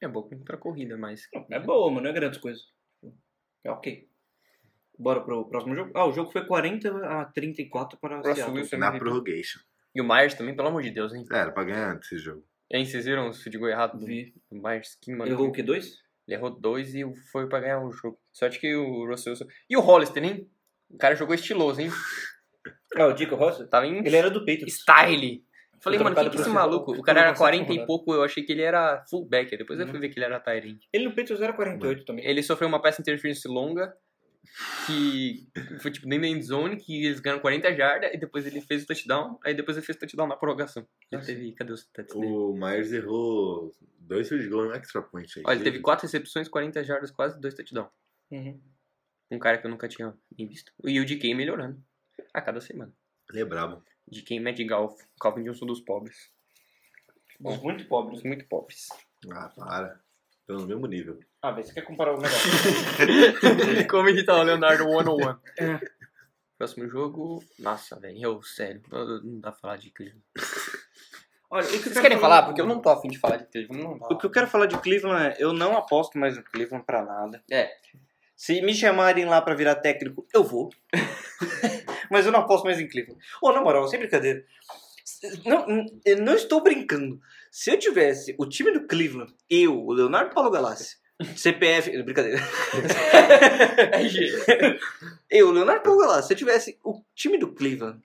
A: É bom pra corrida, mas.
B: Não, é boa, mas não é grande coisa. É ok. Bora pro próximo jogo. Ah, o jogo foi 40 a 34 para
A: Russell
B: Seattle.
A: Wilson.
C: Na prorrogation.
A: E o Myers também, pelo amor de Deus, hein?
C: É, era pra ganhar esse jogo.
A: Hein, vocês viram o field goal errado do,
B: Vi.
A: do Myers? Que mano.
B: Errou o que? Dois?
A: Ele errou dois e foi pra ganhar o jogo. Sorte que o Russell Wilson. E o Hollister, hein? O cara jogou estiloso, hein?
B: Ah, o Dico Ross?
A: Tava em
B: Ele era do peito.
A: Style. Falei,
B: Foi
A: mano, que,
B: trocado
A: que esse
B: pro-
A: maluco? O
B: foi
A: cara era
B: trocado pro
A: 40 e
B: Ronaldo.
A: pouco, eu achei que ele era fullback. aí Depois eu fui ver que ele era Tyrant.
B: Ele no peito 0,48 também.
A: Ele sofreu uma peça interference longa, que foi tipo nem end zone, que eles ganharam 40 jardas, e depois ele fez o touchdown, aí depois ele fez o touchdown na prorrogação. Ele
B: Nossa.
A: teve, cadê os stats dele?
C: O Myers errou dois field goals no extra point aí.
A: Ó, ele teve 4 recepções, 40 jardas, quase dois touchdowns.
B: Uhum.
A: Um cara que eu nunca tinha nem visto. E o DK melhorando a cada semana.
C: Ele é brabo.
A: DK Maddigal, Calvin Johnson dos pobres.
B: é Dos muito pobres.
A: *laughs* Dos muito pobres.
C: Ah, para. Estão no mesmo nível.
B: Ah, vê, você quer comparar o negócio.
A: Como irritar o Leonardo *laughs* 101. Próximo jogo. Nossa, velho. Eu, sério. eu- Não dá pra falar de Cleveland.
B: Olha, o que eu
A: Vocês
B: quero
A: querem
B: falar- é
A: falar? Porque eu não tô afim de falar de Cleveland. Não dá.
B: O que eu quero falar de Cleveland é, eu não aposto mais no Cleveland pra nada.
A: É.
B: Se me chamarem lá pra virar técnico,
A: *laughs*
B: eu vou. Mas eu não aposto mais em Cleveland. Ô, na moral, sem brincadeira. se- Não, n- eu não estou brincando. Se eu tivesse o time do Cleveland, eu, o Leonardo
A: *laughs*
B: Paulo Galassi, CPF. Brincadeira. Eu, Leonardo Paulo Galassi, se eu tivesse o time do Cleveland,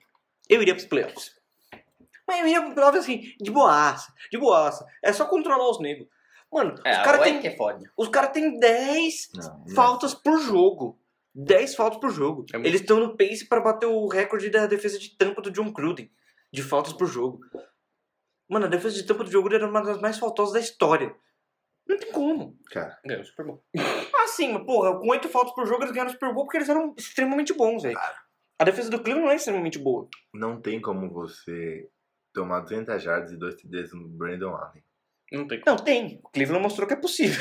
B: eu iria pros playoffs. Mas eu iria pro playoffs assim, de boaça, de boaça. É só controlar os negros. Mano,
A: É,
B: os caras
A: o
B: têm
A: que é foda.
B: os caras têm 10
C: Não, não.
B: faltas por jogo. 10 faltas por jogo.
A: É muito.
B: Eles estão no pace pra bater o recorde da defesa de tampa do John Cruden. De faltas por jogo. Mano, a defesa de tampa do jogo era uma das mais faltosas da história. Não tem como.
C: Cara,
A: Ganhou o Super Bowl.
B: Ah, sim, mas porra, com 8 faltas por jogo eles ganharam o Super Bowl porque eles eram extremamente bons, velho. A defesa do Cleveland não é extremamente boa.
C: não tem como você tomar 200 jardas e dois TDs no Brandon Allen.
A: Não tem como.
B: Não, tem. O Cleveland mostrou que é possível.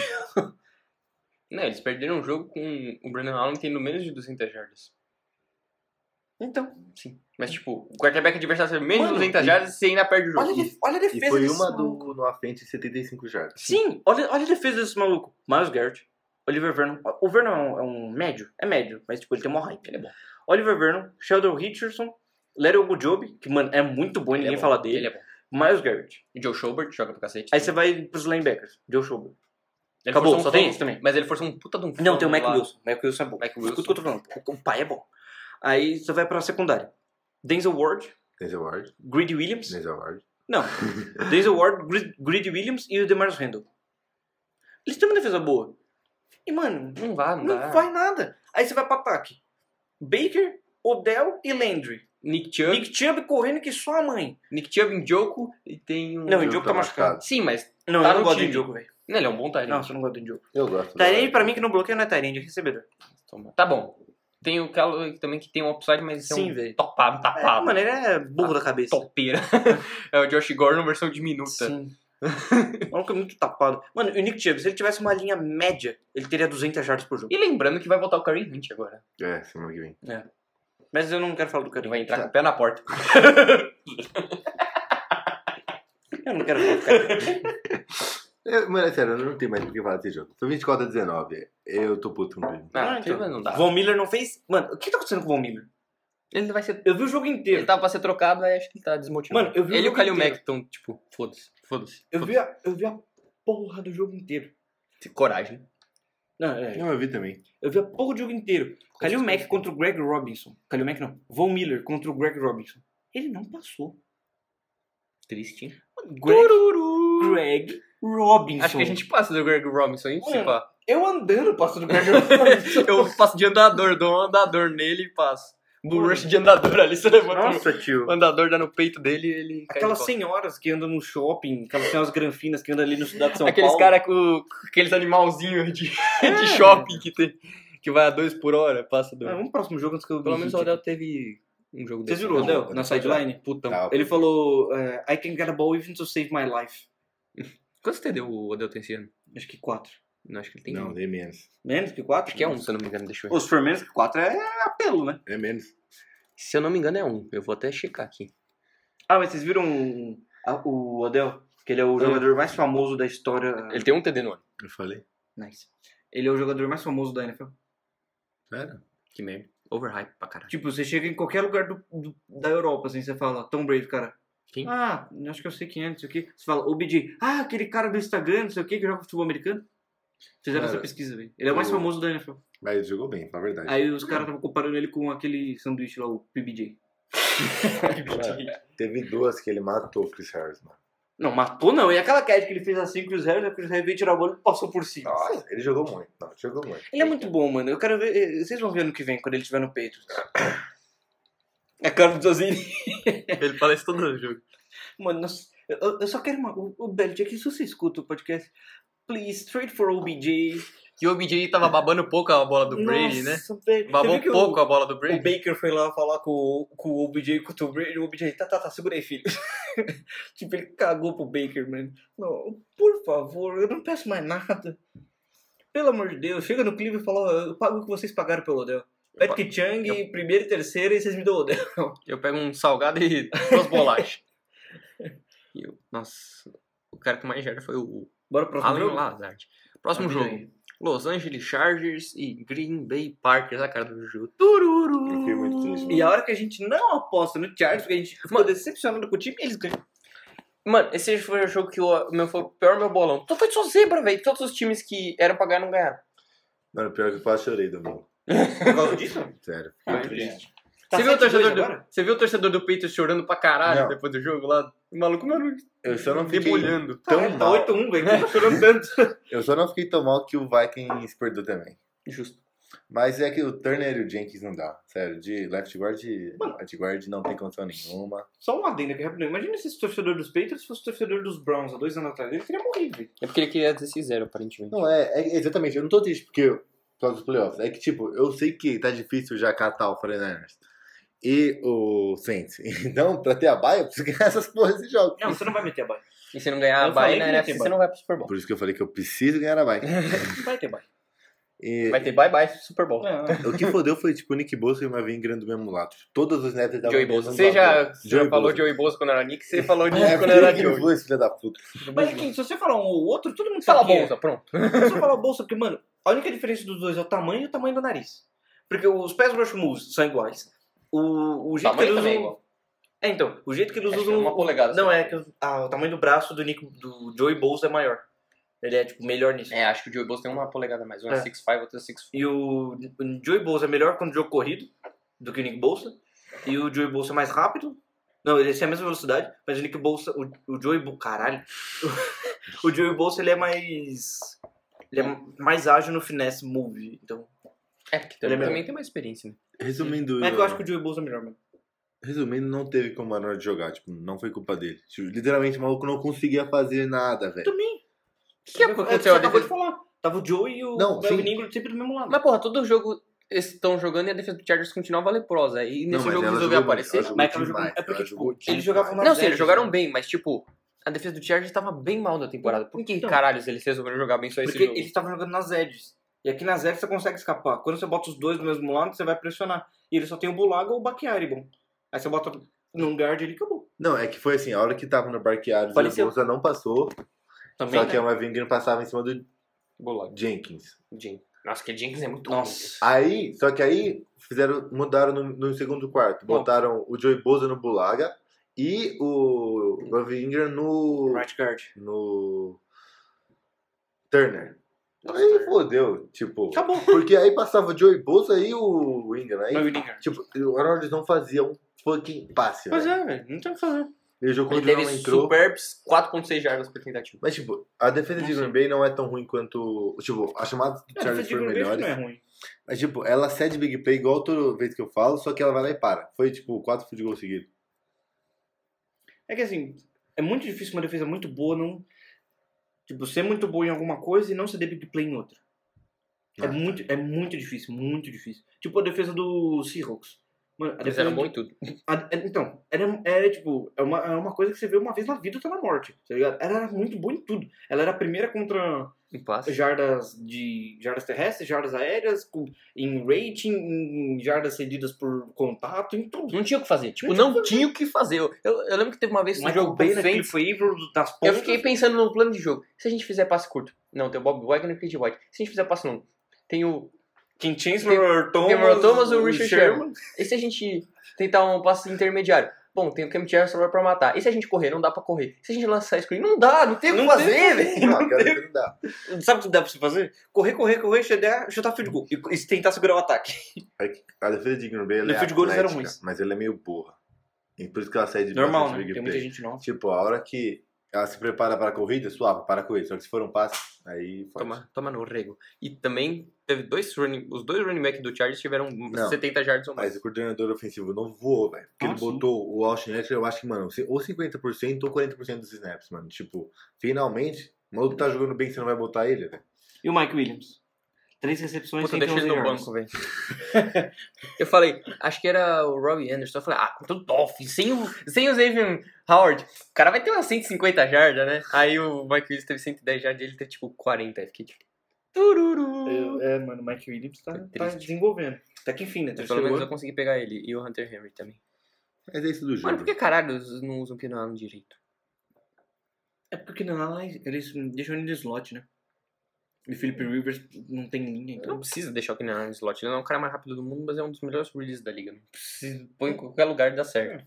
A: Não, eles perderam um jogo com o Brandon Allen tendo menos de 200 jardas.
B: Então,
A: Sim. Mas, tipo, o quarterback adversário teve menos de
B: Mano,
A: 200 jardas e você ainda perde o jogo.
B: olha a, def- olha a defesa
C: E foi
B: desse
C: uma do
B: maluco.
C: no à frente de 75 jardas.
B: Sim, olha, olha a defesa desse maluco. Miles Garrett, Oliver Vernon. O Vernon é um, é um médio, é médio, mas tipo, ele tem uma hype.
A: Ele é bom.
B: Oliver Vernon, Sheldon Richardson, Larry Ogujobi, que mano, é muito bom, ninguém
A: bom.
B: fala dele.
A: Ele é bom.
B: Miles Garrett.
A: O Joe Schobert joga pro cacete.
B: Aí você vai pros linebackers, Joe Schobert.
A: Ele
B: Acabou,
A: forçou
B: só
A: um
B: tem
A: fumble,
B: esse também.
A: Mas ele forçou um puta de um
B: Não,
A: fumble
B: tem o Mac
A: lá.
B: Wilson. Mac Wilson é bom.
A: Mac Wilson.
B: Escuta o que eu tô falando. O pai é bom. Aí você vai pra secundária. Denzel Ward,
C: Denzel Ward,
B: Greedy Williams.
C: Denzel Ward.
B: Não. Denzel Ward, Gre- Greedy Williams e o Demarius Randall. Eles têm uma defesa boa. E, mano,
A: Não vai, não,
B: Não
A: dá.
B: faz nada. Aí você vai pra ataque. Baker, Odell e Landry.
A: Nick Chubb. Nick,
B: Nick Chubb correndo que só a mãe.
A: Chubb em Joku e tem um...
B: Não, o
C: Jogo
B: Diogo
C: tá
B: tá machucado.
A: Sim, mas
B: Não,
A: Tá
B: eu não
A: no
B: gosto
A: time.
B: do Diogo, velho.
A: né, ele é um bom
B: Não,
A: Tyrande.
B: eu não gosto do Diogo.
C: Eu gosto. do
B: Tyrande
C: Ward.
B: Tá pra mim que não bloqueia não é Tyrande, é recebedor.
A: Toma. Tá bom. Tem o Callaway também que tem um upside, mas esse é
B: Sim,
A: um
B: velho.
A: topado,
B: É,
A: tapado.
B: mano, ele é burro
A: Ah,
B: da cabeça.
A: Topeira. *laughs* é o Josh Gordon versão diminuta.
B: Sim. O maluco é muito tapado. Mano, e o Nick Chubb, se ele tivesse uma linha média, ele teria 200 jardas por jogo.
A: E lembrando que vai voltar o Curry Hunt agora.
C: É, semana que vem.
B: Mas eu não quero falar do cara.
A: Ele vai entrar com o pé na porta.
B: Eu não quero falar do cara.
C: É, mano, é sério, eu não tenho mais o que falar desse jogo. Foi 24 a 19. Eu tô puto com ele.
A: Ah,
B: Ah, então.
A: Cleveland não dá.
B: Von Miller não fez... Mano, o que tá acontecendo com o Von Miller?
A: Ele não vai ser...
B: Eu vi o jogo inteiro.
A: Ele tá- tava pra ser trocado, aí acho que ele tá desmotivado.
B: Mano, eu vi o
A: Ele e o
B: jogo
A: Kalil
B: inteiro.
A: Mack estão, tipo, foda-se. Foda-se.
B: Eu vi, a, eu vi a porra do jogo inteiro.
A: Foda-se. Coragem.
B: Não, é,
C: Não, eu vi também.
B: Eu vi a porra do jogo inteiro. Kalil Mack contra o Greg Robinson. Kalil Mack não. Von Miller contra o Greg Robinson. Ele não passou.
A: Triste, hein?
B: Greg, Greg Robinson.
A: Acho que a gente passa do Greg Robinson, hein? Se
B: Mano.
A: pá.
B: Eu andando passo do Greg *laughs* Robinson.
A: Eu passo de andador, dou um andador nele e passo. Bull rush de andador ali, você levanta
B: Nossa, tio.
A: o andador, dá no peito dele e ele cai
B: Aquelas
A: de
B: senhoras que andam no shopping, aquelas senhoras granfinas que andam ali no cidade de São
A: costas. Aqueles
B: Paulo.
A: caras com, com aqueles animalzinhos de, *laughs* de
B: É.
A: shopping que, tem, que vai a dois por hora, passa do...
B: Ah, vamos pro próximo jogo antes que eu.
A: Pelo
B: me
A: menos o
B: irrite.
A: Odell teve um jogo
B: Vocês
A: desse.
B: viram o
A: né?
B: Odell na sideline? Putão.
C: Tá,
B: Ele falou: eh, I can get a ball even to save my life.
A: Quantos TD o Odell tem esse ano?
B: Acho que quatro.
A: Não, acho que ele tem
C: Não,
A: um.
C: é menos.
B: Menos que quatro?
A: Acho que é um, se eu não me engano, deixa eu ver.
B: Os for menos que 4 é apelo, né?
C: É menos.
A: Se eu não me engano é um, eu vou até checar aqui.
B: Ah, mas vocês viram o- a- o Odell? Que ele é o
A: Ah.
B: jogador mais famoso da história.
A: Ele tem um TD no ano.
C: Eu falei.
B: Nice. Ele é o jogador mais famoso da NFL.
C: Sério?
A: Que merda. Overhype pra caralho.
B: Tipo, você chega em qualquer lugar do, do- da Europa, assim, você fala, Tom Brady, cara.
A: Quem?
B: Ah, acho que eu sei quem é, não sei o quê. Você fala, OBJ. Ah, aquele cara do Instagram, não sei o quê, que joga futebol americano. Fizeram
C: Cara,
B: essa pesquisa, velho. Ele é o mais
C: eu-
B: famoso da NFL.
C: Mas jogou bem, na verdade.
B: Aí os caras estavam comparando ele com aquele sanduíche lá, o PBJ.
C: Teve duas que ele matou o Chris Harris, mano.
B: Não, matou não. E aquela catch que ele fez assim, Chris Harris, o Chris Harris veio tirar a bola e passou por cima.
C: Nossa, ele jogou muito. Não, jogou muito.
B: Ele é muito bom, mano. Eu quero ver. eh, Vocês vão ver ano que vem, quando ele estiver no peito. *coughs* É cara do Zozini.
A: ele fala isso todo *laughs* jogo.
B: *coughs* Mano, nossa, eu, eu só quero uma. O, o Belichick, se você escuta o podcast, please trade for OBJ.
A: que o OBJ tava babando pouco a bola do Brady, né?
B: Nossa, velho. Você
A: Babou
B: viu que o-
A: pouco a bola do
B: O
A: Brady.
B: Baker foi lá falar com, o- com o OBJ, com o Brady, o OBJ, tá, tá, tá, segura aí, filho. *laughs* tipo, ele cagou pro Baker, mano. Não, por favor, eu não peço mais nada. Pelo amor de Deus, chega no clipe e fala, ó, eu pago o que vocês pagaram pelo Odell.
A: pa-
B: Patrick Chung, primeiro e terceiro, e vocês me dão o Odell. *laughs*
A: Eu pego um salgado e duas bolachas. E eu- nossa, o cara que mais gera foi o
B: Bora pro próximo
A: Allen
B: jogo?
A: Lazard. Próximo
B: Tá,
A: jogo.
B: aí.
A: Los Angeles Chargers e Green Bay Packers, a cara do jogo.
C: Eu fiquei muito triste.
B: E a hora que a gente não aposta no Chargers, porque a gente ficou
A: Mano.
B: decepcionado com o time, eles ganham.
A: Mano, esse foi o jogo que o meu, foi o pior meu bolão. Então foi só zebra, velho. Todos os times que eram pra ganhar não ganharam.
C: Mano, pior que eu quase chorei, domingo.
B: *laughs* Por causa disso?
C: Sério.
B: Ah, Tá
A: Você, viu o
B: 7-2
A: torcedor
B: agora?
A: do, você viu o torcedor do Patriots chorando pra caralho
C: Não.
A: depois do jogo lá? O maluco, mano,
C: Eu só não fiquei
A: debulhando.
C: tão
B: Caralho, tá
C: mal.
B: 8-1, velho. Tá chorando tanto.
C: Eu só não fiquei tão mal que o Vikings perdeu também.
A: *laughs* Justo.
C: Mas é que o Turner e o Jenkins não dá. Sério, de left guard,
B: Mano.
C: right guard não tem condição nenhuma.
B: Só um adendo aqui rapidinho. Imagina se esse torcedor dos Patriots fosse torcedor dos Browns há dois anos atrás. Ele teria morrido, velho.
A: É porque ele queria 16-0, aparentemente.
C: Não, é, é- exatamente. Eu não tô triste porque eu, por causa dos playoffs. É que, tipo, eu sei que tá difícil já catar o 49ers e o Saints. *laughs* Então, pra ter a baia, eu preciso ganhar essas porras de jogos.
B: Não, você não vai meter a bye.
A: E se não ganhar a
B: Eu
A: Bahia
B: falei
A: na
B: que ia
A: NFC,
B: ter
A: você
B: bye.
A: não vai pro Super Bowl.
C: Por isso que eu falei que eu preciso ganhar a baia.
B: Não vai ter bye.
C: E
A: *laughs* Vai ter bye-bye Super Bowl.
B: Não,
C: o que fodeu foi, tipo, o Nick Bosa e o Marvin Grande do mesmo lado. Tipo, Todas as netas da
A: Joey Bosa. Você já, você já falou Joey Bosa quando era Nick, você *laughs* falou Nick
C: É,
A: quando era
C: porque ele
A: Joey.
C: foi esse filho da puta.
B: Mas quem, se você falar um ou outro, todo mundo
A: Fala
B: sabe quem é.
A: Bosa, pronto.
B: Se você falar bolsa, porque, mano, a única diferença dos dois é o tamanho e o tamanho do nariz. Porque os pés brush moves são iguais. O, o jeito que
A: Tamanho
B: eles
A: também é
B: usam...
A: igual.
B: É, então, o jeito que eles
A: Acho que
B: usam...
A: é uma polegada.
B: Não, é que o- ah, o tamanho do braço do Nick, do Joey Bowles é maior. Ele é, tipo, melhor nisso.
A: É, acho que o Joey Bosa tem uma polegada a mais. Uma é
B: É.
A: 6'5, outra 6'4.
B: E o, o Joey Bolsa é melhor quando jogo corrido do que o Nick Bolsa. E o Joey Bolsa é mais rápido. Não, ele tem a mesma velocidade, mas o Nick Bolsa. O, o Joey Bolsa. Caralho. *laughs* o Joey Bolsa ele é mais. Ele é mais ágil no finesse move. Então.
A: É, porque
B: Ele é
A: também,
B: melhor.
A: também tem mais experiência, né?
C: Resumindo,
B: É que eu acho que o Joey Bolsa é melhor, mano.
C: resumindo, não teve como a hora de jogar. Tipo, não foi culpa dele. Tipo, literalmente, o maluco não conseguia fazer nada, velho.
B: Também.
A: O que
B: É o que
A: aconteceu?
B: você acabou de falar. Tava o Joey e o
C: Não,
B: Melvin
C: sim.
B: Ingram sempre do mesmo lado.
A: Mas, porra, todo jogo eles estão jogando e a defesa do Chargers continuava leprosa. é, E
C: Não,
A: nesse
C: mas
A: jogo
C: ela
A: resolveu
C: jogou
A: aparecer. um
C: muito, ela
B: Mas
C: jogou
B: ela jogou-
C: demais,
B: é porque,
C: ela
B: tipo,
C: jogou
B: eles
C: demais.
B: jogavam na-
A: Não, sim,
B: Zero,
A: eles jogaram
B: zero.
A: bem, mas, tipo, a defesa do Chargers tava bem mal na temporada. Por que,
B: Então.
A: caralho, eles resolveram jogar bem só esse
B: Porque
A: jogo?
B: eles estavam jogando nas edges. E aqui nas edges você consegue escapar. Quando você bota os dois do mesmo lado, você vai pressionar. E ele só tem o Bulaga ou o Bakiari, bom. Aí você bota num guard ele acabou.
C: Não, é que foi assim, a hora que tava no barqueado, o
B: Faleceu.
C: Bolsa não passou.
A: Também, é
C: só
B: é
C: que a Marvin Green passava em cima do
A: Bolado.
C: Jenkins.
A: Jenkins. Nossa, que Jenkins é muito
B: Nossa.
C: Aí, só que aí fizeram, mudaram no, no segundo quarto.
B: Bom.
C: Botaram o Joey Bosa no Bulaga e o Marvin Ingram no.
B: Right guard.
C: no Turner.
A: Nossa,
C: aí
A: Turner.
C: fodeu, tipo.
B: Acabou.
C: Porque aí passava o Joey Bosa e o Ingram. Aí,
B: Melvin Ingram.
C: tipo, o Arnold não fazia um fucking passe. né?
B: Pois
C: velho.
B: é, velho. Não tem o que fazer.
C: E o jogo
A: Ele
C: contra
A: teve
C: não entrou.
A: superbs 4.6 jardas por tentativa.
C: Mas, tipo, a defesa de
A: Não
C: Green Bay não é tão ruim quanto. Tipo, a chamada do
B: É,
C: Charles
B: defesa de
C: foi
B: Green
C: melhor.
B: Bay não é ruim.
C: Mas, tipo, ela cede big play igual toda vez que eu falo, só que ela vai lá e para. Foi, tipo, quatro field goals seguidos.
B: É que assim, é muito difícil uma defesa muito boa não. Tipo, ser muito boa em alguma coisa e não ser big play em outra. É,
C: Ah.
B: muito, é muito difícil, muito difícil. Tipo a defesa do Seahawks. Mano, a
A: Eles
B: defesa
A: eram
B: do-
A: bons em tudo.
B: A- é- Então, era, era, tipo, é uma, é uma coisa que você vê uma vez na vida ou tá na morte, tá ligado? Ela era muito boa em tudo. Ela era a primeira contra
A: Em passe.
B: jardas de jardas terrestres, jardas aéreas, com- em rating, em jardas cedidas por contato, em tudo.
A: Não tinha o que fazer. Tipo, não tinha o que fazer. Eu, eu- eu lembro que teve uma vez no
B: Michael
A: jogo
B: Bennett,
A: do Saints,
B: Cliff Averill, das
A: Eu
B: pontas.
A: fiquei pensando no plano de jogo. Se a gente fizer passe curto. Não, tem o Bob Wagner e o Kid White. Se a gente fizer passe longo. Tem o.
B: Quem
A: Tem-
B: Chancellor Thomas,
A: tem o Earl Thomas e o Richard Sherman. E se a gente tentar um passe intermediário? Bom, tem o Cam Chancellor só pra matar. E se a gente correr? Não dá pra correr. E se a gente lançar screen? Não dá, não tem o que
B: Não
A: fazer,
B: tem. *laughs*
A: velho.
C: Ah, cara, não dá.
B: Sabe o que dá pra você fazer? Correr, correr, correr, chegar, chutar field goal. E, e tentar segurar o ataque.
C: A defesa de Green Bay ela
B: No
C: é
B: field goals eram
C: atlética,
B: ruins.
C: mas ela é meio burra. E por isso que ela cede
B: Normal,
C: bastante
B: né?
C: big
B: Tem
C: play.
B: muita gente nova.
C: Tipo, a hora que ela se prepara para a corrida, suave, para a corrida. Só que se for um passe, aí fode.
A: Toma, toma no rego. E também teve dois running. Os dois running back do Chargers tiveram
C: Não.
A: 70 yards ou mais.
C: Mas o coordenador ofensivo não voou, velho. Porque
B: Ah,
C: ele
B: sim.
C: botou o Austin Eckler, eu acho que, mano, ou 50% ou 40% dos snaps, mano. Tipo, finalmente, o maluco tá jogando bem, você não vai botar ele, velho.
B: E o Mike Williams?
E: Três recepções
A: Puta,
E: sem
A: eu deixei ele no banco, velho. *laughs* eu falei, acho que era o Robbie Anderson. Eu falei, ah, contra o Dolphins, sem o, sem o Xavier Howard, o cara vai ter umas 150 jardas, né? Aí o Mike Williams teve 110 jardas e ele teve tipo 40. Aí fiquei tipo, tururu.
B: Eu- é, mano, o Mike Williams tá,
A: Foi
B: tá
A: triste.
B: desenvolvendo. Até que enfim, né?
A: Então, Pelo
B: Terceiro
A: menos
B: ano.
A: eu consegui pegar ele e o Hunter Henry também.
C: Mas é isso do jogo.
A: Mano, por que caralho eles não usam o Keenan Allen direito?
B: É porque não, lá eles deixam ele no slot, né? E o Philip Rivers não tem linha,
A: Não
B: então.
A: precisa deixar o Keenan Allen no slot. Ele não é o cara mais rápido do mundo, mas é um dos melhores releases da
B: Hum.
A: liga. Não precisa, põe em qualquer lugar e dá certo.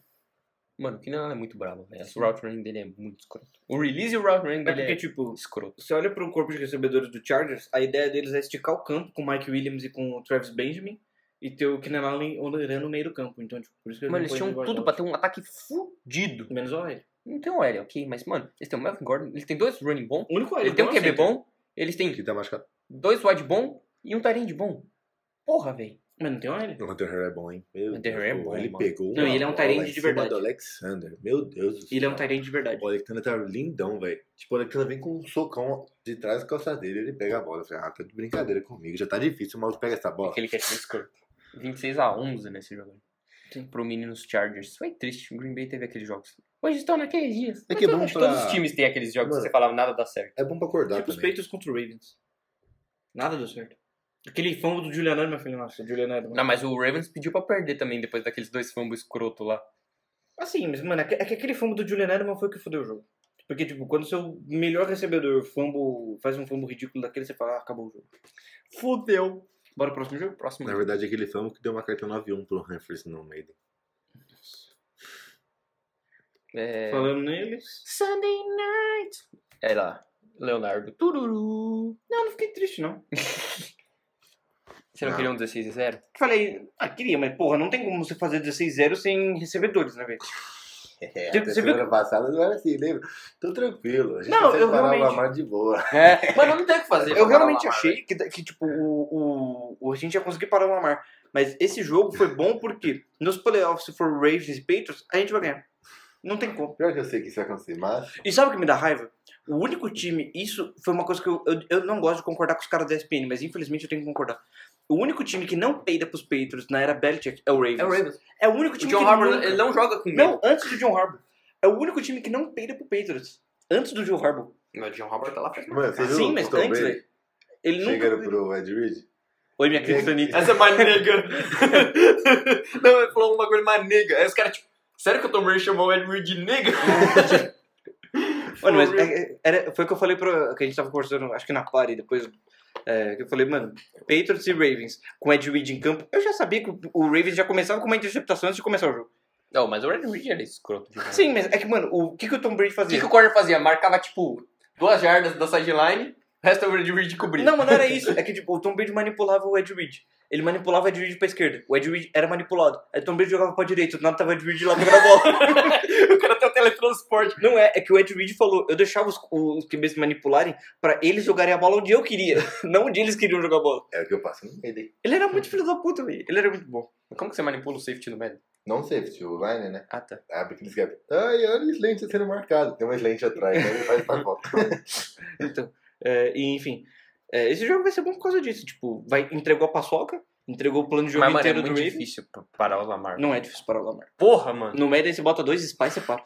A: Mano, o Keenan Allen é muito bravo, velho. O route running dele é muito escroto. O release e o route running
B: É
A: dele
B: porque,
A: é
B: tipo,
A: escroto.
B: você olha pro corpo de recebedores do Chargers, a ideia deles é esticar o campo com o Mike Williams e com o Travis Benjamin e ter o Keenan Allen onerando no meio do campo. Então, tipo, por isso que
A: Mano,
B: não
A: eles
B: põem
A: tinham
B: o
A: tudo pra ter um ataque fudido.
B: Menos o OL.
A: Não tem o L, ok, mas, mano, eles têm o Melvin Gordon, eles têm dois running bom,
B: O único OL.
A: eles têm um
B: bom é o
A: QB
B: center.
A: bom, eles têm
C: Que tá machucado.
A: dois wide bom e um Tyrande bom. Porra, velho.
B: Mas não tem OL.
C: O Hunter Henry é bom, hein? Meu
A: O Hunter Henry é
C: Deus,
A: bom,
C: Ele
A: mano.
C: pegou
B: Não,
C: uma
B: e ele é um
C: bola
B: Tyrande de
C: em cima
B: verdade.
C: do Alexander. Meu Deus do céu.
B: Ele é um Tyrande de verdade.
C: O Alexander tá lindão, velho. Tipo, o Alexander vem com um socão de trás da calça dele, ele pega a bola. Eu falei, ah, tá de brincadeira comigo, já tá difícil, o maluco pega essa bola.
A: Aquele que é escroto. 26 a 11 nesse jogo.
B: Sim.
A: Pro Meninos Chargers. Foi triste, o Green Bay teve aqueles jogos. Hoje estão naqueles dias.
C: É que é bom
A: Acho que
C: pra-
A: Todos os times têm aqueles jogos
C: Mano.
A: que você falava nada dá certo.
C: É bom pra acordar
B: Tipo os
C: também.
B: Peitos contra o Ravens. Nada deu certo. Aquele fumble do Julian Edelman, meu filho, nossa, o Julian Edelman.
A: Não, mas o Ravens pediu pra perder também depois daqueles dois fumbles escroto lá.
B: Assim, mas, mano, é que é que aquele fumble do Julian Edelman foi o que fudeu o jogo. Porque, tipo, quando seu melhor recebedor fumble, faz um fumble ridículo daquele, você fala, ah, acabou o jogo.
A: Fudeu.
B: Bora pro próximo jogo?
A: Próximo.
C: Na verdade, aquele famo que deu uma carta 9-1 pro Humphreys no Maiden.
A: É...
B: Falando neles.
A: Sunday night. É lá. Leonardo. Tururu.
B: Não, não fiquei triste, não.
A: Você não,
C: Não.
A: queria um 16 a 0?
B: Falei, ah, queria, mas porra, não tem como você fazer 16-0 sem recebedores, né, velho?
C: É,
B: Você-
C: até
B: Tipo, você
C: semana passada não era assim, lembra? Tô tranquilo, a gente
B: Não,
C: consegue
B: eu
C: parar
B: realmente-
C: o Lamar de boa.
A: É. Mano, não tem o que fazer.
B: Eu realmente achei que, que tipo, o, o, o- a gente ia conseguir parar o Lamar. Mas esse jogo foi bom porque nos playoffs, se for Ravens e Patriots, a gente vai ganhar. Não tem como.
C: Pior que eu sei que isso vai acontecer, mas...
B: E sabe o que me dá raiva? O único time, isso foi uma coisa que eu, eu, eu não gosto de concordar com os caras da ESPN, mas infelizmente eu tenho que concordar. O único time que não peida pros Patriots na era Belichick é o Ravens.
A: É o Ravens.
B: É o único
A: O
B: time
A: John
B: que
A: Harbaugh,
B: nunca-
A: ele não joga com medo.
B: Não, antes do John Harbaugh. É o único time que não peida pro Patriots. Antes do John Harbaugh.
A: Não, o John Harbaugh tá lá fazendo.
C: Mano, você viu
B: Ah, Sim,
C: o
B: mas
C: Tom
B: antes,
C: Brady
B: velho. Ele
C: Chegando
B: nunca...
C: pro Ed Reed?
B: Oi, minha criptonita.
A: Essa é mais nega. *laughs* não, ele falou um bagulho mais nega. Aí os caras, tipo, sério que o Tom Brady chamou o Edmund de nega?
B: Mano, mas é- é- era- foi o que eu falei pro. Que a gente tava conversando, acho que na Clary depois. é, que eu falei, mano, Patriots e Ravens com Ed Reed em campo. Eu já sabia que o, o Ravens já começava com uma interceptação antes de começar o jogo.
A: Não, mas o Red Reed era escroto. demais.
B: Sim, mas é que, mano, o que, que o Tom
A: O
B: Brady
A: que,
B: fazia?
A: que o corner fazia? Marcava, tipo, duas jardas da sideline, o resto o Red Reed cobria.
B: Não, mas não era isso. É que, tipo, o Tom Brady manipulava o Ed Reed. Ele manipulava o Ed Reed pra esquerda. O Ed Reed era manipulado. Aí o Tom Brady jogava pra direita. Do nada tava o Ed Reed lá pegando a
A: *laughs*
B: bola.
A: *laughs* o cara tem o teletransporte.
B: Não é, é que o Ed Reed falou: eu deixava os, os QBs se manipularem pra eles jogarem a bola onde eu queria, *laughs* não onde eles queriam jogar a bola.
C: É o que eu passo no Maiden.
B: Ele era muito filho da puta, velho. Ele era muito bom.
A: Mas como que você manipula o safety no meio?
C: Não safety, o Liner, né?
A: Ah, tá.
C: Abre aquele gap. Ai, olha o Slente sendo marcado. Tem uma Slente atrás, né? Ele faz
B: *laughs*
C: pra volta.
B: Então, é, e, enfim, é, esse jogo vai ser bom por causa disso. Tipo, vai, entregou a paçoca, entregou o plano de jogo
A: Mas, mano, é
B: inteiro
A: muito
B: do Ravens.
A: difícil pra parar o Lamar.
B: Não é difícil parar o Lamar.
A: Porra, mano.
B: No meio daí você bota dois spies e separa.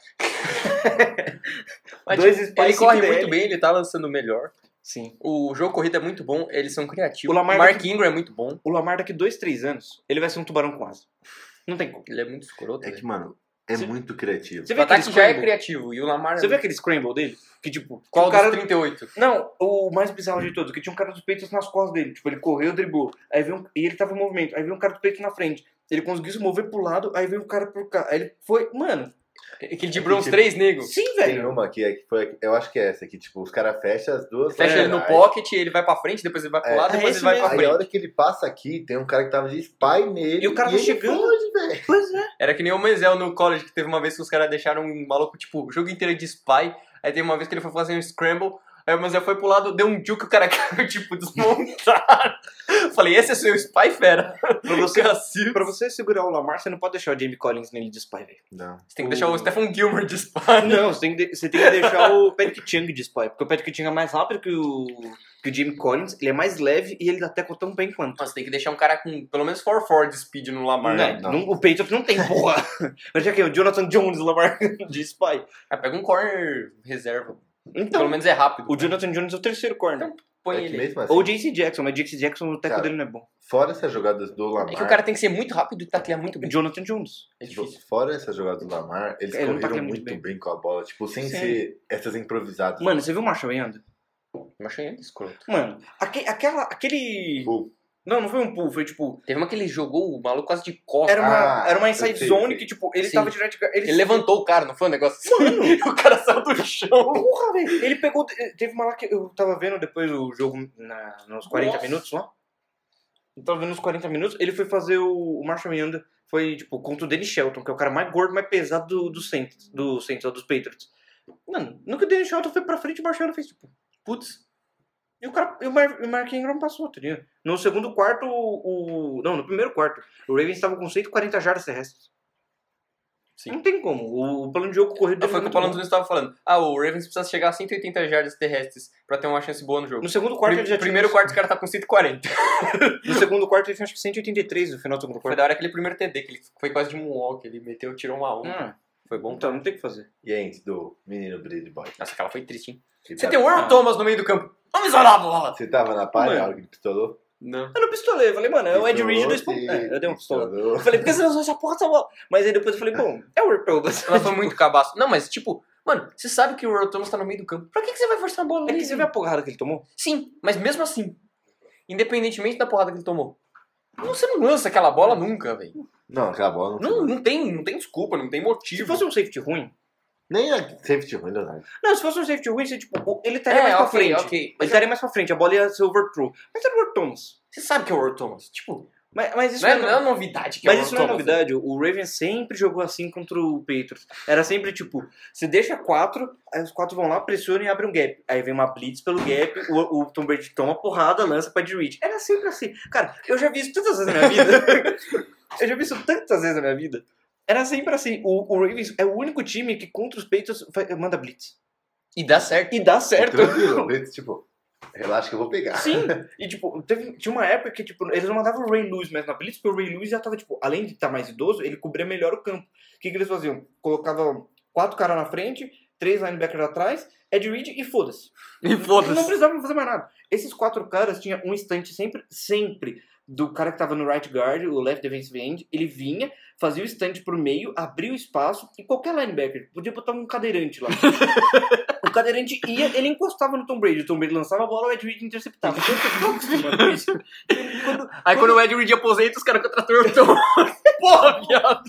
A: Mas,
B: Dois é.
A: tipo,
B: spies,
A: ele corre
B: cinco
A: muito
B: DL.
A: bem, ele tá lançando melhor.
B: Sim.
A: O jogo corrida é muito bom, eles são criativos.
B: O Lamar- tá-
A: Mark Ingram é muito bom.
B: O Lamar daqui dois, três anos, ele vai ser um tubarão com asa. Não tem como.
A: Ele é muito escroto.
C: É
A: velho.
C: que, mano, é
B: Você-
C: muito criativo.
B: Você
A: O
B: vê aquele
A: ataque já é
B: scramble?
A: criativo. E o Lamar
B: Você
A: é
B: vê aquele scramble dele? Que tipo,
A: qual
B: o cara...
A: dos
B: *laughs*
A: 38?
B: Não, o mais bizarro de tudo, que tinha um cara dos peitos nas costas dele. Tipo, ele correu, driblou. Aí veio um... E ele tava em movimento. Aí veio um cara do peito na frente. Ele conseguiu se mover pro lado, aí veio um cara pro cá. Aí ele foi... Mano,
A: É Que ele dibrou uns
C: Tipo,
A: três negros.
B: sim,
C: Tem
B: velho.
C: uma aqui, é que foi, eu acho que é essa, que tipo, os caras fecham as duas.
A: Fecha
C: é,
A: ele no
C: aí-
A: pocket, ele vai pra frente, depois ele vai pro
C: É.
A: lado,
B: É
A: depois ele
B: esse
A: vai pra
C: Aí a
A: frente.
C: hora que ele passa aqui, tem um cara que tava de spy nele.
B: E o cara tá
C: ele
B: chegando.
C: foge, velho.
B: Pois é.
A: Era que nem o Menzel no college, que teve uma vez que os caras deixaram um maluco, tipo, o jogo inteiro de spy. Aí teve uma vez que ele foi *laughs* fazer um scramble. Aí o Menzel foi pro lado, deu um juke, o cara caiu, tipo, desmontado. falei, esse é seu spy fera.
B: Pra você,
A: Cacilda.
B: pra você segurar o Lamar, você não pode deixar o Jamie Collins nele de spy, velho.
C: Não.
A: Você tem que deixar o Stephen Gilmore de spy.
B: Não, você tem, que, de- você tem que deixar o Patrick Chung de spy. Porque o Patrick Chung é mais rápido que o, que o Jamie Collins, ele é mais leve e ele dá tackle tão bem quanto.
A: Mas tem que deixar um cara com pelo menos 4-4 de speed no Lamar.
B: Não,
A: né?
B: não, o Patriots não tem, porra. Mas já que é o Jonathan Jones Lamar *laughs* de spy.
A: Ah, pega um corner reserva. Pelo
B: Então,
A: menos é rápido.
B: o Jonathan Jones é o terceiro corner.
A: Põe
C: É que
A: ele.
C: mesmo assim,
B: Ou o JC Jackson, mas JC Jackson, o tackle
C: Cara.
B: dele não é bom.
C: fora essas jogadas do Lamar.
A: É que o cara tem que ser muito rápido e taclear muito bem.
B: Jonathan Jones.
A: É
C: tipo,
A: difícil.
C: fora essas jogadas do Lamar, eles
B: É, Ele não
C: correram
B: tacleia
C: muito
B: muito
C: bem.
B: bem.
C: com a bola. Tipo, sem
B: Sim.
C: ser essas improvisadas.
B: Mano, você viu o Marshall Yanda?
A: Mas achei ele escroto.
B: Mano, aque- aquela, aquele...
C: Pull.
B: Não, não foi um pull, foi tipo...
A: Teve uma que ele jogou o maluco quase de costas.
B: Era uma,
C: Ah,
B: era uma
C: eu
B: inside
C: sei, eu
B: zone
C: sei.
B: que, tipo, ele
A: Sim.
B: tava direto... de ca- Ele,
A: Ele levantou o cara, não foi um negócio *laughs* assim? o cara saiu do chão.
B: Porra, velho. Ele pegou... eh, Teve uma lá que eu tava vendo depois o jogo na- nos 40
A: Nossa.
B: minutos lá. Eu tava vendo nos 40 minutos. Ele foi fazer o, o Marshall Yanda. Foi, tipo, contra o Dennis Shelton, que é o cara mais gordo, mais pesado do, do Saints, do Saints, ó, dos Patriots. Mano, no que o Dennis Shelton foi pra frente, o Marshall Yanda fez, tipo, putz. E o, cara, e o, Mar, e o Mark Ingram passou, tá ligado? No segundo quarto, o, o- Não, no primeiro quarto, o Ravens tava com 140 jardas terrestres.
A: Sim. Ah,
B: Não tem como. O, o plano de jogo corrido é
A: foi o que o Paulo Antunes estava falando. Ah, o Ravens precisa chegar a 180 jardas terrestres pra ter uma chance boa no jogo.
B: No segundo quarto, ele já tinha
A: primeiro quarto, o cara tá com 140.
B: No segundo quarto, ele fez acho que 183 no final do segundo
A: Foi
B: quarto.
A: da hora aquele primeiro TD, que ele foi quase de moonwalk. Ele meteu, tirou uma onda.
B: Ah,
A: Foi bom.
B: então, não tem o que fazer.
C: E antes do menino Brady Boy.
A: Nossa, aquela foi triste, hein?
C: Que
A: Você
C: tá-
B: um
A: tem o Earl Thomas no meio do campo. Vamos isolar a bola!
C: Você tava na palha,
B: Mano.
C: algo que pistolou?
A: Não.
B: Eu não pistolei, eu falei, mano, é o Ed Reed
C: Pistolou,
B: 2.0.
C: sim,
B: É, eu dei um pistola.
C: pistolou.
B: Eu falei, por que você não usou essa porra dessa bola? Mas aí depois eu falei, bom, é o Earl Thomas.
A: Ela foi muito cabaço. Não, mas tipo, mano, você sabe que o Earl Thomas tá no meio do campo. Pra que, que você vai forçar a bola?
B: É que
A: ali,
B: você
A: velho?
B: viu a porrada que ele tomou?
A: Sim, mas mesmo assim, independentemente da porrada que ele tomou, não, você não lança aquela bola nunca, velho.
C: Não, acabou. Não,
A: Não,
C: foi.
A: não, tem, não tem desculpa, não tem motivo.
B: Se fosse um safety ruim...
C: Nem a safety ruim,
B: *laughs*
C: Leonardo.
B: Não, se fosse um safety ruim, você, tipo, o- ele
A: é,
B: estaria mais pra
A: ok,
B: frente.
A: ok.
B: Ele
A: Mas
B: estaria mais pra frente, a bola ia ser overthrow. Mas era o Earl Thomas.
A: você sabe que é o Earl Thomas. Tipo,
B: Mas, mas isso
A: não é,
B: não
A: não é uma novidade que é o
B: Mas
A: Earl
B: isso não é
A: Thomas,
B: novidade, o Ravens sempre jogou assim contra o Patriots. Era sempre tipo, você deixa quatro, aí os quatro vão lá, pressionam e abrem um gap. Aí vem uma blitz pelo gap, o, o Tom Brady toma porrada, lança pra Reach. Era sempre assim. Cara, eu já vi isso tantas vezes na minha
A: *laughs*
B: vida. eu já vi isso tantas vezes na minha vida. Era sempre assim. O, o Ravens é o único time que contra os Patriots fa- manda blitz.
A: E dá certo.
B: E dá certo.
C: Tranquilo, Brady, tipo, relaxa que eu vou pegar.
B: Sim, *laughs* e tipo, teve, tinha uma época que tipo, eles não mandavam o Ray Lewis mais na blitz, porque o Ray Lewis já tava, tipo, além de estar mais idoso, ele cobria melhor o campo. O que, que eles faziam? Colocavam quatro caras na frente, três linebackers atrás, Ed Reed e foda-se.
A: E
B: Não
A: foda-se.
B: precisavam fazer mais nada. Esses quatro caras tinham um instante sempre, sempre, do cara que tava no right guard, o left defensive end, ele vinha, fazia o stand pro meio, abria o espaço, e qualquer linebacker, podia botar um cadeirante lá. o cadeirante ia, ele encostava no Tom Brady, o Tom Brady lançava a bola, o Ed Reed interceptava. Então, eu tô acostumado com isso.
A: Aí quando o Ed Reed aposenta, os caras contrataram o Earl Thomas. *laughs* Porra, viado.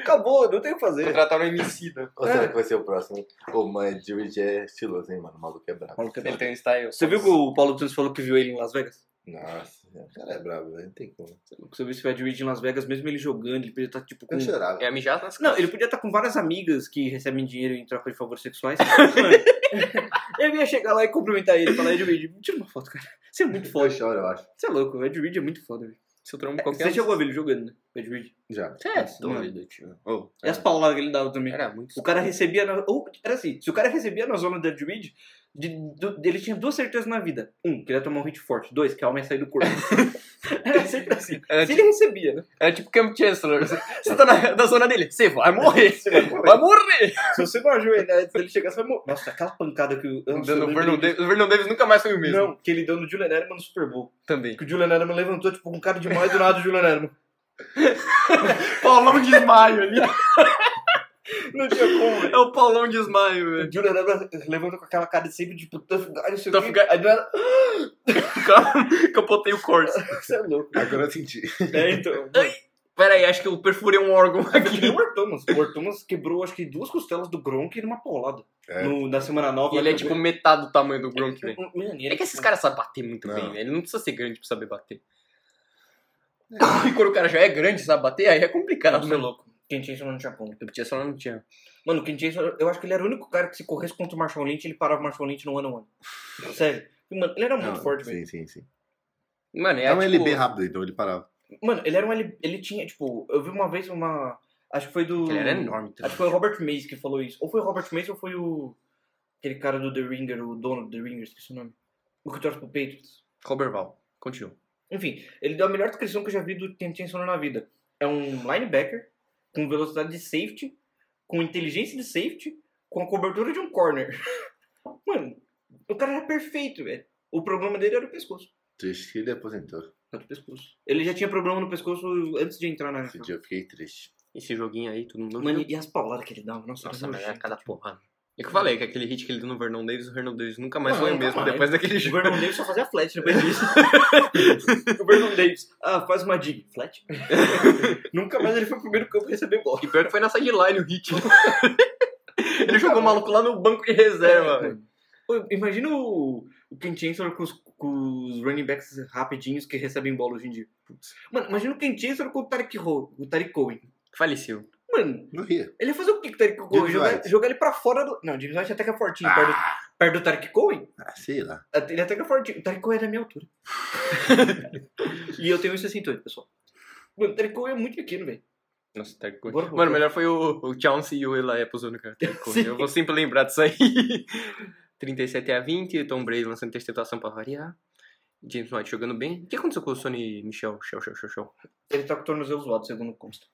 B: Acabou, não tem o que fazer.
A: Contrataram o MC, né?
C: Ou
B: É.
C: será que vai ser o próximo? Ô, mano, Ed Reed é estiloso, hein, mano? O maluco é brabo.
A: Ele tem um style.
B: Você viu que o Paulo Tunes falou que viu ele em Las Vegas?
C: Nossa, o cara é brabo, velho. Não tem como.
B: Você viu esse Ed Reed em Las Vegas, mesmo ele jogando, ele podia estar tipo com
C: Eu chorava.
A: É mijado nas
B: Não,
A: calças.
B: ele podia estar com várias amigas que recebem dinheiro em troca de favores *laughs* sexuais. Mano, eu ia chegar lá e cumprimentar ele e falar, Ed Reed, tira uma foto, cara. Você é muito
C: Eu
B: foda.
C: choro, eu acho.
B: Você é louco, o Ed Reed é muito foda. velho.
A: Seu trampo
B: É, Você
A: qualquer.
B: chegou a ver ele jogando, né? O Ed Reed.
C: Já.
A: Você é
B: Mano.
A: doido, tio.
B: E as pauladas que ele dava também.
A: Oh, é. Era muito.
B: O cara recebia. Na... Ou, era assim, se o cara recebia na zona do Ed Reed, de, do- ele tinha duas certezas na vida. Um, que ele ia tomar um hit forte. Dois, que a alma ia sair do *laughs* corpo. era sempre assim.
A: Era
B: Se ele recebia, né?
A: É tipo Camp Chancellor. Você *laughs* você tá na, na zona dele, *laughs* você vai morrer. Vai morrer!
B: Se você não ajoelhar antes dele chegar, você vai morrer. Nossa, aquela pancada que o. eu não sei, eu
A: Dando o,
B: lembro
A: Vernon
B: dele-
A: Davis, o Vernon Davis nunca mais foi o mesmo.
B: Não, que ele deu no Julian Edelman no Super Bowl.
A: Também.
B: Que o Julian Edelman levantou, tipo, com um cara de mal e do nada o Julian Edelman.
A: *laughs* Paulão de esmaio ali.
B: Não tinha como, velho.
A: É o Paulão de esmaio, velho.
B: O Julian Edelman levantou com aquela cara de sempre, tipo, tough guy, não sei o
A: Tough
B: quê.
A: guy.
B: Aí do nada,
A: Cara, *laughs* Capotei o corte.
B: Você é
A: *laughs*
B: louco.
C: Agora eu senti.
B: É, então.
A: Pera aí, acho que eu perfurei um órgão
B: E
A: aqui.
B: o Ortomas. O Ortomas quebrou, acho que duas costelas do Gronk numa paulada.
C: É.
B: No- na semana
A: *laughs*
B: nova. né,
A: E ele é tipo metade do tamanho do Gronk, velho.
B: Mano, um, ele tipo
A: É que esses caras sabem bater muito
C: Não.
A: bem, velho. Ele não precisa ser grande pra saber bater. *laughs* E quando o cara já é grande e sabe bater, aí é complicado,
B: Nossa, é
A: meu louco.
B: louco. Ken Chancellor não tinha como.
A: Eu um tinha só não tinha.
B: Mano, o Ken Chancellor, eu acho que ele era o único cara que se corresse contra
A: *laughs*
B: o
A: Ah,
B: Marshall Lynch, ele parava o Marshall Lynch no one on one. Sério. E, Mano, ele era muito
C: Não,
B: forte, velho.
C: Sim, sim, sim.
A: Mano, é,
C: É um
A: tipo,
C: LB rápido, então ele parava.
B: Mano, ele era um L... Ele tinha, tipo, eu vi uma vez uma. Acho que foi do.
A: Ele era enorme.
B: Acho que foi o Robert Mays que falou isso. Ou foi o Robert Mays ou foi o. Aquele cara do The Ringer, o dono do The Ringer, esqueci o nome. O que torce pro Patriots.
A: Coberval. Continua.
B: Enfim, ele deu a melhor descrição que eu já vi do Tim Tensor na vida. É um linebacker com velocidade de safety, com inteligência de safety, com a cobertura de um corner. *laughs* Mano, o cara era perfeito, velho. O problema dele era o pescoço.
C: Triste que ele aposentou.
B: Era o pescoço. Ele já tinha problema no pescoço antes de entrar na
C: Esse dia eu fiquei triste.
A: Esse joguinho aí, todo mundo.
B: Mano, e as pauladas que ele dava? Nossa,
A: Nossa,
B: era
A: mas é
B: nojento.
A: cada porrada. É que eu falei que aquele hit que ele deu no Vernon Davis, o Vernon Davis nunca mais
B: Não,
A: foi o
B: nunca
A: mesmo
B: mais.
A: depois daquele
B: O *laughs*
A: jogo.
B: Vernon Davis só fazia flat *laughs* depois disso. o Vernon Davis, ah, faz uma dig. Flat? *laughs* Nunca mais ele foi o primeiro campo a receber bola.
A: E pior que foi na sideline o hit. ele jogou o maluco lá no banco de reserva. velho.
B: É, Pô, Imagina o, o Ken Chancellor com os, com os running backs rapidinhos que recebem bola hoje em dia. Mano, imagina o Ken Chancellor com o Tarek, Ho, o Tarek Cohen.
A: Faleceu.
B: Mano,
C: Não ria.
B: ele ia fazer o que com o Tarek Cohen?
C: James
B: Jogar,
C: White.
B: jogar ele pra fora do... Não, o James White até que é fortinho. Perto, do- perto do Tarek Cohen,
C: Ah, sei lá.
B: ele até que é fortinho. O Tarek Cohen é da minha *laughs* altura. e eu tenho 1,68, pessoal. Mano, o Tarek Cohen é muito pequeno, velho.
A: Nossa, Terry Cole.
B: Bora,
A: Mano,
B: bora.
A: melhor foi o, o Chauncey e o Eli Apple no é cara.
E: *laughs*
A: Terry Cole.
B: Sim.
A: Eu vou sempre lembrar disso aí. *laughs* 37 a 20, Tom Brady lançando interceptação pra variar. James White jogando bem. O que aconteceu com o Sony Michel? Show, show, show, show.
B: Ele tá com o tornozelo zoado, segundo consta.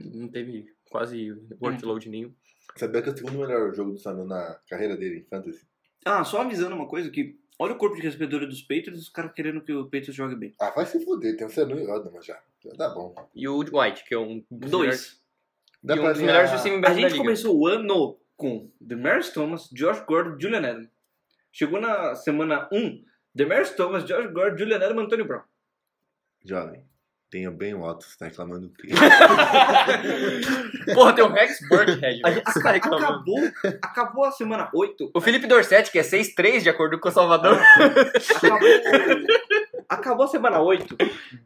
A: Não teve quase workload
E: Hum.
A: nenhum.
C: Sabia que é o segundo melhor jogo do Sanu na carreira dele em Fantasy?
B: Ah, só avisando uma coisa que... Olha o corpo de recebedora dos Patriots e os caras querendo que o Patriots jogue bem.
C: Ah, vai se fuder, tem o Sanu e o Adama já. Já tá bom.
A: E o White, que é um dos melhores-
B: Dois.
C: Dá
A: e um
C: pra
A: dos
C: ver
A: melhores
C: a-
A: receiving
B: A
A: backs da
B: gente
A: liga.
B: começou o ano com Demaris Thomas, Josh Gordon, Julian Edelman. Chegou na semana 1, Demaris Thomas, Josh Gordon, Julian Edelman, Antônio Brown.
C: Jovem, tenho bem o Otto, você tá
A: *laughs*
C: reclamando o quê?
A: Porra, tem
E: *laughs*
A: o Rex Burkhead.
B: A
A: velho.
B: gente- *laughs*
A: Você tá reclamando.
B: acabou, acabou a semana 8.
A: O Felipe Dorset, que é 6-3, de acordo com o Salvador.
B: Acabou, acabou a semana 8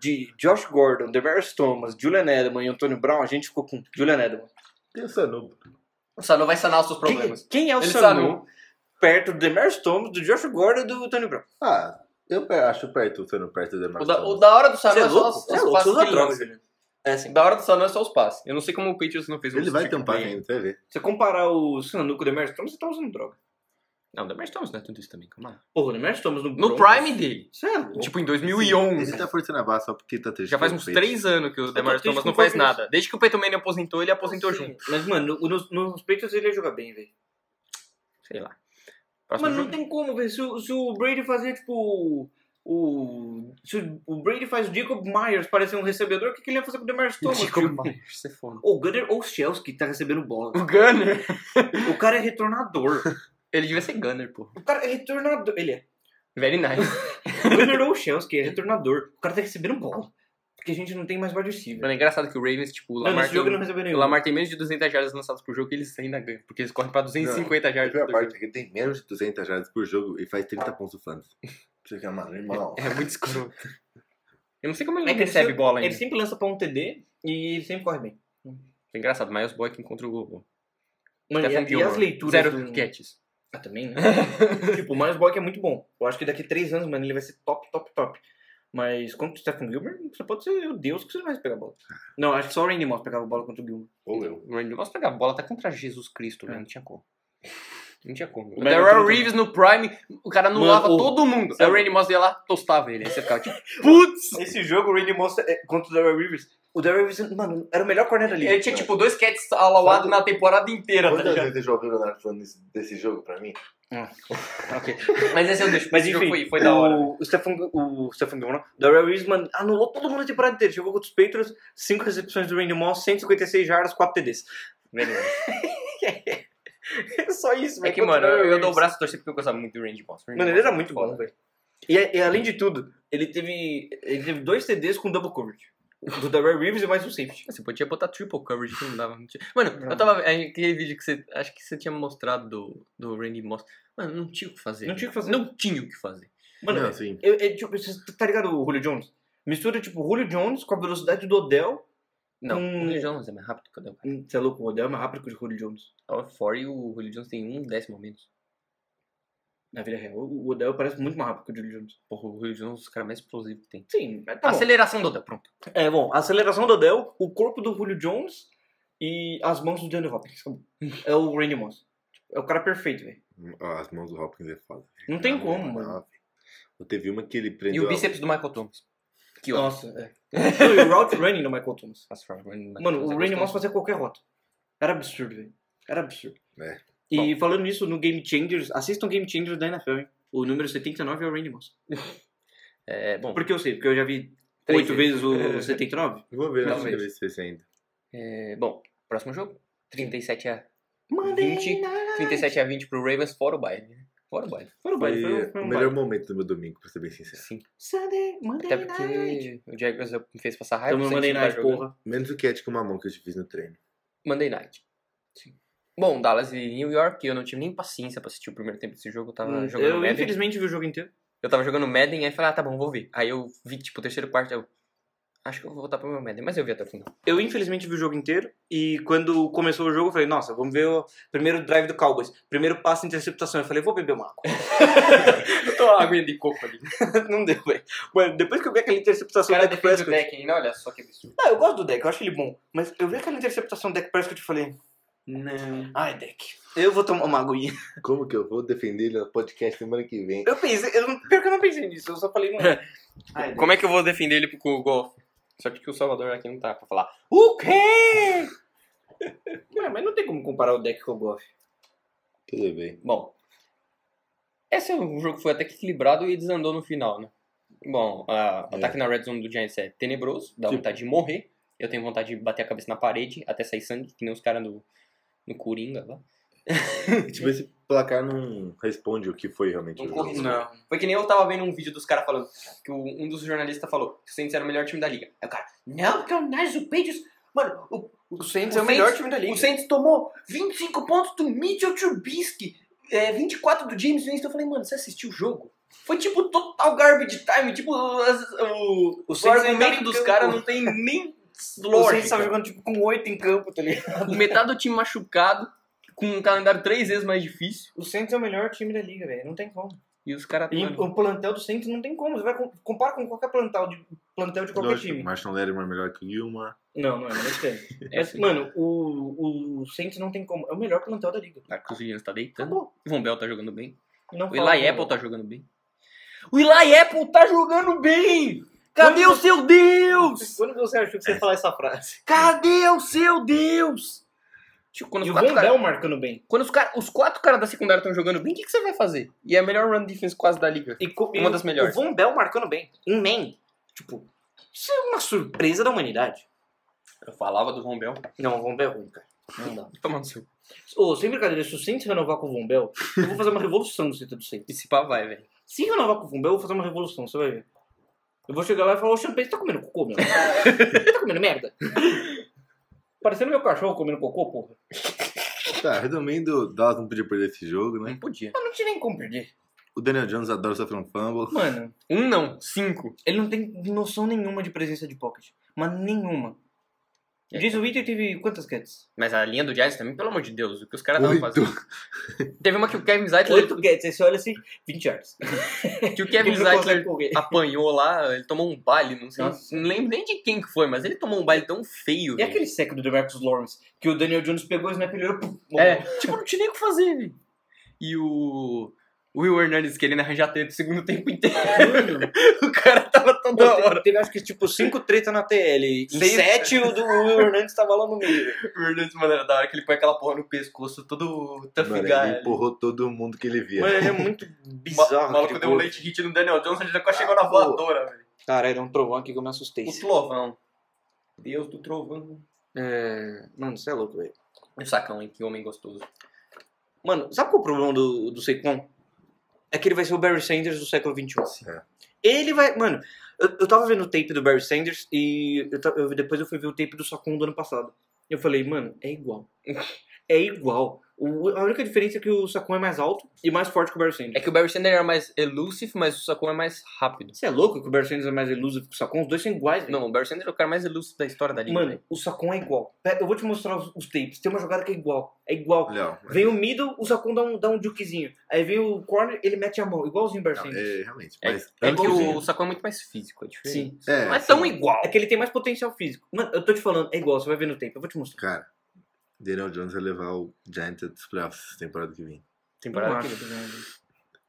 B: de Josh Gordon, Demaris Thomas, Julian Edelman e Antônio Brown. A gente ficou com Julian Edelman.
C: tem o Sanu.
E: O Sanu vai sanar os seus
B: Quem,
E: problemas.
B: quem é o
E: Ele
B: Sanu perto do Demaris Thomas, do Josh Gordon e do Antônio Brown?
C: Ah, eu pe- acho perto o Sanu, perto do Demar.
E: O da, o da hora do Sanu
B: Você
E: é,
B: é
E: só
B: louco?
E: os,
B: Você é
E: os
B: louco? Você
E: passes
B: usa
E: que ele
B: droga,
E: lança. É assim, da hora do Sanu é só os passes.
A: Eu não sei como o Patriots não fez um
C: Ele vai ter um
A: sack
C: passe
A: play.
C: ainda, você vai ver.
B: Você comparar o Sanu com o Demaris Thomas, você tá usando droga.
A: Não, o Demar Thomas não é tudo isso também, calma lá.
B: Porra, o Demaryius Thomas no
A: No
B: Broncos?
A: prime dele,
B: Isso é louco.
A: tipo em
C: Ele
A: 2011.
C: tá forçando a barra só porque tá triste.
A: Já faz uns
C: Perfeito.
A: 3 anos que o Demar
B: triste
A: Thomas
B: com
A: não faz
B: o Patriots.
A: nada. Desde que o Peyton Manning aposentou, ele aposentou
B: Sim.
A: junto.
B: Mas, mano, no- nos, nos Patriots ele ia jogar bem, velho.
A: Sei lá. Próximo
B: Mano, não
A: jogo.
B: tem como, velho. Se, o- se o Brady fazer, tipo. O. Se o- o Brady faz o Jacob Myers parecer um recebedor, o que, que ele ia fazer com o Demar Thomas? tio?
A: Você é foda.
B: Ou o Gunner ou o Chelsky tá recebendo bola.
A: O Gunner.
B: O cara é retornador.
A: Ele devia ser Gunner, pô.
B: O cara é retornador. Ele é.
A: Very nice.
B: O Gunner ou o Chelsky é retornador. O cara tá recebendo bola. Porque a gente não tem mais wide receiver.
A: Mano, é engraçado que o Ravens, tipo, o
B: Não,
A: Lamar,
B: nesse jogo ele não
A: tem,
B: recebeu
A: o
B: nenhum.
A: Lamar tem menos de 200 jardas lançadas por jogo e eles ainda ganham. Porque eles correm pra 250
C: A
A: jardas.
C: pior
A: por jogo.
C: parte é que ele tem menos de 200 jardas por jogo e faz 30
A: *laughs*
C: pontos do fantasy. Você fica, mano, irmão.
A: É muito escroto. Eu não sei como ele
B: É
A: não
B: que ele
A: recebe
B: sempre-
A: bola ainda.
B: Ele sempre lança pra um TD e ele sempre corre bem.
A: É engraçado, Miles Boykin contra o
B: Mano, e, a-
A: Stephen
B: e
A: Gilmore.
B: as leituras.
A: Zero
B: do-
A: catches.
B: Ah, também,
A: *laughs*
B: né? tipo, o Miles Boyk é muito bom. Eu acho que daqui a três anos, mano, ele vai ser top, top, top. Mas contra o Stephen Gilmer, você pode ser o deus que você não vai pegar bola.
A: Ah.
B: Não, acho que só o Randy Moss pegava bola contra o Gilmer.
C: Ou eu.
A: O Randy Moss pega a bola, tá contra Jesus
B: É.
A: Cristo, velho. Não tinha como. Não tinha como. O
B: Mas
A: Darrell
B: eu tô-
A: Reeves no Prime, o cara anulava
B: Mano, o-
A: todo mundo. Aí
B: Sabe-
A: o Randy Moss ia lá, tostava ele. Aí você ficava tipo, putz!
B: Esse jogo, o Randy Moss é, contra o Darrell Rivers. O Darrell Rivers, mano, era o melhor corner ali.
E: Ele tinha tipo dois cats alauados na temporada inteira, tá
C: Quantas
E: ligado?
C: vezes eu já ouvi o Leonardo falando isso- desse jogo pra mim?
E: Mas
A: é
E: esse eu deixo,
B: Mas
E: esse jogo
B: enfim,
E: foi, foi da hora.
B: o, o Stephen, o Stephen Gilmer, não. o Darrell Rivers, mano, anulou todo mundo na temporada inteira. Jogou contra os Patriots, 5 recepções do Randy Moss, 156 jardas, 4 TDs. *laughs* é só isso,
E: É
B: velho.
E: que,
B: Contra o
E: mano, eu,
B: Darrell
E: eu
B: Reeves.
E: dou o braço a torcer porque eu gostava muito do Randy Moss. Randy
B: Mano, ele
E: Moss
B: era
E: é
B: muito
E: foda.
B: bom, velho. E, e além de tudo, ele teve, ele teve dois TDs com double coverage. Do Darrell Reeves e mais um safety.
A: Você podia botar triple coverage que não dava. não tinha- Mano, eu tava. aí, Aquele vídeo que você. Acho que você tinha mostrado do, do Randy Moss. Mano, não tinha o que fazer.
B: Não tinha o que fazer.
A: Não tinha o que fazer.
B: Mano,
C: não, sim.
B: eu- eu, tipo, você tá ligado o Julio Jones? Mistura, tipo, o Julio Jones com a velocidade do Odell.
A: Não,
B: Hum.
A: o Julio Jones é mais rápido que o Del.
B: Hum, Você é louco, o Odell é mais rápido que o Julio Jones.
A: Power 4 e o Julio Jones tem um décimo a menos.
B: Na vida real, o Odell parece muito mais rápido que o Julio Jones.
F: Porra, o Rio
A: é um
F: Jones, os caras mais explosivos que tem.
B: Sim, mas tá bom.
F: Aceleração do Odell, pronto.
B: É, bom, a aceleração do Odell, o corpo do Julio Jones e as mãos do Daniel Hopkins. acabou. É o Randy Moss. É o cara perfeito, velho.
C: Ó, As mãos do Hopkins é foda.
B: Não tem
C: Ah,
B: como,
C: não,
B: mano.
C: não. Eu teve uma que ele
A: E
C: prendeu.
A: o
C: a-
A: bíceps do Michael Thomas. Que ó.
B: Nossa, é. Não, e o route running do Michael Thomas.
A: Nossa, Frank,
B: Mano, o Randy
A: gostoso.
B: Moss fazia qualquer rota. Era absurdo, velho. Era absurdo.
C: É.
B: E falando nisso, no Game Changers, assistam Game Changers da NFL, hein? O número 79 é o Randy Moss.
A: É, bom.
B: Por que eu sei? Porque eu já vi
A: Três
B: oito vezes o 79.
C: Eu Vou ver,
A: Não,
C: acho que
A: mas-
C: ver se esse ainda.
A: É, bom, próximo jogo. 37 a
B: Monday
A: 20, 37 a 20 pro Ravens, fora o Bayern. né? Fora o Bayern.
B: Foi no
C: Foi
B: baile, foi, foi
C: o
B: um
C: melhor
B: baile.
C: momento do meu domingo, pra ser bem sincero.
A: Sim.
B: Sunday, Monday
A: Até porque o Jaguars me fez passar raiva.
B: Também
A: sem
B: mandei
A: time tá
B: na
A: jogando.
B: porra.
C: Menos o catch com uma mão que eu te fiz no treino.
A: Monday Night. Bom, Dallas e New York, eu não tive nem paciência pra assistir o primeiro tempo desse jogo. Eu tava
B: Hum,
A: jogando
B: eu
A: Madden.
B: infelizmente vi o jogo inteiro.
A: Eu tava jogando Madden, aí falei, ah, tá bom, vou ver. Aí eu vi, tipo, o terceiro quarto, eu... Acho que eu vou voltar pro meu Madden, mas eu vi até o final.
B: Eu infelizmente vi o jogo inteiro. E quando começou o jogo, eu falei, nossa, vamos ver o primeiro drive do Cowboys. Primeiro passo, interceptação. Eu falei, vou beber uma água. *laughs*
A: Eu tô água de coco ali.
B: Não deu, velho. Mano, depois que eu vi aquela interceptação do Dak Prescott...
A: hein? Olha só que absurdo.
B: Ah, eu gosto do Dak, eu acho ele bom. Mas eu vi aquela interceptação do Dak Prescott e falei,
F: Não.
B: ai, Dak, eu vou tomar uma aguinha. *laughs*
C: Como que eu vou defender ele no podcast semana que vem?
B: Eu pensei, eu não, pior que eu não pensei nisso, eu só falei, mano... ai, Dak.
A: Como é que eu vou defender ele com o golfe? Só que o Salvador aqui não tá pra falar. O quê?
B: Ué, mas não tem como comparar o Dak com o Goff.
C: Tudo bem.
A: Bom, esse é um jogo que foi até que equilibrado e desandou no final, né? Bom, a-
C: É.
A: ataque na Red Zone do Giants é tenebroso, dá
C: Tipo-
A: vontade de morrer. Eu tenho vontade de bater a cabeça na parede até sair sangue, que nem os caras no, no Coringa lá.
C: Tipo, esse placar não responde o que foi realmente
A: Não
C: o jogo.
A: corresponde. Foi que nem eu tava vendo um vídeo dos caras falando que o- um dos jornalistas falou que o Saints era o melhor time da liga. Aí o cara, não, porque o Nice, o Patriots... Mano, o,
B: O Saints
A: O
B: é o melhor
A: Saints-
B: time da liga.
A: o Saints tomou 25 pontos do Mitchell Trubisky, é, 24 do James Winston. Eu falei, mano, você assistiu o jogo? Foi tipo total garbage time, tipo, as- o, é
B: O
A: o
B: Saints
A: argumento dos caras não tem nem
B: O Saints
A: lógica.
B: tava jogando tipo com oito em campo, tá ligado?
A: Metade do time machucado, com um calendário três vezes mais difícil,
B: O Saints é o melhor time da liga, velho. Não tem como.
A: e os caras... tá,
B: E o plantel do Saints não tem como. Você vai com- compara com qualquer plantel de, plantel de qualquer
C: Lógico,
B: time.
C: Marshall Lattimore é melhor que o Gilmar.
B: Não, não *laughs* é, não tem.
A: É assim.
B: Mano, o, o Saints não tem como. É o melhor plantel da liga.
A: Cara, que o Giants tá deitando.
B: Acabou.
A: O Von Bell tá jogando bem.
B: Não
A: O
B: fala
A: Eli
B: nada.
A: Apple tá jogando bem. O Eli Apple tá jogando bem! Cadê o seu Deus?
B: Quando você achou que você ia falar essa frase?
A: *laughs* Cadê o seu Deus? Tipo, quando os
B: E o
A: quatro
B: Von
A: cara-
B: Bell marcando bem.
A: quando os, cara- os quatro caras da secundária estão jogando bem, o que, que você vai fazer? E é a melhor run defense quase da liga.
B: E co- e
A: Uma
B: o-
A: das melhores.
B: O Von Bell marcando bem. Um man. Tipo, isso é uma surpresa da humanidade.
A: Eu falava do Rombel.
B: Não, o Von Bell é ruim, cara. Não dá.
A: Toma no seu.
B: Ô, sem brincadeira, se o Saints renovar com o Von Bell, eu vou fazer uma revolução no setor do Saints.
A: E se pá vai, velho.
B: Se renovar com o Von Bell, eu vou fazer uma revolução, você vai ver. Eu vou chegar lá e falar, ô Champagne, você tá comendo cocô, meu? Você tá comendo merda? Parecendo meu cachorro comendo cocô, porra.
C: Tá, resumindo, Dallas não podia perder esse jogo, né?
A: Não podia.
B: Eu não tinha nem como perder.
C: O Daniel Jones adora sofrer um fumble.
B: Mano,
A: Um não, cinco.
B: ele não tem noção nenhuma de presença de pocket. Mas nenhuma. O Jason Witten teve quantas catches?
A: É. Mas a linha do Giants também, pelo amor de Deus, o que os caras estavam
C: Oito.
A: fazendo. Teve uma que o Kevin Zeitler,
B: Oito catches, aí você olha assim, 20 yards.
A: que o Kevin
B: Ele não consegue
A: Zeitler
B: correr.
A: apanhou lá, ele tomou um baile, não sei,
B: Nossa.
A: não lembro nem de quem que foi, mas ele tomou um baile tão feio,
B: E
A: velho.
B: aquele sec do Demarcus Lawrence, que o Daniel Jones pegou o snap e ele olhou, pum,
A: É, tipo, não tinha nem o que fazer, velho. E o. O Will Hernandez querendo arranjar treta o segundo tempo inteiro. *laughs* o cara tá- tava
B: *laughs* Pô,
A: toda
B: teve-
A: hora.
B: Teve acho que tipo 5 treta na TL. Em
A: Seis-
B: 7 o do Will Hernandes tava lá no meio.
A: O Hernandez, mano, era da hora que ele põe aquela porra no pescoço, todo tough
C: Mano,
A: guy.
C: ele
A: ali.
C: empurrou todo mundo que ele via.
B: Mano, ele é muito
A: Ma-
B: bizarro.
A: O maluco
B: aquele
A: deu um
B: gol.
A: late hit no Daniel Johnson, ele já quase chegou na voadora, velho.
B: Caralho, deu um trovão aqui que eu me assustei.
A: O trovão. Deus do trovão.
B: É... Mano, você é louco, velho.
A: O sacão, hein? Que homem gostoso.
B: Mano, sabe qual é o problema do, do Saquon? É que ele vai ser o Barry Sanders do século XXI.
C: É.
B: Ele vai. Mano, eu, eu tava vendo o tape do Barry Sanders e eu ta- eu- depois eu fui ver o tape do Saquon do ano passado. Eu falei, mano, *laughs* é igual. É igual. O- a única diferença é que o Sacon é mais alto e mais forte que o Barry Sanders.
A: É que o Barry Sanders era mais elusive, mas o Sacon é mais rápido.
B: Você é louco que o Barry Sanders é mais elusivo que o Sacon? Os dois são iguais, né? velho.
A: Não, o Barry Sanders é o cara mais elusive da história da liga. né?
B: Mano, o Sacon é igual. Pe- Eu vou te mostrar os, os tapes. Tem uma jogada que é igual. É igual.
C: Não, mas-
B: Vem o middle, o Sacon dá um, dá um jukezinho. Aí vem o corner, ele mete a mão. Igualzinho o Barry
C: não,
B: Sanders.
C: é, realmente.
A: É,
C: Mas
A: é
C: ano
A: que
C: vem-
A: o Sacon é muito mais físico, é diferente.
B: Sim.
C: É,
A: Não é tão
C: sim.
A: igual.
B: É que ele tem mais potencial físico. Mano, eu tô te falando, é igual. Você vai ver no tape. Eu vou te mostrar.
C: Cara, Daniel Jones vai levar o Giants dos playoffs temporada que vem.
B: Não
A: Temporada que
B: acho, né?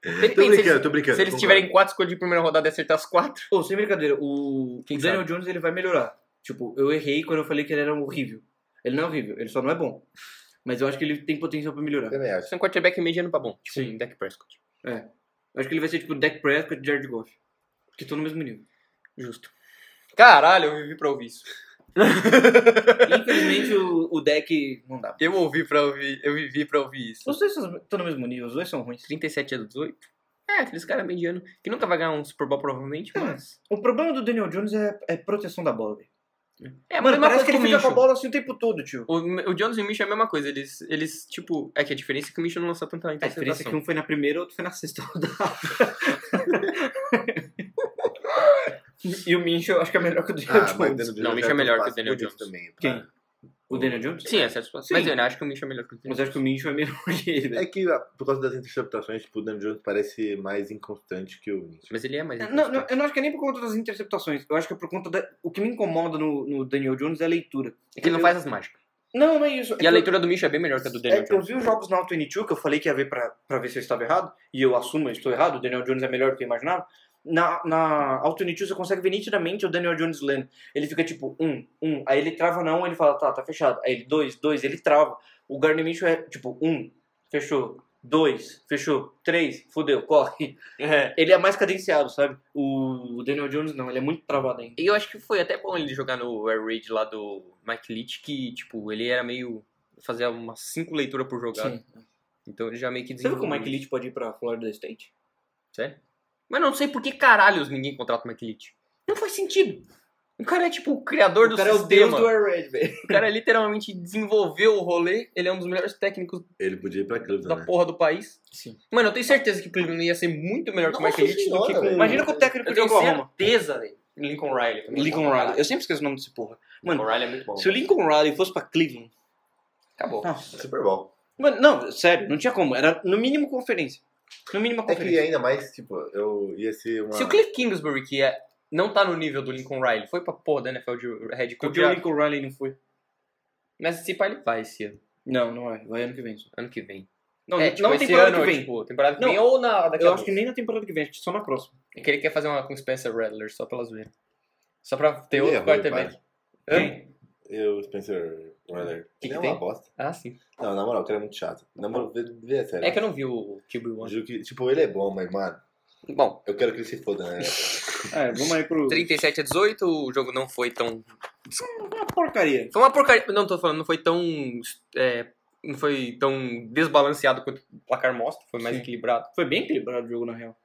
A: Depende,
C: tô
A: se
C: brincando,
A: eles-
C: tô brincando.
A: Se eles
C: concordo.
A: tiverem quatro escolhas de primeira rodada e acertar as quatro.
B: Ô, sem brincadeira, o,
A: Quem
B: o Daniel Jones ele vai melhorar. Tipo, eu errei quando eu falei que ele era horrível. Ele não é horrível, ele só não é bom. Mas eu acho que ele tem potencial pra melhorar.
C: Também acho.
A: Você é um quarterback mediano pra bom. Tipo,
B: Sim.
A: um Dak Prescott.
B: Eu acho que ele vai ser tipo Dak Prescott e Jared Goff. Porque estão no mesmo nível.
A: Justo. Caralho, eu vivi pra ouvir isso.
B: Infelizmente o, o Dak não dá.
A: Eu ouvi pra ouvir, eu vivi pra ouvir isso.
B: Os dois estão no mesmo nível, os dois são ruins.
A: 37 a 18? É, aqueles caras mediano. Que nunca vai ganhar um Super Bowl, provavelmente,
B: É.
A: mas.
B: O problema do Daniel Jones é, é proteção da bola, velho.
A: É, mas
B: Mano,
A: é uma
B: parece que ele
A: coisa
B: fica com a
A: o
B: bola assim o tempo todo, tio.
A: Minshew. O, o Jones e o Michel é a mesma coisa. Eles, eles, tipo. É que a diferença é que o Michel não lançou tanta
B: A diferença é que
A: interceptação.
B: um foi na primeira, outro foi na sexta rodada. *laughs* e o Minch eu acho que é melhor que o Daniel
C: Ah, mas
B: Jones.
C: Daniel Jones
A: Não, o Mitch é
C: vai
A: melhor
C: ter
A: que o
C: um passe
A: Daniel
C: bonito
A: Jones.
C: Também,
B: Quem?
C: para.
B: O Daniel Jones?
A: Sim, é certo.
B: um Sim.
A: Mas eu ainda acho que o Michel é melhor que o
B: Mas eu acho que o Minch é melhor que ele.
C: É
B: velho.
C: que ah, por causa das interceptações, tipo, o Daniel Jones parece mais inconstante que o Mitch.
A: Mas ele é mais.
B: Não, não, eu não acho que é nem por conta das interceptações. Eu acho que é por conta da... O que me incomoda no, no Daniel Jones é a leitura.
A: É que ele não faz as mágicas.
B: Não, não é isso.
A: E
B: É
A: a
B: que eu-
A: leitura do Michel é bem melhor que a do
B: É
A: Daniel
B: que eu
A: Jones.
B: vi os jogos na All-22 que eu falei que ia ver pra, pra ver se eu estava errado, e eu assumo, eu estou errado, o Daniel Jones é melhor do que eu imaginava. Na, na All-22 você consegue ver nitidamente o Daniel Jones lendo. Ele fica tipo, um, um, aí ele trava na um, ele fala, tá, tá fechado. Aí ele, dois, dois, ele trava. O Gardner Minshew é tipo, um, fechou, dois, fechou, três, fudeu, corre.
A: *laughs*
B: Ele é mais cadenciado, sabe? O Daniel Jones não, ele é muito travado ainda.
A: E eu acho que foi até bom ele jogar no Air Raid lá do Mike Leach, que, tipo, ele era meio. fazia umas cinco leituras por jogada.
B: Sim.
A: Então ele já meio que
B: Você viu que o Mike
A: isso.
B: Leach pode ir pra Florida State?
A: Sério? Mas não sei por que caralhos ninguém contrata o Mike Leach. Não faz sentido. O cara é tipo o criador do
B: O cara é o
A: sistema.
B: deus do Air Raid, velho.
A: O cara literalmente desenvolveu o rolê. Ele é um dos melhores técnicos
C: Ele podia ir pra Cleveland,
A: da
B: É.
C: né?
A: porra do país.
B: Sim.
A: Mano, eu tenho certeza que o Cleveland ia ser muito melhor que o
C: Nossa
A: Mike Leach do
C: senhora,
A: que com...
C: velho.
B: Imagina que o técnico
A: Eu
B: de
A: tenho
B: Oklahoma.
A: certeza, velho. Lincoln Riley também.
B: Lincoln Riley. Eu sempre esqueço o nome desse porra. Mano,
A: Lincoln Riley é muito bom.
B: se o Lincoln Riley fosse pra Cleveland.
A: Acabou.
C: Super Bowl.
B: Mano, não, sério, não tinha como. Era no mínimo conferência. No mínimo
C: É que
B: conferência.
C: ainda mais, tipo, eu ia ser uma...
A: Se o Cliff Kingsbury, que é... não tá no nível do Lincoln Riley, foi pra porra da NFL de head coach.
B: Porque o Lincoln Riley não foi.
A: Mas esse pai ele vai esse ano,
B: Não, não é. Vai ano que vem. só.
A: ano que vem.
B: Não,
A: é,
B: não
A: tipo,
B: na
A: esse
B: temporada
A: ano,
B: que vem.
A: tipo, temporada que
B: Não,
A: vem ou na daqui a
B: Eu acho
A: duas.
B: que nem na temporada que vem, acho que só na próxima.
A: É que ele quer fazer uma com o Spencer Rattler, só pela zoeira. Só pra ter
C: Ele
B: é
A: outro
C: errou,
A: quarterback.
B: Quem?
C: Eu, Spencer Rattler.
A: Que que
C: Ele é
A: tem?
C: uma bosta.
A: Ah, sim.
C: Não, na moral, o cara é muito chato. Na moral, vê, vê a sério.
A: É que eu não vi o QB1.
C: Juro que, tipo, ele é bom, mas, mano,
A: Bom,
C: eu quero que ele se foda, né?
B: É, vamos aí pro.
A: 37 a 18, o jogo não foi tão...
B: é Uma porcaria.
A: Foi uma porcaria... Não, tô falando, não foi tão... é, não foi tão desbalanceado quanto o placar mostra, foi mais
B: Sim.
A: equilibrado.
B: Foi bem equilibrado o jogo, na real.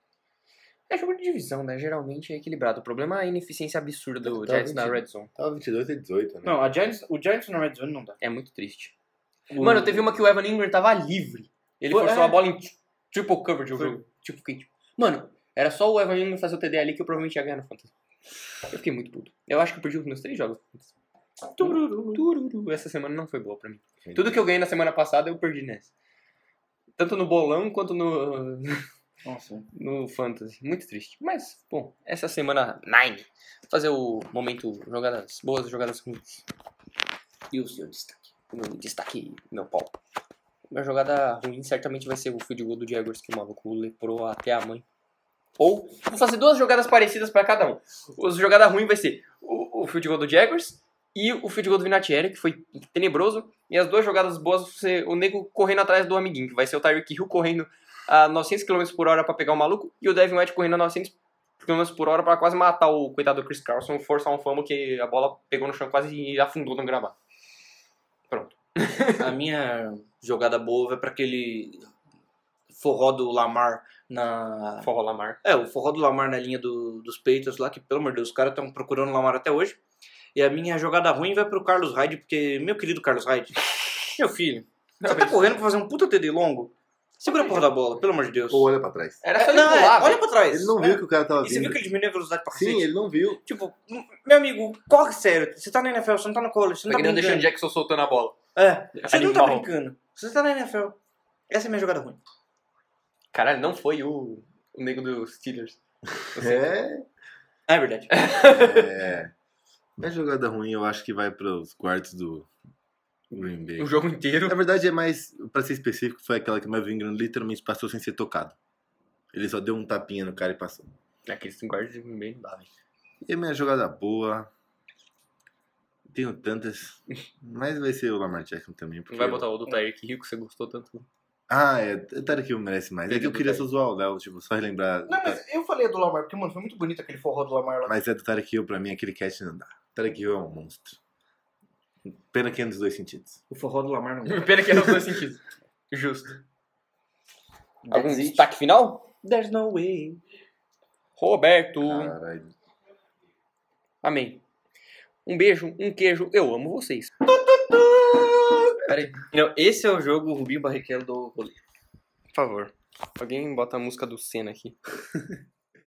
A: É jogo de divisão, né? Geralmente é equilibrado. O problema é a ineficiência absurda do
C: Tá, tá,
A: Jets na
C: gente.
A: Red Zone.
C: Tava 22 e 18, né?
B: Não, a Giants, o Giants na Red Zone não dá.
A: É muito triste.
B: O-
A: Mano, teve uma que o Evan Ingram tava livre. Ele
B: Foi,
A: forçou
B: é.
A: a bola em tri- triple coverage o
B: Foi.
A: jogo. Tipo, fiquei tipo. Mano, era só o Evan Ingram fazer o TD ali que eu provavelmente ia ganhar no Fantasy. Eu fiquei muito puto. Eu acho que eu perdi os meus três jogos. Tururu. Tururu. Essa semana não foi boa pra mim. Tudo que eu ganhei na semana passada eu perdi nessa. Tanto no bolão quanto no,
B: Nossa.
A: no Fantasy. Muito triste. Mas, bom, essa semana 9. Fazer o momento jogadas boas, jogadas ruins.
B: E o seu destaque?
A: O meu destaque, meu pau. Minha jogada ruim certamente vai ser o field goal do Jaguars que o maluco leprou até a mãe. Ou vou fazer duas jogadas parecidas pra cada um. A jogada ruim vai ser o, o field goal do Jaguars e o field goal do Vinatieri, que foi tenebroso. E as duas jogadas boas vão ser o nego correndo atrás do amiguinho, que vai ser o Tyreek Hill correndo a 900 km por hora pra pegar o maluco e o Devin White correndo a 900 km por hora pra quase matar o coitado do Chris Carlson, forçar um famo que a bola pegou no chão quase e afundou no gramado.
B: A minha jogada boa vai pra aquele forró do Lamar na.
A: Forró Lamar.
B: É, o forró do Lamar na linha do- dos peitos lá, que pelo amor de Deus, os caras estão procurando o Lamar até hoje. E a minha jogada ruim vai pro Carlos Hyde, porque, meu querido Carlos Hyde, meu filho, Você tá correndo pra fazer um puta TD longo? Segura a porra da bola, pelo amor de Deus.
C: Ou olha um pra trás.
A: Era
B: É,
A: só
B: não, é,
A: pular, velho.
B: olha pra trás.
C: Ele não viu que o cara tava
B: é, E você viu
C: vindo.
B: que ele diminuiu a velocidade pra
C: Sim,
B: cacete?
C: ele não viu.
B: Tipo, n- meu amigo, corre sério. Você tá na NFL, você não tá no college, você
A: Foi
B: não
A: que
B: tá
A: nem o
B: brincando.
A: Deshaun Jackson soltando a bola.
B: É, você não tá
A: Animal.
B: brincando. Você tá na NFL. Essa é a minha jogada ruim.
A: Caralho, não foi o, o nego dos Steelers.
B: *laughs*
C: É.
B: É verdade.
C: é... Minha jogada ruim eu acho que vai pros quartos do Green Bay.
A: O jogo inteiro.
C: Na verdade, é mais, pra ser específico, foi aquela que o Melvin Ingram literalmente passou sem ser tocado. Ele só deu um tapinha no cara e passou.
A: Aqueles guardas de meio não dá, velho.
C: E a minha jogada boa. Tenho tantas. Mas vai ser o Lamar Jackson também.
A: Não
C: porque
A: vai
C: eu-
A: botar o do Tyreek Hill que você gostou tanto.
C: Ah, é. O Tarek Hill merece mais. É que eu queria só zoar o Léo, tipo, só relembrar.
G: Não, mas eu falei do Lamar, porque, mano, foi muito bonito aquele forró do Lamar lá.
C: Mas é do Tarek Hill, pra mim, aquele catch não dá. O Tarek Hill é um monstro. Pena que é nos dois sentidos.
B: O forró do Lamar não.
A: *laughs* Pena que não faz sentido. Justo. Algum
B: That's it.
A: destaque final?
B: There's no way.
A: Roberto.
B: Ah,
C: Caralho.
A: Amém. Um beijo, um queijo. Eu amo vocês. Peraí. Não, esse é o jogo Rubinho Barrichello do rolê. Por favor. Alguém bota a música do Senna aqui.